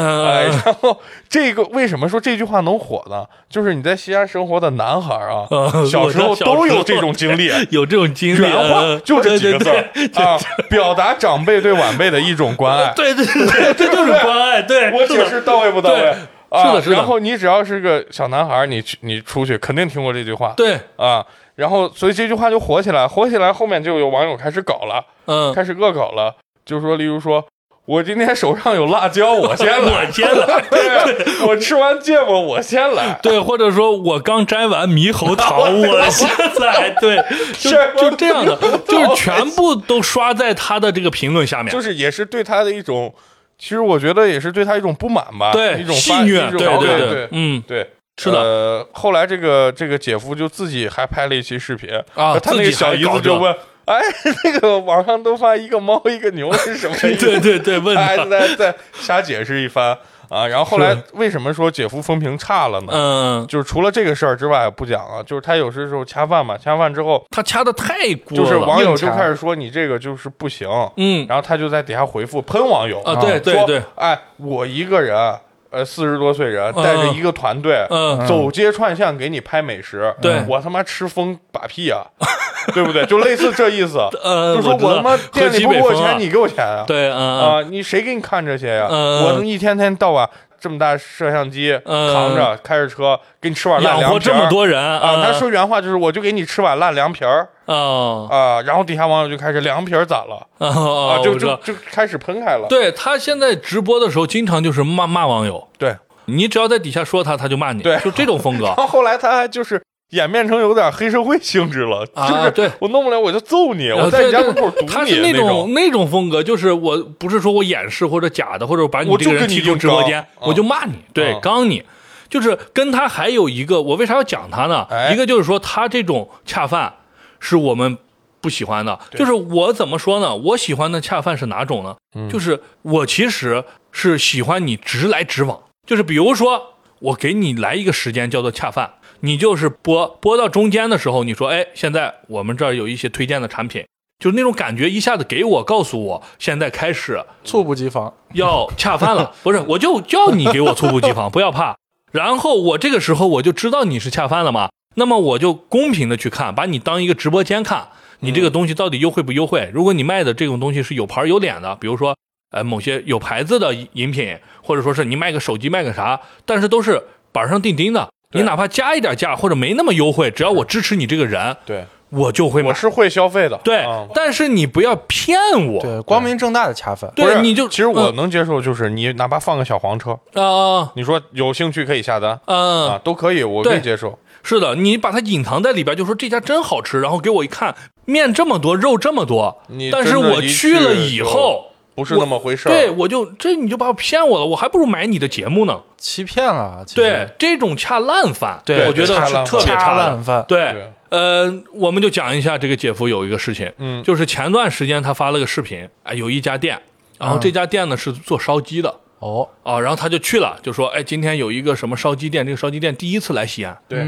S1: 嗯，
S2: 然后这个为什么说这句话能火呢？就是你在西安生活的男孩 啊，
S1: 嗯
S2: 小时候
S1: 我知道
S2: 都
S1: 小
S2: 有
S1: 时候
S2: 这种经历。
S1: 有这种经历，
S2: 原话
S1: 嗯
S2: 就这几个字
S1: 对
S2: 儿啊，表达长辈对晚辈的一种关 爱。
S1: 对对对对，这就是关爱，对，
S2: 我
S1: 是
S2: 解
S1: 的
S2: 释到位不到
S1: 对
S2: 位？啊
S1: 是的是的
S2: 然后你只要是个小男孩儿，你去你出去肯定听过这句话。
S1: 对，
S2: 啊，然后所以这句话就火起来，火起来后面就有网友开始搞了，
S1: 嗯，
S2: 开始恶搞了，就说例如说。我今天手上有辣椒，我先来
S1: 我。先来，嗯
S2: 对，啊我吃完芥末，我先来。
S1: 对，或者说我刚摘完猕猴桃，我现在对，就是就这样 的，就是全部都刷在他的这个评论下面
S2: 就。是也是对他的一种，其实我觉得也是对他一种不满吧，
S1: 对
S2: 一种
S1: 戏
S2: 发
S1: 谑
S2: 一
S1: 对
S2: 种对
S1: 对对
S2: 对
S1: 嗯
S2: 对。
S1: 是的
S2: 呃，后来这个这个姐夫就自己还拍了一期视频
S1: 啊自
S2: 他那
S1: 己
S2: 个
S1: 还
S2: 小姨
S1: 搞
S2: 子
S1: 这
S2: 就问，哎， 那个网上都发一个猫一个牛是什么意思？
S1: 对对对， 问
S2: 他还
S1: 他，
S2: 哎在在瞎解释一番啊。然后后来
S1: 是
S2: 为什么说姐夫风评差了呢？
S1: 嗯，
S2: 就是除了这个事儿之外不讲了，就是他有时候掐饭嘛，掐饭之后
S1: 他掐的太过
S2: 就是
S1: 了，
S2: 网友就
S3: 硬掐
S2: 开始说你这个就是不行，
S1: 嗯
S2: 然后他就在底下回复喷网友
S1: 啊，对对
S2: 说
S1: 对，
S2: 哎，我一个人，呃，四十多岁人
S1: 嗯
S2: 带着一个团队，
S1: 嗯
S2: 走街串巷给你拍美食，
S1: 对
S2: 我他妈吃风把屁 啊，对不对？就类似这意思，
S1: 呃，
S2: 就说
S1: 知道
S2: 我他妈店
S1: 河
S2: 里
S1: 西
S2: 不
S1: 北
S2: 给我
S1: 风啊
S2: 钱，你给我钱啊，
S1: 对，嗯
S2: 啊，你谁给你看这些呀？
S1: 嗯
S2: 我一天天到晚这么大摄像机
S1: 嗯
S2: 扛着，开着车给你吃碗
S1: 嗯，
S2: 烂
S1: 养
S2: 凉
S1: 活
S2: 皮
S1: 这
S2: 儿
S1: 么多人
S2: 啊，
S1: 啊，
S2: 他说原话就是我就给你吃碗烂凉皮儿
S1: 哦
S2: 啊，然后底下网友就开始凉皮儿咋了
S1: 哦
S2: 啊，
S1: 哦，
S2: 就
S1: 我知
S2: 就
S1: 道
S2: 就开始喷开了，
S1: 对他现在直播的时候，经常就是骂骂网友，
S2: 对。
S1: 你只要在底下说他，他就骂你，
S2: 对
S1: 就这种风 格
S2: 然。后后来他还就是演变成有点黑社会性质了，
S1: 啊
S2: 就是
S1: 对
S2: 我弄不了我就揍你，
S1: 呃
S2: 我在
S1: 对
S2: 你家
S1: 对
S2: 门口堵你
S1: 他是
S2: 那
S1: 种那种风格，就是我不是说我掩饰或者假的，或者我把你
S2: 我
S1: 这个
S2: 就
S1: 人
S2: 跟你
S1: 踢出
S2: 硬
S1: 直播
S2: 刚
S1: 间，
S2: 嗯
S1: 我就骂你，对
S2: 嗯，
S1: 刚你。就是跟他还有一个，我为啥要讲他呢？
S2: 哎
S1: 一个就是说他这种恰饭是我们不喜欢的，就是我怎么说呢？我喜欢的恰饭是哪种呢？就是我其实是喜欢你直来直往，就是比如说我给你来一个时间叫做恰饭，你就是播播到中间的时候，你说哎，现在我们这儿有一些推荐的产品，就是那种感觉一下子给我告诉我，现在开始
S3: 猝不及防，
S1: 要恰饭了，不是，我就叫你给我猝不及防，不要怕。然后我这个时候我就知道你是恰饭了嘛，那么我就公平的去看，把你当一个直播间看，你这个东西到底优惠不优惠？如果你卖的这种东西是有牌有脸的，比如说呃某些有牌子的饮品，或者说是你卖个手机卖个啥，但是都是板上钉钉的，你哪怕加一点价或者没那么优惠，只要我支持你这个人，
S2: 对
S1: 我就会买
S2: 我。是会消费的，
S1: 对
S2: 嗯，
S1: 但是你不要骗我。
S3: 对，光明正大的恰饭。
S2: 不是
S1: 对，你就嗯
S2: 其实我能接受，就是你哪怕放个小黄车，
S1: 啊
S2: 你说有兴趣可以下单啊，
S1: 嗯，
S2: 都可以，我可
S1: 对
S2: 以接受。
S1: 是的，你把它隐藏在里边，就说这家真好吃，然后给我一看，面这么多，肉这么多
S2: 你，
S1: 但是
S2: 真的
S1: 我
S2: 一
S1: 去了
S2: 去
S1: 以
S2: 就
S1: 后，
S2: 不是那么回事儿。
S1: 对，我就这你就把我骗我了，我还不如买你的节目呢。
S3: 欺骗了。其实
S1: 对，，这种恰烂饭，
S3: 对
S1: 我觉得
S2: 恰
S1: 是
S2: 烂
S1: 特别
S3: 恰
S1: 差
S3: 烂饭
S1: 对
S2: 对，
S1: 呃，我们就讲一下这个姐夫有一个事情，嗯，就是前段时间他发了个视频，哎，有一家店，然
S2: 啊
S1: 后这家店呢是做烧鸡的。
S3: 哦，
S1: 啊，然后他就去了，就说：“哎，今天有一个什么烧鸡店，这个烧鸡店第一次来西安
S2: 对，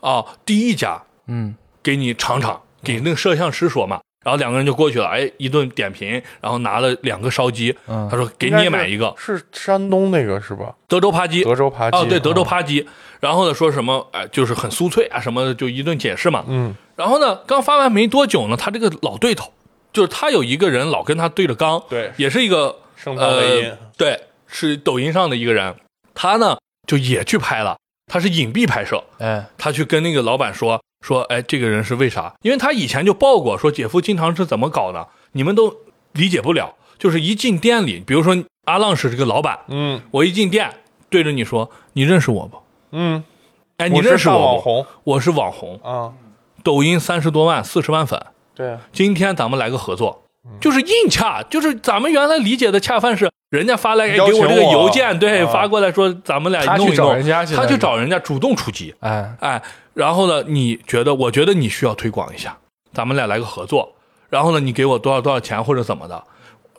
S1: 啊，第一家
S3: 嗯，
S1: 给你尝尝，
S2: 嗯
S1: 给那个摄像师说嘛。”然后两个人就过去了，哎，一顿点评，然后拿了两个烧鸡，
S3: 嗯
S1: 他说：“给
S2: 应
S1: 你
S2: 该
S1: 也买
S2: 是
S1: 一个
S2: 是山东那个是吧？
S1: 德州扒鸡。”
S2: 德州扒鸡
S1: 哦，对，德州
S2: 嗯
S1: 扒鸡。然后呢，说什么哎，就是很酥脆啊，什么的，就一顿解释嘛。
S2: 嗯，
S1: 然后呢，刚发完没多久呢，他这个老对头，就是他有一个人老跟他对着刚，
S2: 对
S1: 也是一个
S2: 盛唐雷音
S1: 呃，对，是抖音上的一个人，他呢就也去拍了，他是隐蔽拍摄，
S3: 哎，
S1: 他去跟那个老板说说，哎，这个人是为啥？因为他以前就报过，说姐夫经常是怎么搞的，你们都理解不了。就是一进店里，比如说阿浪是这个老板，
S2: 嗯
S1: 我一进店对着你说，你认识我不？
S2: 嗯，
S1: 哎，你
S2: 我是
S1: 认识
S2: 大
S1: 我
S2: 网
S1: 不？
S2: 红
S1: 我是网红，
S2: 啊？
S1: 抖音三十多万、四十万粉，
S2: 对，啊
S1: 今天咱们来个合作，
S2: 嗯
S1: 就是硬洽，就是咱们原来理解的恰饭是人家发来哎
S2: 邀
S1: 给
S2: 请
S1: 我这个
S2: 我
S1: 邮件，对，
S2: 啊
S1: 发过来说咱们俩
S3: 他
S1: 弄
S3: 去
S1: 一
S3: 找
S1: 弄
S3: 人家去，
S1: 他
S3: 了
S1: 去
S3: 是
S1: 找人家主动出击，
S3: 哎，
S1: 哎，然后呢，你觉得？我觉得你需要推广一下，咱们俩来个合作，然后呢，你给我多少多少钱或者怎么的，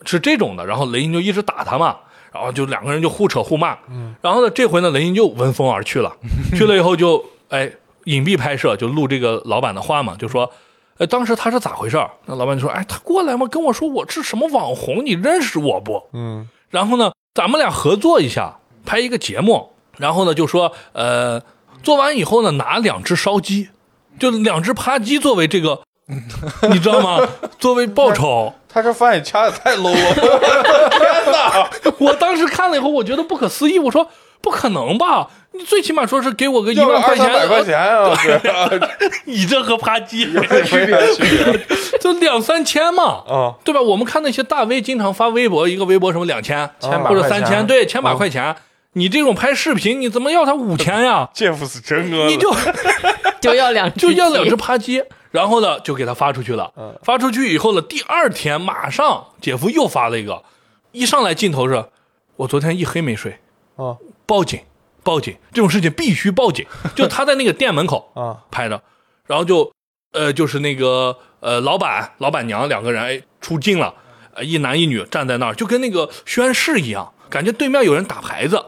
S1: 是这种的。然后雷音就一直打他嘛，然后就两个人就互扯互骂，嗯，然后呢，这回呢，雷音又闻风而去了，去了以后就哎隐蔽拍摄，就录这个老板的话嘛，就说。呃，当时他是咋回事儿？那老板就说：“哎，他过来嘛，跟我说我是什么网红，你认识我不？”
S2: 嗯
S1: 然后呢，咱们俩合作一下，拍一个节目。然后呢，就说呃，做完以后呢，拿两只烧鸡，就两只扒鸡作为这 个，你知道吗？作为报酬。
S2: 他这饭也掐的太 low 了，
S1: 我当时看了以后，我觉得不可思议，我说不可能吧？你最起码说是给我 个一
S2: 要个
S1: 万
S2: 二
S1: 块钱呃
S2: 三，百块钱啊，对 啊，
S1: 你这和扒 鸡
S2: 没啥区别
S1: 就两三千嘛。
S2: 啊。
S1: 对吧？我们看那些大 V 经常发微博，一个微博什么两千、
S3: 千把
S1: 或者
S3: 块
S1: 三
S3: 钱
S1: 千，对，千把块钱。你这种拍视频，你怎么要他五千 呀？
S2: 见夫死真哥了，
S1: 你就
S4: 就要两 只
S1: 就要两
S4: 鸡
S1: 只扒鸡，然后呢就给他发出去了。发出去以后呢，第二天马上姐夫又发了一个，一上来镜头是，我昨天一黑没睡，
S2: 啊
S1: 报警，报警，这种事情必须报警。就他在那个店门口
S2: 啊
S1: 拍的，然后就呃就是那个呃老板老板娘两个人哎出镜了，呃一男一女站在那儿，就跟那个宣誓一样，感觉对面有人打牌子。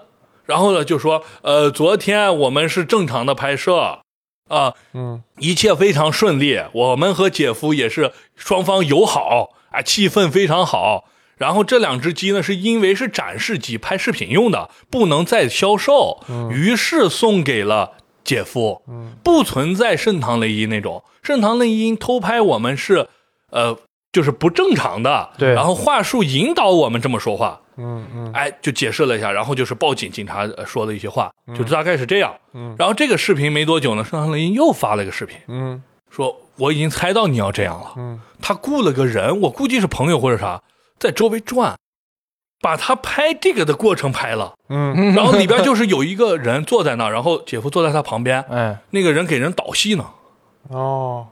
S1: 然后呢，就说，呃，昨天我们是正常的拍摄，啊、
S2: 嗯，
S1: 一切非常顺利，我们和姐夫也是双方友好啊，气氛非常好。然后这两只鸡呢，是因为是展示鸡，拍视频用的，不能再销售，
S2: 嗯
S1: 于是送给了姐夫。不存在盛唐雷音那种，盛唐雷音偷拍我们是，呃，就是不正常的。
S3: 对
S1: 然后话术引导我们这么说话。
S2: 嗯嗯
S1: 哎，就解释了一下，然后就是报警，警察呃说的一些话，就大概是这样。
S2: 嗯
S1: 然后这个视频没多久呢，盛唐雷音又发了个视频，
S2: 嗯
S1: 说我已经猜到你要这样了。
S2: 嗯
S1: 他雇了个人，我估计是朋友或者啥，在周围转，把他拍这个的过程拍 了。
S2: 嗯，
S1: 然后里边就是有一个人坐在那儿，然后姐夫坐在他旁边，
S3: 哎，
S1: 那个人给人导戏呢。
S2: 哦，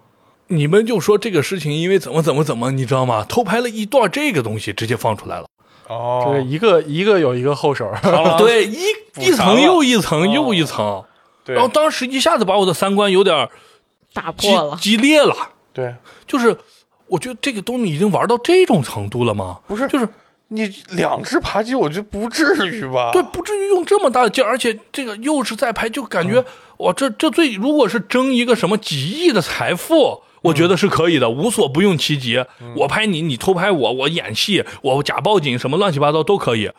S1: 你们就说这个事情，因为怎么怎么怎么，你知道吗？偷拍了一段这个东西，直接放出来了。
S3: 这个
S2: 哦，
S3: 一个一个有一个后手，
S2: 啊
S1: 对，一一层又一层又一层，
S2: 哦对
S1: 然后当时一下子把我的三观有点儿
S4: 打
S1: 激
S4: 破了，
S1: 激烈了，
S2: 对，
S1: 就是我觉得这个东西已经玩到这种程度了吗？
S2: 不是
S1: 就是
S2: 你两只扒鸡，我觉得不至于吧？
S1: 对，不至于用这么大的劲儿，而且这个又是在拍，就感
S2: 嗯
S1: 觉哇，这这最如果是争一个什么几亿的财富，我觉
S2: 嗯
S1: 得是可以的，无所不用其极。我拍你，你偷拍我，我演戏，我假报警，什么乱七八糟都可以。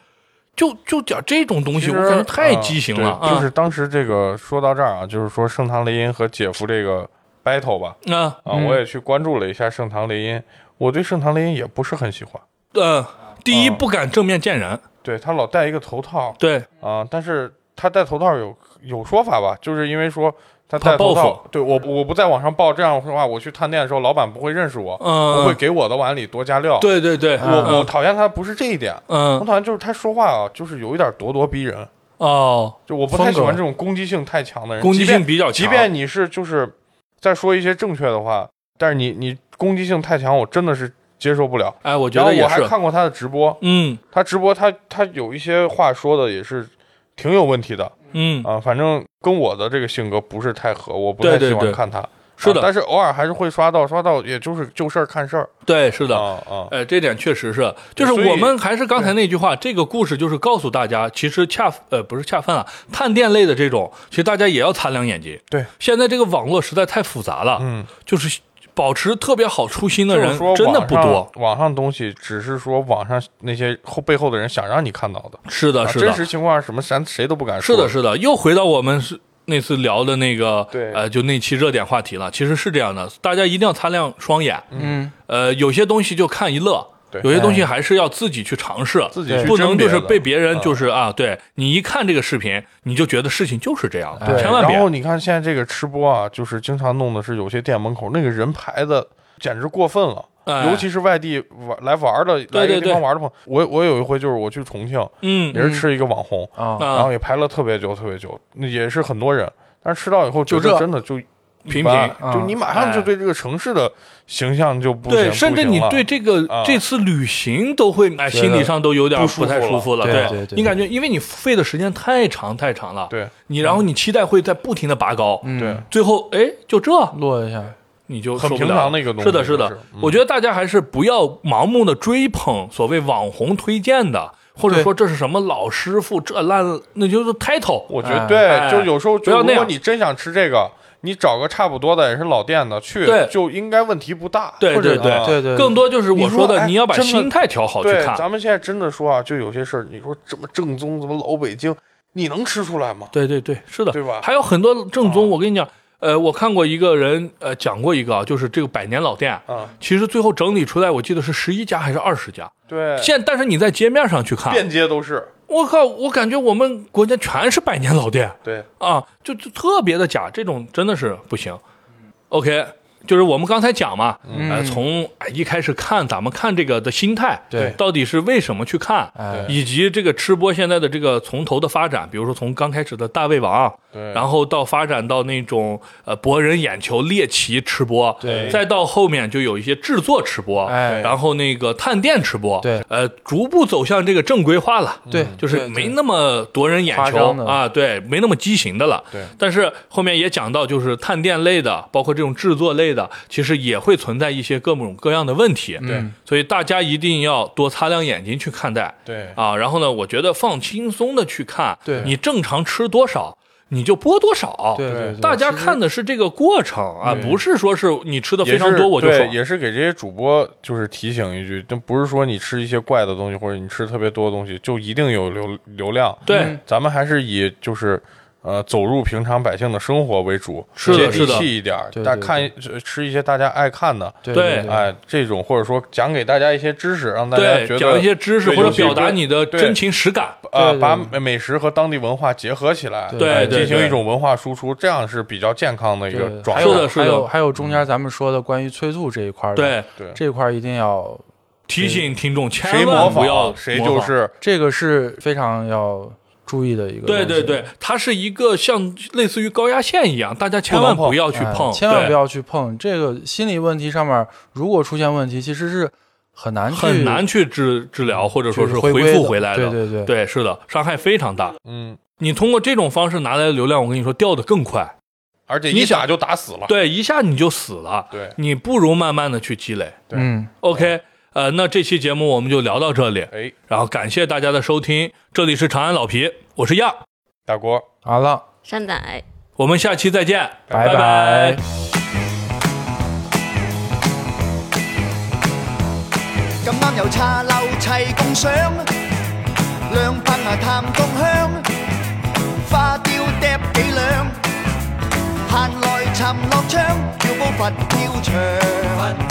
S1: 就就讲这种东
S2: 其
S1: 西，
S2: 实，
S1: 我感觉太畸形了
S2: 啊对
S1: 啊！
S2: 就是当时这个说到这儿啊，就是说盛唐雷音和姐夫这个 battle 吧，
S1: 啊，
S2: 啊，我也去关注了一下盛唐雷音，我对盛唐雷音也不是很喜欢，
S1: 呃，第一
S2: 啊
S1: 不敢正面见人，
S2: 对他老戴一个头套
S1: 对，
S2: 啊，但是他戴头套有有说法吧，就是因为说他
S1: 怕
S2: 戴
S1: 报
S2: 头套
S1: 复，
S2: 对我我不在网上报这样的话，我去探店的时候，老板不会认识我，
S1: 嗯
S2: 不会给我的碗里多加料。，
S1: 对对对，
S2: 我我
S1: 嗯
S2: 讨厌他不是这一点，我
S1: 嗯
S2: 讨厌就是他说话啊，就是有一点咄咄逼人，
S1: 哦，
S2: 就我不
S3: 风
S2: 太
S3: 格
S2: 喜欢这种攻击性太强的人，
S1: 攻击
S2: 即便
S1: 性比较强，
S2: 即便你是就是在说一些正确的话，但是你你攻击性太强，我真的是接受不了。
S1: 哎，我觉
S2: 然后
S1: 得也
S2: 我还
S1: 是，
S2: 看过他的直播，
S1: 嗯
S2: 他直播他他有一些话说的也是挺有问题的
S1: 嗯，
S2: 啊，反正跟我的这个性格不是太合，我不太
S1: 对对
S2: 喜欢
S1: 对
S2: 看他。
S1: 是
S2: 啊但
S1: 的，
S2: 是偶尔还是会刷到，刷到也就是就事儿看事儿。
S1: 对，是的，
S2: 啊啊，
S1: 呃，这点确实是，就是
S2: 所以
S1: 我们还是刚才那句话，这个故事就是告诉大家，其实恰呃不是恰饭啊，探店类的这种，其实大家也要擦亮眼睛。
S2: 对，
S1: 现在这个网络实在太复杂了，
S2: 嗯，
S1: 就是保持特别好初心的
S2: 就是
S1: 人
S2: 说
S1: 真的不多
S2: 网。上。网上东西只是说网上那些后背后的人想让你看到的，
S1: 是的，
S2: 啊
S1: 是
S2: 真
S1: 的，
S2: 实情况是什么咱谁都不敢说。
S1: 是的，是的，又回到我们是。那次聊的那个，
S2: 对
S1: 呃，就那期热点话题了。其实是这样的，大家一定要擦亮双眼。
S3: 嗯，
S1: 呃，有些东西就看一乐，
S2: 对哎
S1: 有些东西还是要自己去尝试，
S2: 自己去
S1: 不能
S2: 甄别
S1: 就是
S2: 的
S1: 被别人就是啊，对你一看这个视频，你就觉得事情就是这样的，
S3: 对
S1: 哎千万
S2: 哎然后
S1: 别。
S2: 你看现在这个吃播啊，就是经常弄的是有些店门口那个人排的简直过分了。
S1: 哎
S2: 尤其是外地玩来玩的，
S1: 对
S2: 来这个地
S1: 对
S2: 方玩的朋友，我我有一回就是我去重庆，
S1: 嗯
S2: 也是吃一个网红，
S3: 啊，
S2: 然后
S1: 啊，
S2: 也排了特别久，特别久，那也是很多人，但是吃到以后
S3: 就
S2: 觉得
S3: 这
S2: 真的就
S1: 平
S2: 一般
S1: 平。
S3: 嗯
S2: 就你马上就对这个城市的形象就不行
S1: 对，
S2: 不
S1: 甚至
S2: 行
S1: 你
S2: 了
S1: 对 这个
S2: 啊
S1: 这次旅行都会，哎，
S3: 觉得
S1: 心理上都有点
S2: 不舒服
S1: 不太舒服了。
S3: 了对对对
S1: 你感觉，因为你费的时间太长太长了，
S2: 对嗯
S1: 你然后你期待会在不停的拔高，
S3: 嗯
S2: 对，
S1: 最后哎，就这，
S3: 落一下，
S1: 你就受
S2: 很
S1: 不
S2: 平
S1: 了
S2: 常的一个东西
S1: 是的，是的
S2: 就是，嗯
S1: 我觉得大家还是不要盲目的追捧所谓网红推荐的，或者
S3: 对
S1: 说这是什么老师傅这烂，那就是 title。
S2: 我觉得
S3: 哎
S2: 对，
S1: 哎
S2: 就有时候
S1: 不要
S2: 就
S1: 那
S2: 如
S1: 样
S2: 果你真想吃这个，你找个差不多的也是老店的去
S1: 对，
S2: 就应该问题不大。
S1: 哎对
S3: 或者
S1: 对
S2: 啊
S3: 对对，
S1: 更多就是我说
S2: 你说
S1: 的，
S2: 哎
S1: 你要把
S2: 真的
S1: 心态调好去
S2: 对，
S1: 看。
S2: 咱们现在真的说啊，就有些事儿，你说怎么正宗，怎么老北京，你能吃出来吗？
S1: 对对对，是的，
S2: 对吧啊
S1: 还有很多正宗，我跟你讲，呃，我看过一个人呃讲过一个啊，就是这个百年老店，
S2: 啊，
S1: 其实最后整理出来，我记得是十一家还是二十家。
S2: 对，
S1: 现但是你在街面上去看，
S2: 遍街都是。
S1: 我靠，我感觉我们国家全是百年老店。
S2: 对，
S1: 啊，就就特别的假，这种真的是不行。OK，就是我们刚才讲嘛，
S3: 嗯
S1: 呃，从哎一开始看咱们看这个的心态，
S3: 对
S1: 到底是为什么去看，
S3: 哎，
S1: 以及这个吃播现在的这个从头的发展，比如说从刚开始的大胃王，
S2: 对
S1: 然后到发展到那种呃博人眼球猎奇吃播，
S3: 对
S1: 再到后面就有一些制作吃播，
S3: 哎
S1: 然后那个探店吃播，
S3: 对嗯
S1: 呃，逐步走向这个正规化了，
S3: 对，
S1: 就是
S3: 对
S1: 没那么夺人眼
S3: 夸
S1: 球
S3: 张的
S1: 啊，对，没那么畸形的了。
S2: 对
S1: 但是后面也讲到，就是探店类的，包括这种制作类的，其实也会存在一些各种各样的问题。
S3: 对嗯
S1: 所以大家一定要多擦亮眼睛去看待。
S2: 对
S1: 啊，然后呢，我觉得放轻松的去看，
S3: 对
S1: 你正常吃多少，你就播多少。
S3: 对
S2: 对
S3: 对，
S1: 大家看的是这个过程啊，不是说是你吃的
S2: 也
S1: 非常
S2: 是
S1: 多我就
S2: 对，
S1: 爽。
S2: 也是给这些主播就是提醒一句，就不是说你吃一些怪的东西或者你吃特别多的东西就一定有流流量。
S1: 对
S3: 嗯
S2: 咱们还是以就是呃走入平常百姓的生活为主，
S1: 是的
S2: 接
S1: 是
S2: 地
S1: 的
S2: 气一点儿
S3: 对，对
S2: 但看吃一些大家爱看的。
S3: 对
S1: 对
S3: 对，
S2: 哎，这种或者说讲给大家一些知识，让大家
S1: 对
S2: 觉得，
S1: 讲一些知识
S2: 对
S1: 或者
S2: 有些
S1: 表达
S2: 对
S1: 你的
S2: 对
S1: 真情实感。
S2: 呃，
S3: 对对
S2: 把
S3: 对
S2: 美美食和当地文化结合起来，
S3: 对
S2: 哎
S1: 对
S2: 进
S1: 对
S2: 行一种文化输出，这样是比较健康的一个
S3: 对
S2: 状
S3: 还
S2: 态。
S1: 是
S3: 有
S1: 的是的嗯
S3: 还有还有中间咱们说的关于催促这一块儿的，
S1: 对，
S2: 对，
S3: 这一块儿一定要，
S1: 提醒听众
S2: 谁
S1: 千
S2: 模
S1: 万
S2: 仿
S1: 不要
S2: 谁
S1: 模
S2: 就
S1: 仿。
S2: 是
S3: 这个是非常要注意的一个东
S1: 对
S3: 西，
S1: 对对，它是一个像类似于高压线一样，大家千
S2: 不
S1: 万
S2: 能碰
S1: 不要去
S3: 哎
S1: 碰，
S3: 千万
S1: 对
S3: 不要去碰这个心理问题上面，如果出现问题，其实是很难去
S1: 很难去治治疗，或者说
S3: 去
S1: 是
S3: 回归
S1: 复
S3: 的
S1: 回来的。
S3: 对对对
S1: 是的，伤害非常大。
S2: 嗯，
S1: 你通过这种方式拿来的流量，我跟你说掉的更快，
S2: 而且
S1: 你
S2: 一
S1: 想
S2: 打就打死了。
S1: 对，一下你就死了。
S2: 对
S1: 你不如慢慢的去积累。
S2: 对
S3: 嗯，
S1: OK，呃，那这期节目我们就聊到这里，
S2: 哎，
S1: 然后感谢大家的收听，这里是长安老皮，我是亚，
S2: 大锅，
S3: 好了。
S4: 山仔。
S1: 我们下期再见，
S3: 拜
S1: 拜
S3: 拜
S5: 今晚有茶樓齊共賞，兩拍牙探共香，花雕疊幾兩，盼來尋樂章，要煲佛跳牆。